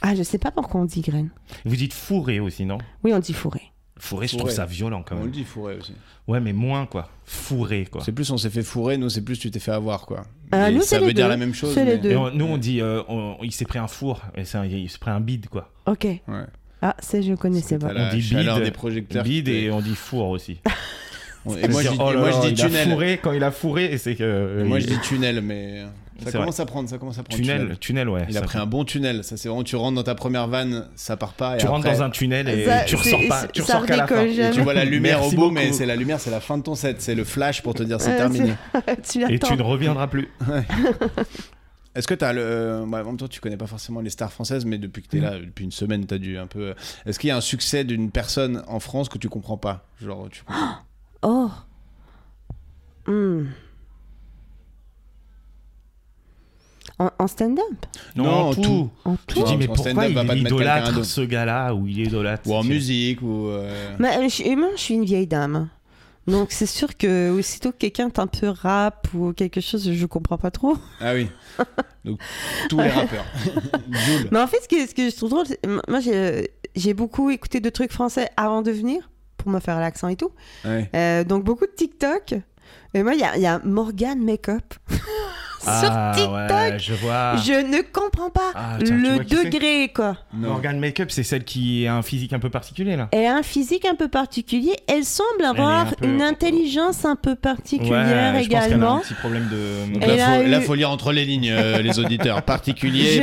Speaker 1: ah, je sais pas pourquoi on dit graine.
Speaker 2: Vous dites fourré aussi, non
Speaker 1: Oui, on dit fourré.
Speaker 2: Fourré, je
Speaker 3: Fourré.
Speaker 2: trouve ça violent quand
Speaker 3: On le
Speaker 2: même.
Speaker 3: dit fourré aussi.
Speaker 2: Ouais, mais moins quoi. Fourré quoi.
Speaker 3: C'est plus on s'est fait fourrer, nous c'est plus tu t'es fait avoir quoi.
Speaker 1: Euh,
Speaker 3: Mais
Speaker 1: nous, c'est
Speaker 3: ça
Speaker 1: les
Speaker 3: veut dire
Speaker 1: deux.
Speaker 3: la même chose.
Speaker 1: C'est les
Speaker 3: mais-
Speaker 1: deux.
Speaker 2: Et on- nous on dit, euh, on- il s'est pris un four, et c'est un- il s'est pris un bide quoi.
Speaker 1: Ok.
Speaker 3: Ouais.
Speaker 1: Ah, ça, je connaissais pas.
Speaker 3: T'as la
Speaker 2: On dit
Speaker 3: chaleur
Speaker 2: bide.
Speaker 3: des projecteurs.
Speaker 2: Bide et on dit four aussi.
Speaker 3: Et moi je dis,
Speaker 2: Oh là là,
Speaker 3: moi, je dis
Speaker 2: il a
Speaker 3: tunnel.
Speaker 2: fourré quand il a fourré et c'est que.
Speaker 3: Et
Speaker 2: euh,
Speaker 3: Moi
Speaker 2: il-
Speaker 3: je dis tunnel, mais ça
Speaker 2: C'est
Speaker 3: commence à prendre, ça commence à prendre.
Speaker 2: tunnel, tunnel ouais.
Speaker 3: Il a
Speaker 2: ça
Speaker 3: pris un bon tunnel. Ça c'est vraiment tu rentres dans ta première vanne, ça part pas. et
Speaker 2: Tu rentres
Speaker 3: après-
Speaker 2: dans un tunnel et
Speaker 1: Ça,
Speaker 2: tu
Speaker 1: c'est-
Speaker 2: ressors pas. Tu
Speaker 1: ça
Speaker 2: ressors qu'à la fin.
Speaker 1: redécolle jamais.
Speaker 3: Tu vois
Speaker 2: <laughs>
Speaker 3: la lumière
Speaker 2: Merci
Speaker 3: au bout,
Speaker 2: beaucoup.
Speaker 3: mais c'est la lumière, c'est la fin de ton set, c'est le flash pour te dire c'est
Speaker 1: Ouais,
Speaker 3: terminé.
Speaker 1: <laughs> tu
Speaker 2: Et tu
Speaker 1: l'attends.
Speaker 2: ne reviendras plus.
Speaker 3: Est-ce que t'as le. Bah, en même temps, tu connais pas forcément les stars françaises, mais depuis que
Speaker 2: Mm.
Speaker 3: t'es là, depuis une semaine, t'as dû un peu. euh, Est-ce qu'il y a un succès d'une personne en France que tu comprends pas Genre, tu comprends-
Speaker 1: Oh. Hmm. En, en stand-up
Speaker 3: Non, en tout.
Speaker 1: En
Speaker 2: Tu
Speaker 3: Tu
Speaker 1: tout
Speaker 2: te dis,
Speaker 3: vois,
Speaker 2: mais
Speaker 3: en
Speaker 2: pourquoi
Speaker 3: stand-up,
Speaker 2: il
Speaker 3: va pas te mettre quelqu'un
Speaker 2: idolâtre
Speaker 3: d'autre.
Speaker 2: ce gars-là ou il idolâtre
Speaker 3: Ou en
Speaker 2: ce-
Speaker 3: musique, ou. euh,
Speaker 1: Mais, euh, je, suis- moi, je suis une vieille dame. Donc, c'est sûr que aussitôt que quelqu'un est un peu rap ou quelque chose, je comprends pas trop.
Speaker 3: Ah oui. Donc, tous les rappeurs. Jules.
Speaker 1: Mais en fait, ce que, ce que je trouve drôle, c'est- m- moi, j'ai j'ai beaucoup écouté de trucs français avant de venir, pour me faire l'accent et tout.
Speaker 3: Ouais.
Speaker 1: Euh, donc, beaucoup de TikTok. Et moi, il y a, il y a Morgane Makeup.
Speaker 2: Ah,
Speaker 1: <laughs> Sur TikTok,
Speaker 2: ouais, je vois.
Speaker 1: je ne comprends pas
Speaker 2: Ah, tiens, tu
Speaker 1: le
Speaker 2: vois qui c'est
Speaker 1: degré, quoi.
Speaker 3: Non.
Speaker 2: Morgan Makeup, c'est celle qui a un physique un peu particulier là.
Speaker 1: Elle a un physique un peu particulier. Elle semble avoir
Speaker 2: est un peu-
Speaker 1: une intelligence un peu particulière
Speaker 2: Ouais, je pense qu'elle a
Speaker 1: également.
Speaker 2: un petit problème de.
Speaker 3: Donc
Speaker 1: Elle
Speaker 3: là,
Speaker 1: a
Speaker 3: faut, là,
Speaker 1: eu-
Speaker 3: faut lire entre les lignes, euh, les auditeurs. <laughs> Particulier,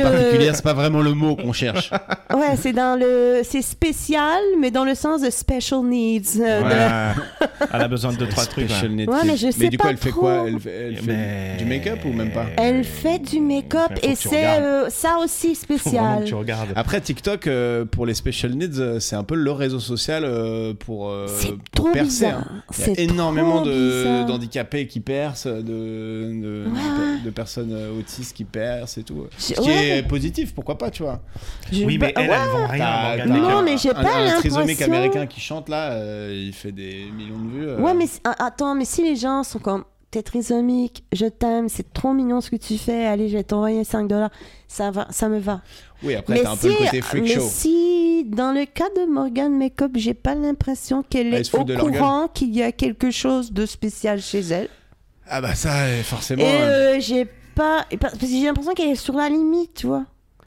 Speaker 1: Je-
Speaker 3: particulière, c'est pas vraiment le mot qu'on <laughs> cherche.
Speaker 1: Ouais, c'est dans le, c'est spécial, mais dans le sens de special needs. euh, de-
Speaker 2: Ouais. <laughs> Elle a besoin de deux, trois trucs.
Speaker 3: Special
Speaker 2: ouais.
Speaker 3: Netflix.
Speaker 1: Ouais, mais je sais
Speaker 3: du
Speaker 1: pas
Speaker 3: coup, elle fait quoi
Speaker 1: trop.
Speaker 3: Elle fait, elle fait
Speaker 2: Mais- euh,
Speaker 3: du make-up ou même pas
Speaker 1: Elle fait du make-up
Speaker 2: Faut que
Speaker 1: et
Speaker 2: tu
Speaker 1: c'est
Speaker 2: regardes.
Speaker 1: euh, ça aussi
Speaker 2: Faut vraiment que
Speaker 1: spécial.
Speaker 2: tu regardes.
Speaker 3: Après TikTok, euh, pour les special needs, euh, c'est un peu le réseau social euh, pour, euh,
Speaker 1: C'est
Speaker 3: pour
Speaker 1: trop
Speaker 3: percer.
Speaker 1: bizarre.
Speaker 3: hein. Il y
Speaker 1: C'est
Speaker 3: a énormément
Speaker 1: trop
Speaker 3: de-
Speaker 1: bizarre.
Speaker 3: d'handicapés qui percent, de, de,
Speaker 1: Ouais.
Speaker 3: de- de personnes euh, autistes qui percent et tout. Ce
Speaker 1: Je-
Speaker 3: qui
Speaker 1: ouais.
Speaker 3: est positif, pourquoi pas, tu vois.
Speaker 1: Je-
Speaker 2: Oui, mais
Speaker 1: bah,
Speaker 2: elle,
Speaker 1: ouais.
Speaker 2: elle vend rien.
Speaker 3: T'as-
Speaker 2: à Morgan
Speaker 3: t'as
Speaker 1: Non,
Speaker 2: Makeup.
Speaker 3: un-
Speaker 1: mais j'ai
Speaker 3: un-
Speaker 1: pas
Speaker 3: Un trisomique
Speaker 1: l'impression-
Speaker 3: américain qui chante là, euh, il fait des millions de vues. euh.
Speaker 1: Ouais, mais c'est- ah, attends, mais si les gens sont comme t'es trisomique, je t'aime, c'est trop mignon ce que tu fais, allez, je vais t'envoyer 5 dollars, ça va, ça me va.
Speaker 3: Oui, après, t'as un peu le côté freak
Speaker 1: mais
Speaker 3: show.
Speaker 1: si, dans le cas de Morgan Makeup, j'ai pas l'impression qu'elle
Speaker 3: Ah, ils se
Speaker 1: est au
Speaker 3: foutent de leur
Speaker 1: courant qu'il y a quelque chose de spécial chez elle.
Speaker 3: Ah bah ça, euh, forcément.
Speaker 1: Et
Speaker 3: euh,
Speaker 1: euh, j'ai pas. et Parce que j'ai l'impression qu'elle est sur la limite, tu vois.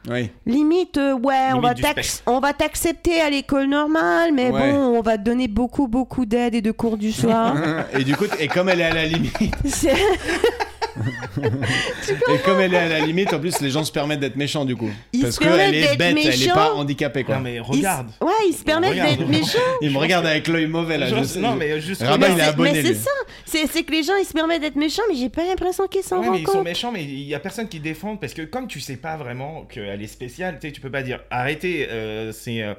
Speaker 3: Oui. <laughs>
Speaker 1: Limite, euh, ouais, on
Speaker 2: Limite
Speaker 1: va
Speaker 2: du
Speaker 1: t'ac-
Speaker 2: spectre.
Speaker 1: on va t'accepter à l'école normale, mais
Speaker 3: Ouais.
Speaker 1: bon, on va te donner beaucoup, beaucoup d'aide et de cours du
Speaker 2: Hein
Speaker 1: soir.
Speaker 3: Et du coup, t- et comme elle est à la limite,
Speaker 1: <laughs> C'est-
Speaker 3: <laughs> et comme elle est à la limite, en plus les gens se permettent d'être méchants du coup,
Speaker 1: Ils
Speaker 3: parce
Speaker 1: se
Speaker 3: que elle
Speaker 1: permettent
Speaker 3: est
Speaker 1: d'être
Speaker 3: bête, elle est
Speaker 1: méchants.
Speaker 3: pas handicapée quoi.
Speaker 2: Non, mais regarde.
Speaker 1: Ils- Ouais, ils se permettent
Speaker 2: Regarde.
Speaker 1: d'être méchants.
Speaker 3: Il me regarde avec l'œil mauvais là.
Speaker 2: Genre,
Speaker 3: je sais-
Speaker 2: non, mais juste.
Speaker 3: Rabat,
Speaker 1: mais
Speaker 3: il est
Speaker 1: c'est-
Speaker 3: abonné,
Speaker 1: mais c'est
Speaker 3: lui.
Speaker 1: ça. C'est c'est que les gens, ils se permettent d'être méchants, mais j'ai pas l'impression qu'ils s'en
Speaker 2: Ouais, mais
Speaker 1: rendent
Speaker 2: ils sont <laughs>
Speaker 1: compte.
Speaker 2: méchants, mais il y a personne qui défend parce que comme tu sais pas vraiment qu'elle est spéciale, tu sais, tu peux pas dire arrêtez, euh, c'est. euh,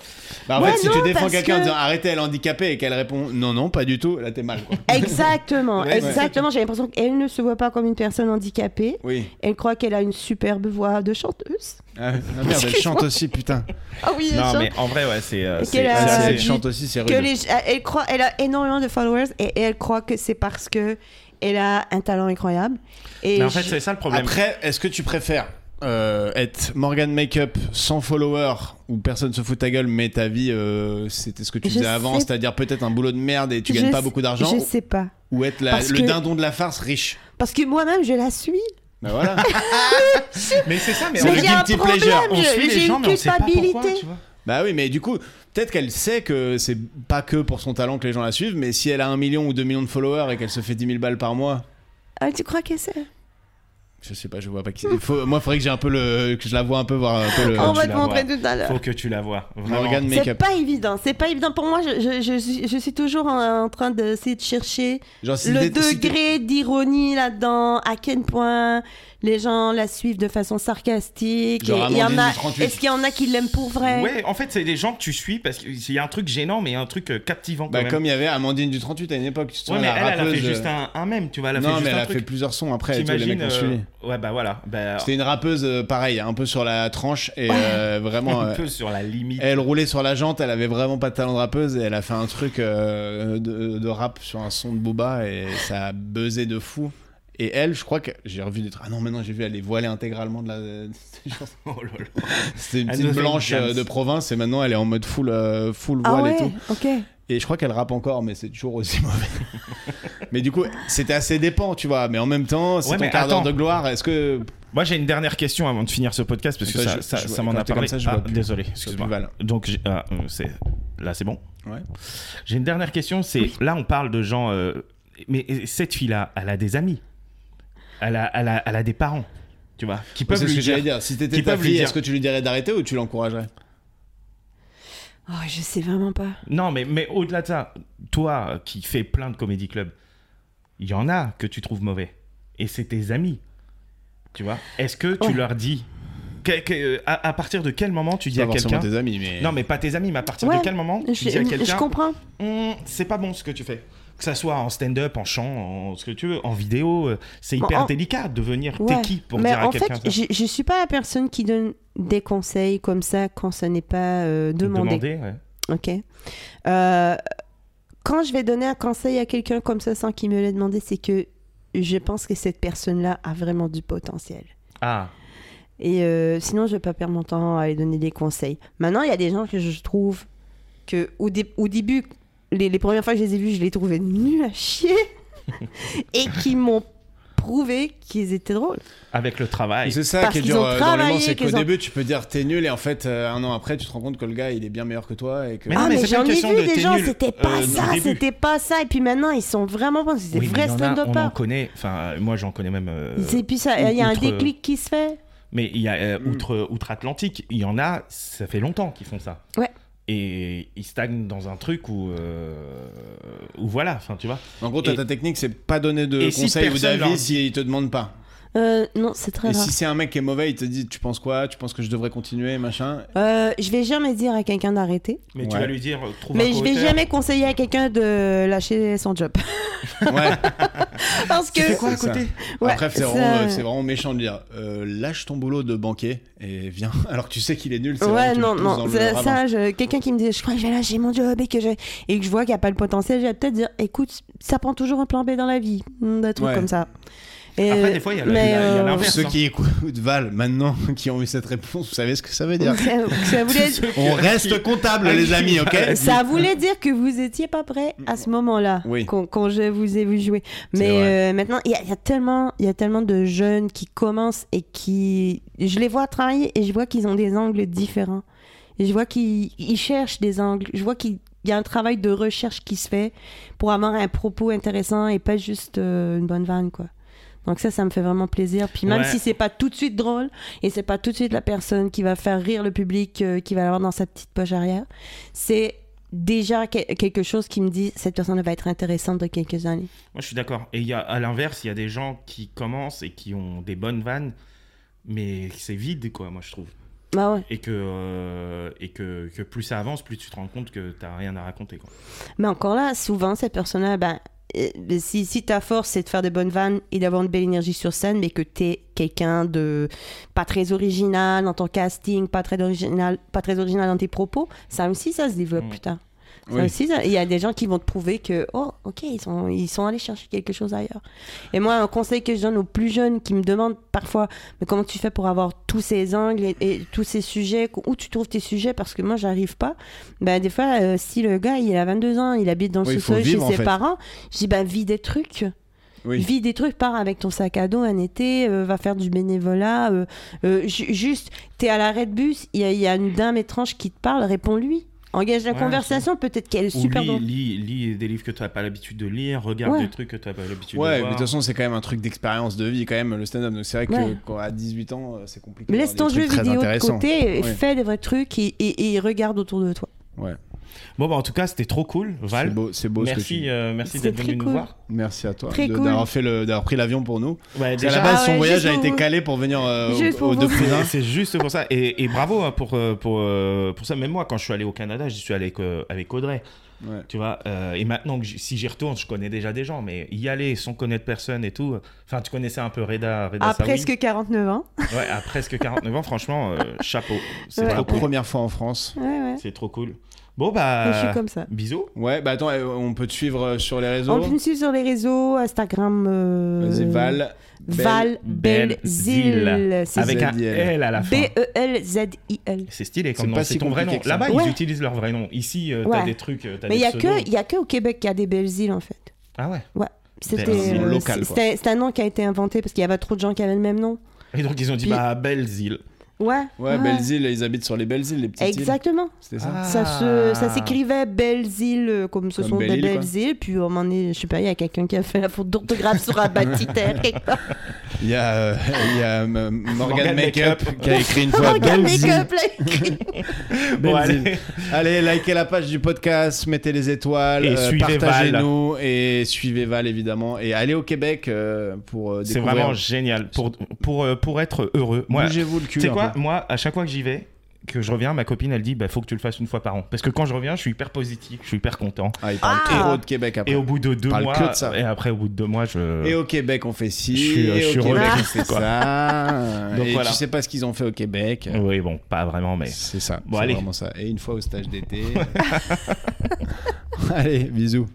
Speaker 3: Bah, en
Speaker 1: Ouais,
Speaker 3: fait, si
Speaker 1: non,
Speaker 3: tu défends
Speaker 1: parce
Speaker 3: quelqu'un en
Speaker 1: que-
Speaker 3: disant arrêtez, elle est handicapée et qu'elle répond non, non, pas du tout, là t'es mal quoi.
Speaker 1: Exactement,
Speaker 2: Ouais, ouais.
Speaker 1: exactement. J'ai l'impression qu'elle ne se voit pas comme une personne handicapée.
Speaker 3: Oui.
Speaker 1: Elle croit qu'elle a une superbe voix de chanteuse.
Speaker 3: Ah, ah, merde, elle chante aussi, putain.
Speaker 1: Ah oui, elle
Speaker 2: Non,
Speaker 1: chante.
Speaker 2: mais en vrai, ouais, c'est. euh,
Speaker 1: Et
Speaker 2: c'est-
Speaker 1: qu'elle a-
Speaker 2: c'est
Speaker 3: Ah, si
Speaker 2: assez-
Speaker 3: elle chante aussi, c'est rude.
Speaker 1: Que les, euh, elle croit, elle a énormément de followers et elle croit que c'est parce que elle a un talent incroyable. Et
Speaker 2: Mais en fait,
Speaker 1: je-
Speaker 2: c'est ça le problème.
Speaker 3: Après, est-ce que tu préfères euh, être Morgan Makeup sans follower où personne se fout de ta gueule, mais ta vie euh, c'était ce que tu
Speaker 1: Je
Speaker 3: faisais avant,
Speaker 1: sais-
Speaker 3: c'est-à-dire peut-être un boulot de merde et tu
Speaker 1: je
Speaker 3: gagnes pas
Speaker 1: sais-
Speaker 3: beaucoup d'argent,
Speaker 1: Je sais pas.
Speaker 3: ou être la-
Speaker 1: Parce
Speaker 3: le
Speaker 1: que-
Speaker 3: dindon de la farce riche
Speaker 1: Parce que moi-même, je la suis.
Speaker 3: Ben
Speaker 1: <laughs>
Speaker 3: voilà.
Speaker 2: Mais c'est ça, mais
Speaker 3: C'est
Speaker 2: on
Speaker 1: Mais
Speaker 3: le
Speaker 1: j'ai un
Speaker 3: guilty
Speaker 1: problème,
Speaker 3: pleasure.
Speaker 2: on suit
Speaker 1: je-
Speaker 2: les
Speaker 1: j'ai
Speaker 2: gens,
Speaker 1: une
Speaker 2: mais on sait pas pourquoi,
Speaker 1: culpabilité.
Speaker 2: tu vois.
Speaker 3: Bah oui, mais du coup, peut-être qu'elle sait que c'est pas que pour son talent que les gens la suivent, mais si elle a un million ou deux millions de followers et qu'elle se fait 10 000 balles par mois,
Speaker 1: Ah, tu crois que c'est
Speaker 3: je sais pas, je vois pas qui. c'est. Faut- moi, faudrait que j'ai un peu le, que je la vois un peu voir un peu le.
Speaker 1: On
Speaker 2: tu
Speaker 1: va te
Speaker 2: la
Speaker 1: montrer
Speaker 2: vois.
Speaker 1: tout à l'heure.
Speaker 2: Faut que tu la vois. Vraiment.
Speaker 3: Morgan
Speaker 1: C'est
Speaker 3: Makeup.
Speaker 1: pas évident, c'est pas évident. Pour moi, je, je- je suis- je suis toujours en, en train d'essayer de chercher
Speaker 3: Genre, si
Speaker 1: le
Speaker 3: t'es- si t'es-
Speaker 1: degré d'ironie là-dedans, à quel point les gens la suivent de façon sarcastique.
Speaker 3: Genre
Speaker 1: et il y en
Speaker 3: Amandine
Speaker 1: a,
Speaker 3: du 38.
Speaker 1: est-ce qu'il y en a qui l'aiment pour vrai
Speaker 2: Ouais, en fait, c'est des gens que tu suis parce qu'il y a un truc gênant, mais un truc euh, captivant.
Speaker 3: Bah,
Speaker 2: quand même.
Speaker 3: comme il y avait Amandine du 38 à une époque, tu te
Speaker 2: Ouais,
Speaker 3: souviens,
Speaker 2: mais
Speaker 3: la
Speaker 2: elle, elle a fait
Speaker 3: rappeuse,
Speaker 2: juste
Speaker 3: euh,
Speaker 2: un, un même, tu vois. Elle a
Speaker 3: Non,
Speaker 2: fait
Speaker 3: mais
Speaker 2: juste
Speaker 3: elle
Speaker 2: un
Speaker 3: a fait
Speaker 2: truc.
Speaker 3: plusieurs sons après, et tous les mecs
Speaker 2: T'imagines
Speaker 3: ont
Speaker 2: euh,
Speaker 3: suivi.
Speaker 2: Ouais, bah voilà. Bah,
Speaker 3: C'était une rappeuse, euh, pareil, un peu sur la tranche et euh,
Speaker 2: <laughs>
Speaker 3: vraiment.
Speaker 2: un
Speaker 3: euh,
Speaker 2: peu sur la limite.
Speaker 3: Elle roulait sur la jante, elle avait vraiment pas de talent de rappeuse et elle a fait un truc euh, de, de rap sur un son de Booba et ça a buzzé de fou. Et elle, je crois que j'ai revu des trucs. Ah non, maintenant j'ai vu, elle est voilée intégralement de la. <laughs>
Speaker 2: Oh là là.
Speaker 3: C'était une
Speaker 2: Elle
Speaker 3: petite
Speaker 2: nous fait
Speaker 3: blanche
Speaker 2: une
Speaker 3: euh,
Speaker 2: James.
Speaker 3: de province et maintenant elle est en mode full, euh, full
Speaker 1: Ah
Speaker 3: voile
Speaker 1: ouais,
Speaker 3: et tout.
Speaker 1: ok.
Speaker 3: Et je crois qu'elle rappe encore, mais c'est toujours aussi <laughs> mauvais. mais du coup, c'était assez dépend, tu vois. Mais en même temps, c'est
Speaker 2: Ouais,
Speaker 3: ton
Speaker 2: mais
Speaker 3: quart d'heure
Speaker 2: attends.
Speaker 3: de gloire. Est-ce que.
Speaker 2: Moi, j'ai une dernière question avant de finir ce podcast parce que
Speaker 3: Attends,
Speaker 2: ça,
Speaker 3: je-
Speaker 2: ça-
Speaker 3: je-
Speaker 2: ça
Speaker 3: quand
Speaker 2: m'en a
Speaker 3: t'es comme
Speaker 2: parlé.
Speaker 3: ça, je
Speaker 2: Ah,
Speaker 3: vois plus.
Speaker 2: désolé,
Speaker 3: plus
Speaker 2: excuse-moi.
Speaker 3: Val.
Speaker 2: Donc, j'ai- ah, euh, c'est- là, c'est bon.
Speaker 3: Ouais.
Speaker 2: J'ai une dernière question. C'est là, on parle de gens. euh, mais euh, cette fille-là, elle a des amis. Elle a, elle a, elle a des parents. Tu vois, qui peuvent
Speaker 3: C'est ce
Speaker 2: lui
Speaker 3: que j'allais
Speaker 2: dire.
Speaker 3: dire. Si t'étais
Speaker 2: Qui
Speaker 3: ta
Speaker 2: peuvent lui
Speaker 3: fille,
Speaker 2: dire.
Speaker 3: est-ce que tu lui dirais d'arrêter ou tu l'encouragerais
Speaker 1: Oh, je sais vraiment pas.
Speaker 2: Non, mais, mais au-delà de ça, toi euh, qui fais plein de comédie club, il y en a que tu trouves mauvais. Et c'est tes amis. Tu vois Est-ce que tu
Speaker 3: Oh.
Speaker 1: Ouais.
Speaker 2: leur dis. que- que- à, à partir de quel moment tu dis
Speaker 3: Pas
Speaker 2: à
Speaker 3: forcément
Speaker 2: quelqu'un.
Speaker 3: tes amis, mais.
Speaker 2: Non, mais pas tes amis, mais à partir
Speaker 1: Ouais,
Speaker 2: de quel moment tu
Speaker 1: Je,
Speaker 2: dis à
Speaker 1: je
Speaker 2: quelqu'un.
Speaker 1: comprends.
Speaker 2: Hum, c'est pas bon ce que tu fais. Que ça soit en stand-up, en chant, en ce que tu veux, en vidéo, euh, c'est hyper
Speaker 1: En- en-
Speaker 2: délicat de devenir
Speaker 1: Ouais.
Speaker 2: t'es qui pour
Speaker 1: Mais
Speaker 2: dire à
Speaker 1: en
Speaker 2: quelqu'un
Speaker 1: fait,
Speaker 2: ça.
Speaker 1: je, je suis pas la personne qui donne des conseils comme ça quand ça n'est pas euh, demandé.
Speaker 2: Demander, ouais.
Speaker 1: Ok. Euh, quand je vais donner un conseil à quelqu'un comme ça sans qu'il me l'ait demandé, c'est que je pense que cette personne-là a vraiment du potentiel.
Speaker 2: Ah,
Speaker 1: Et euh, sinon, je vais pas perdre mon temps à aller donner des conseils. Maintenant, il y a des gens que je trouve que au, dé- au début, les, les premières fois que je les ai vus, je les trouvais nuls à
Speaker 2: <laughs>
Speaker 1: chier et qui m'ont prouvé qu'ils étaient drôles.
Speaker 2: avec le travail.
Speaker 3: C'est ça
Speaker 1: Parce
Speaker 3: qui est
Speaker 1: qu'ils
Speaker 3: dur
Speaker 1: ont
Speaker 3: euh, dans le monde,
Speaker 1: travaillé,
Speaker 3: c'est qu'au
Speaker 1: qu'ils ont-
Speaker 3: début tu peux dire t'es nul et en fait euh, un an après tu te rends compte que le gars il est bien meilleur que toi et que.
Speaker 2: Mais non,
Speaker 1: ah, mais
Speaker 2: c'est pas
Speaker 1: j'en
Speaker 2: une
Speaker 1: ai
Speaker 2: question
Speaker 1: vu
Speaker 2: de
Speaker 1: des
Speaker 2: t'es
Speaker 1: gens,
Speaker 2: nul,
Speaker 1: c'était
Speaker 2: euh,
Speaker 1: pas
Speaker 2: au
Speaker 1: ça,
Speaker 2: début.
Speaker 1: c'était pas ça. Et puis maintenant, ils sont vraiment bons. C'est des
Speaker 2: Oui, mais
Speaker 1: vrais
Speaker 2: il y en a, On en
Speaker 1: stand-upers.
Speaker 2: connaît, enfin, euh, moi j'en connais même. euh,
Speaker 1: Et puis ça, il y a un
Speaker 2: outre-
Speaker 1: déclic qui se fait.
Speaker 2: Mais il y a euh,
Speaker 3: Mm.
Speaker 2: outre outre-Atlantique, il y en a, ça fait longtemps qu'ils font ça.
Speaker 1: Ouais.
Speaker 2: Et ils stagnent dans un truc où, euh, où voilà, enfin tu vois.
Speaker 3: En gros, toi,
Speaker 2: Et-
Speaker 3: ta technique c'est pas donner de
Speaker 2: Et si
Speaker 3: conseils ou
Speaker 2: personne
Speaker 3: d'avis
Speaker 2: leur-
Speaker 3: s'il te demande pas.
Speaker 1: Euh, non, c'est très
Speaker 3: Et
Speaker 1: rare.
Speaker 3: si c'est un mec qui est mauvais, il te dit tu penses quoi, tu penses que je devrais continuer,
Speaker 2: <laughs>
Speaker 3: machin.
Speaker 1: Euh, je vais jamais dire à quelqu'un d'arrêter,
Speaker 2: Mais
Speaker 3: Ouais.
Speaker 2: tu vas lui dire, euh, trouve un
Speaker 1: mais je vais
Speaker 2: co-auteur.
Speaker 1: jamais conseiller à quelqu'un de lâcher son
Speaker 2: <laughs>
Speaker 1: job. <laughs>
Speaker 3: Ouais.
Speaker 1: Parce que.
Speaker 2: Tu fais quoi à
Speaker 3: C'est ça.
Speaker 2: côté
Speaker 1: Ouais,
Speaker 3: Après, c'est
Speaker 1: ça-
Speaker 3: vraiment, euh, c'est vraiment méchant de dire euh, lâche ton boulot de banquier et viens. <laughs> Alors que tu sais qu'il est nul. c'est
Speaker 1: Ouais,
Speaker 3: vraiment, tu le
Speaker 1: non,
Speaker 3: pousses dans
Speaker 1: non.
Speaker 3: le
Speaker 1: Ça,
Speaker 3: ravin.
Speaker 1: ça, je- quelqu'un qui me dit, je crois que je vais lâcher mon job et que je, et que je vois qu'il n'y a pas le potentiel, je vais peut-être dire, écoute, ça prend toujours un plan B dans la vie, Hmm, des trucs
Speaker 3: Ouais.
Speaker 1: comme ça. Et,
Speaker 2: Après, des fois, il y a la-
Speaker 1: mais,
Speaker 2: la- il y a
Speaker 1: euh,
Speaker 2: l'inverse.
Speaker 3: Ceux qui écoutent Val maintenant, <laughs> qui ont eu cette réponse, vous savez ce que ça
Speaker 2: <laughs>
Speaker 3: veut dire.
Speaker 1: <laughs> ça, voulait,
Speaker 3: On reste comptable, les amis, ok
Speaker 1: Ah, <laughs> ça voulait dire que vous étiez pas prêt à ce moment-là,
Speaker 3: Oui.
Speaker 1: quand, quand je vous ai vu jouer. Mais
Speaker 3: vrai.
Speaker 1: euh, maintenant, il y a, il y a tellement, il y a tellement de jeunes qui commencent et qui, je les vois travailler et je vois qu'ils ont des angles différents. Et je vois qu'ils ils cherchent des angles. Je vois qu'il y a un travail de recherche qui se fait pour avoir un propos intéressant et pas juste euh, une bonne vanne, quoi. Donc ça, ça me fait vraiment plaisir. Puis même
Speaker 2: Ouais.
Speaker 1: si c'est pas tout de suite drôle et c'est pas tout de suite la personne qui va faire rire le public, euh, qui va l'avoir dans sa petite poche arrière, c'est déjà que- quelque chose qui me dit cette personne va être intéressante dans quelques années.
Speaker 2: Moi, je suis d'accord. Et il y a, à l'inverse, il y a des gens qui commencent et qui ont des bonnes vannes, mais c'est vide, quoi, moi, je trouve.
Speaker 1: Bah ouais.
Speaker 2: Et que, euh, et que, que plus ça avance, plus tu te rends compte que t'as rien à raconter, quoi.
Speaker 1: Mais encore là, souvent, cette personne-là, ben, euh, si, si ta force, c'est de faire des bonnes vannes et d'avoir une belle énergie sur scène, mais que t'es quelqu'un de pas très original dans ton casting, pas très original, pas très original dans tes propos, ça aussi, ça se développe
Speaker 2: Mm.
Speaker 1: plus tard. Ça
Speaker 3: Oui.
Speaker 1: aussi, ça- il y a des gens qui vont te prouver que, oh, ok, ils sont, ils sont allés chercher quelque chose ailleurs. Et moi, un conseil que je donne aux plus jeunes qui me demandent parfois, mais comment tu fais pour avoir tous ces angles et, et tous ces sujets, où tu trouves tes sujets, parce que moi, j'arrive pas. Ben, des fois, euh, si le gars, il a 22 ans, il habite dans le
Speaker 3: Oui, il faut
Speaker 1: sous-sol chez
Speaker 3: vivre, en
Speaker 1: ses
Speaker 3: fait.
Speaker 1: parents, je dis, ben, vis des trucs.
Speaker 3: Oui.
Speaker 1: Vis des trucs, pars avec ton sac à dos un été, euh, va faire du bénévolat. euh, euh, ju- juste, t'es à l'arrêt de bus, il y, a- il y a une dame étrange qui te parle, réponds-lui. Engage la
Speaker 2: Ouais,
Speaker 1: conversation, peut-être qu'elle est
Speaker 2: Ou
Speaker 1: super
Speaker 2: lis,
Speaker 1: drôle.
Speaker 2: lis, lis des livres que tu n'as pas l'habitude de lire, regarde
Speaker 1: Ouais.
Speaker 2: des trucs que tu n'as pas l'habitude
Speaker 3: Ouais, mais
Speaker 2: de
Speaker 3: de
Speaker 2: voir.
Speaker 3: toute façon, c'est quand même un truc d'expérience de vie, quand même, le stand-up. Donc c'est vrai que
Speaker 1: Ouais.
Speaker 3: quand à 18 ans, euh, c'est compliqué.
Speaker 1: Mais laisse
Speaker 3: d'avoir
Speaker 1: ton
Speaker 3: des
Speaker 1: jeu
Speaker 3: trucs très
Speaker 1: vidéo de
Speaker 3: intéressants.
Speaker 1: côté, et
Speaker 3: Ouais.
Speaker 1: fais des vrais trucs et, et- et regarde autour de
Speaker 2: Eh
Speaker 1: toi.
Speaker 2: Bon, bah, en tout cas, c'était trop cool,
Speaker 3: C'est
Speaker 2: Val.
Speaker 3: beau, c'est beau. ce que tu
Speaker 2: Merci,
Speaker 3: dis.
Speaker 2: euh, merci
Speaker 1: C'était
Speaker 2: d'être
Speaker 1: très
Speaker 2: venu
Speaker 1: cool.
Speaker 2: nous voir.
Speaker 3: Merci à toi
Speaker 1: Très
Speaker 3: de-
Speaker 1: cool.
Speaker 3: d'avoir fait le- d'avoir pris l'avion pour nous.
Speaker 2: Ouais,
Speaker 3: Déjà, à la
Speaker 2: déjà,
Speaker 3: base,
Speaker 1: Ah
Speaker 3: son
Speaker 1: ouais,
Speaker 3: voyage
Speaker 1: juste
Speaker 3: a
Speaker 1: pour
Speaker 3: été
Speaker 1: vous.
Speaker 3: calé pour venir euh,
Speaker 1: Juste
Speaker 3: au,
Speaker 1: pour
Speaker 3: au
Speaker 1: vous. <laughs>
Speaker 3: Doctrina.
Speaker 2: c'est- c'est juste pour ça. Et, et bravo hein, pour, euh, pour, euh, pour ça. Même moi, quand je suis allé au Canada, j'y suis allé avec, euh, avec Audrey.
Speaker 3: Ouais.
Speaker 2: Tu vois, euh, et maintenant que j'y- si j'y retourne, je connais déjà des gens, mais y aller sans connaître personne et tout. Enfin, tu connaissais un peu Reda, Reda
Speaker 1: À
Speaker 2: Saoui.
Speaker 1: presque 49 ans.
Speaker 2: Ouais, à presque 49 ans, franchement, euh, chapeau. C'est
Speaker 1: Ouais.
Speaker 3: C'est la
Speaker 2: trop cool.
Speaker 3: première fois en France.
Speaker 1: Ouais, ouais.
Speaker 2: C'est trop cool. Bon,
Speaker 1: Je suis
Speaker 2: bah,
Speaker 1: comme ça.
Speaker 2: bisous.
Speaker 3: Ouais, bah attends, euh, on peut te suivre euh, sur les réseaux.
Speaker 1: On peut me suivre sur les réseaux, Instagram. euh,
Speaker 3: Vas-y, Val. Belle.
Speaker 1: Val Belzile. C'est E
Speaker 2: Avec un hein.
Speaker 3: ZIL.
Speaker 2: L à la fin.
Speaker 1: B-E-L-Z-I-l.
Speaker 2: C'est stylé
Speaker 3: C'est
Speaker 2: comme nom.
Speaker 3: pas
Speaker 2: C'est
Speaker 3: si
Speaker 2: ton vrai nom.
Speaker 3: compliqué que ça.
Speaker 2: Là-bas,
Speaker 1: Ouais.
Speaker 2: ils utilisent leur vrai nom. Ici, euh,
Speaker 1: Ouais.
Speaker 2: t'as des trucs. euh, t'as
Speaker 1: Mais il
Speaker 2: des
Speaker 1: n'y a,
Speaker 2: pseudos.
Speaker 1: que- il y a que au Québec qu'il y a des belles îles, en fait.
Speaker 2: Ah ouais.
Speaker 1: C'était
Speaker 2: Belles îles
Speaker 1: euh,
Speaker 3: locales,
Speaker 1: c'est-
Speaker 3: quoi.
Speaker 1: c'était- c'est un nom qui a été inventé parce qu'il y avait trop de gens qui avaient le même nom.
Speaker 2: Et donc, ils ont dit,
Speaker 1: Puis-
Speaker 2: bah, belles îles.
Speaker 1: Ouais. Ah.
Speaker 3: Ouais, Belles Îles, ils habitent sur les Belles Îles, les petites îles.
Speaker 1: Exactement.
Speaker 3: C'était
Speaker 2: Ah.
Speaker 3: ça.
Speaker 1: Ça se- ça s'écrivait Belles Îles euh, comme ce
Speaker 3: Ah. Comme
Speaker 1: sont
Speaker 3: Belle
Speaker 1: des
Speaker 3: Île,
Speaker 1: belles
Speaker 3: quoi.
Speaker 1: îles. Puis on en est, je sais pas, il y a quelqu'un qui a fait la faute d'orthographe sur
Speaker 3: <laughs>
Speaker 1: un bâti terre.
Speaker 3: Il y a, euh, il y
Speaker 2: <laughs>
Speaker 3: a euh, Morgan
Speaker 2: Morgan
Speaker 3: Makeup
Speaker 2: Makeup.
Speaker 3: qui a écrit une fois
Speaker 1: Regarde
Speaker 3: Belles
Speaker 1: les
Speaker 3: Îles.
Speaker 1: couples, là.
Speaker 2: Bon,
Speaker 3: Belles
Speaker 2: allez.
Speaker 3: Îles. Allez, likez la page du podcast, mettez les étoiles,
Speaker 2: Et
Speaker 3: euh,
Speaker 2: suivez Val.
Speaker 3: partagez-nous et suivez Val évidemment. Et allez au Québec euh, pour euh,
Speaker 2: C'est
Speaker 3: découvrir.
Speaker 2: vraiment génial. Pour, pour, euh, pour être heureux. Moi,
Speaker 3: Bougez-vous le cul.
Speaker 2: tu sais
Speaker 3: un
Speaker 2: quoi
Speaker 3: peu.
Speaker 2: Moi, à chaque fois que j'y vais, que je reviens, ma copine, elle dit, bah, faut que tu le fasses une fois par an. Parce que quand je reviens, je suis hyper positif, je suis hyper content.
Speaker 3: Ah, il parle
Speaker 1: Ah
Speaker 3: trop de Québec après.
Speaker 2: Et au bout de deux
Speaker 3: Parle
Speaker 2: mois,
Speaker 3: que de ça.
Speaker 2: et après, au bout de deux mois, je.
Speaker 3: Et au Québec, on fait ci.
Speaker 2: Je suis, euh,
Speaker 3: et
Speaker 2: je
Speaker 3: au
Speaker 2: suis
Speaker 3: Québec, on
Speaker 2: relaxiste,
Speaker 3: fait
Speaker 2: quoi.
Speaker 3: ça.
Speaker 2: <laughs> Donc
Speaker 3: et
Speaker 2: voilà.
Speaker 3: tu sais pas ce qu'ils ont fait au Québec.
Speaker 2: Oui, bon, pas vraiment, mais.
Speaker 3: C'est ça.
Speaker 2: Bon,
Speaker 3: c'est
Speaker 2: allez.
Speaker 3: <laughs> vraiment ça. Et une fois au stage d'été. euh, <laughs> allez, bisous.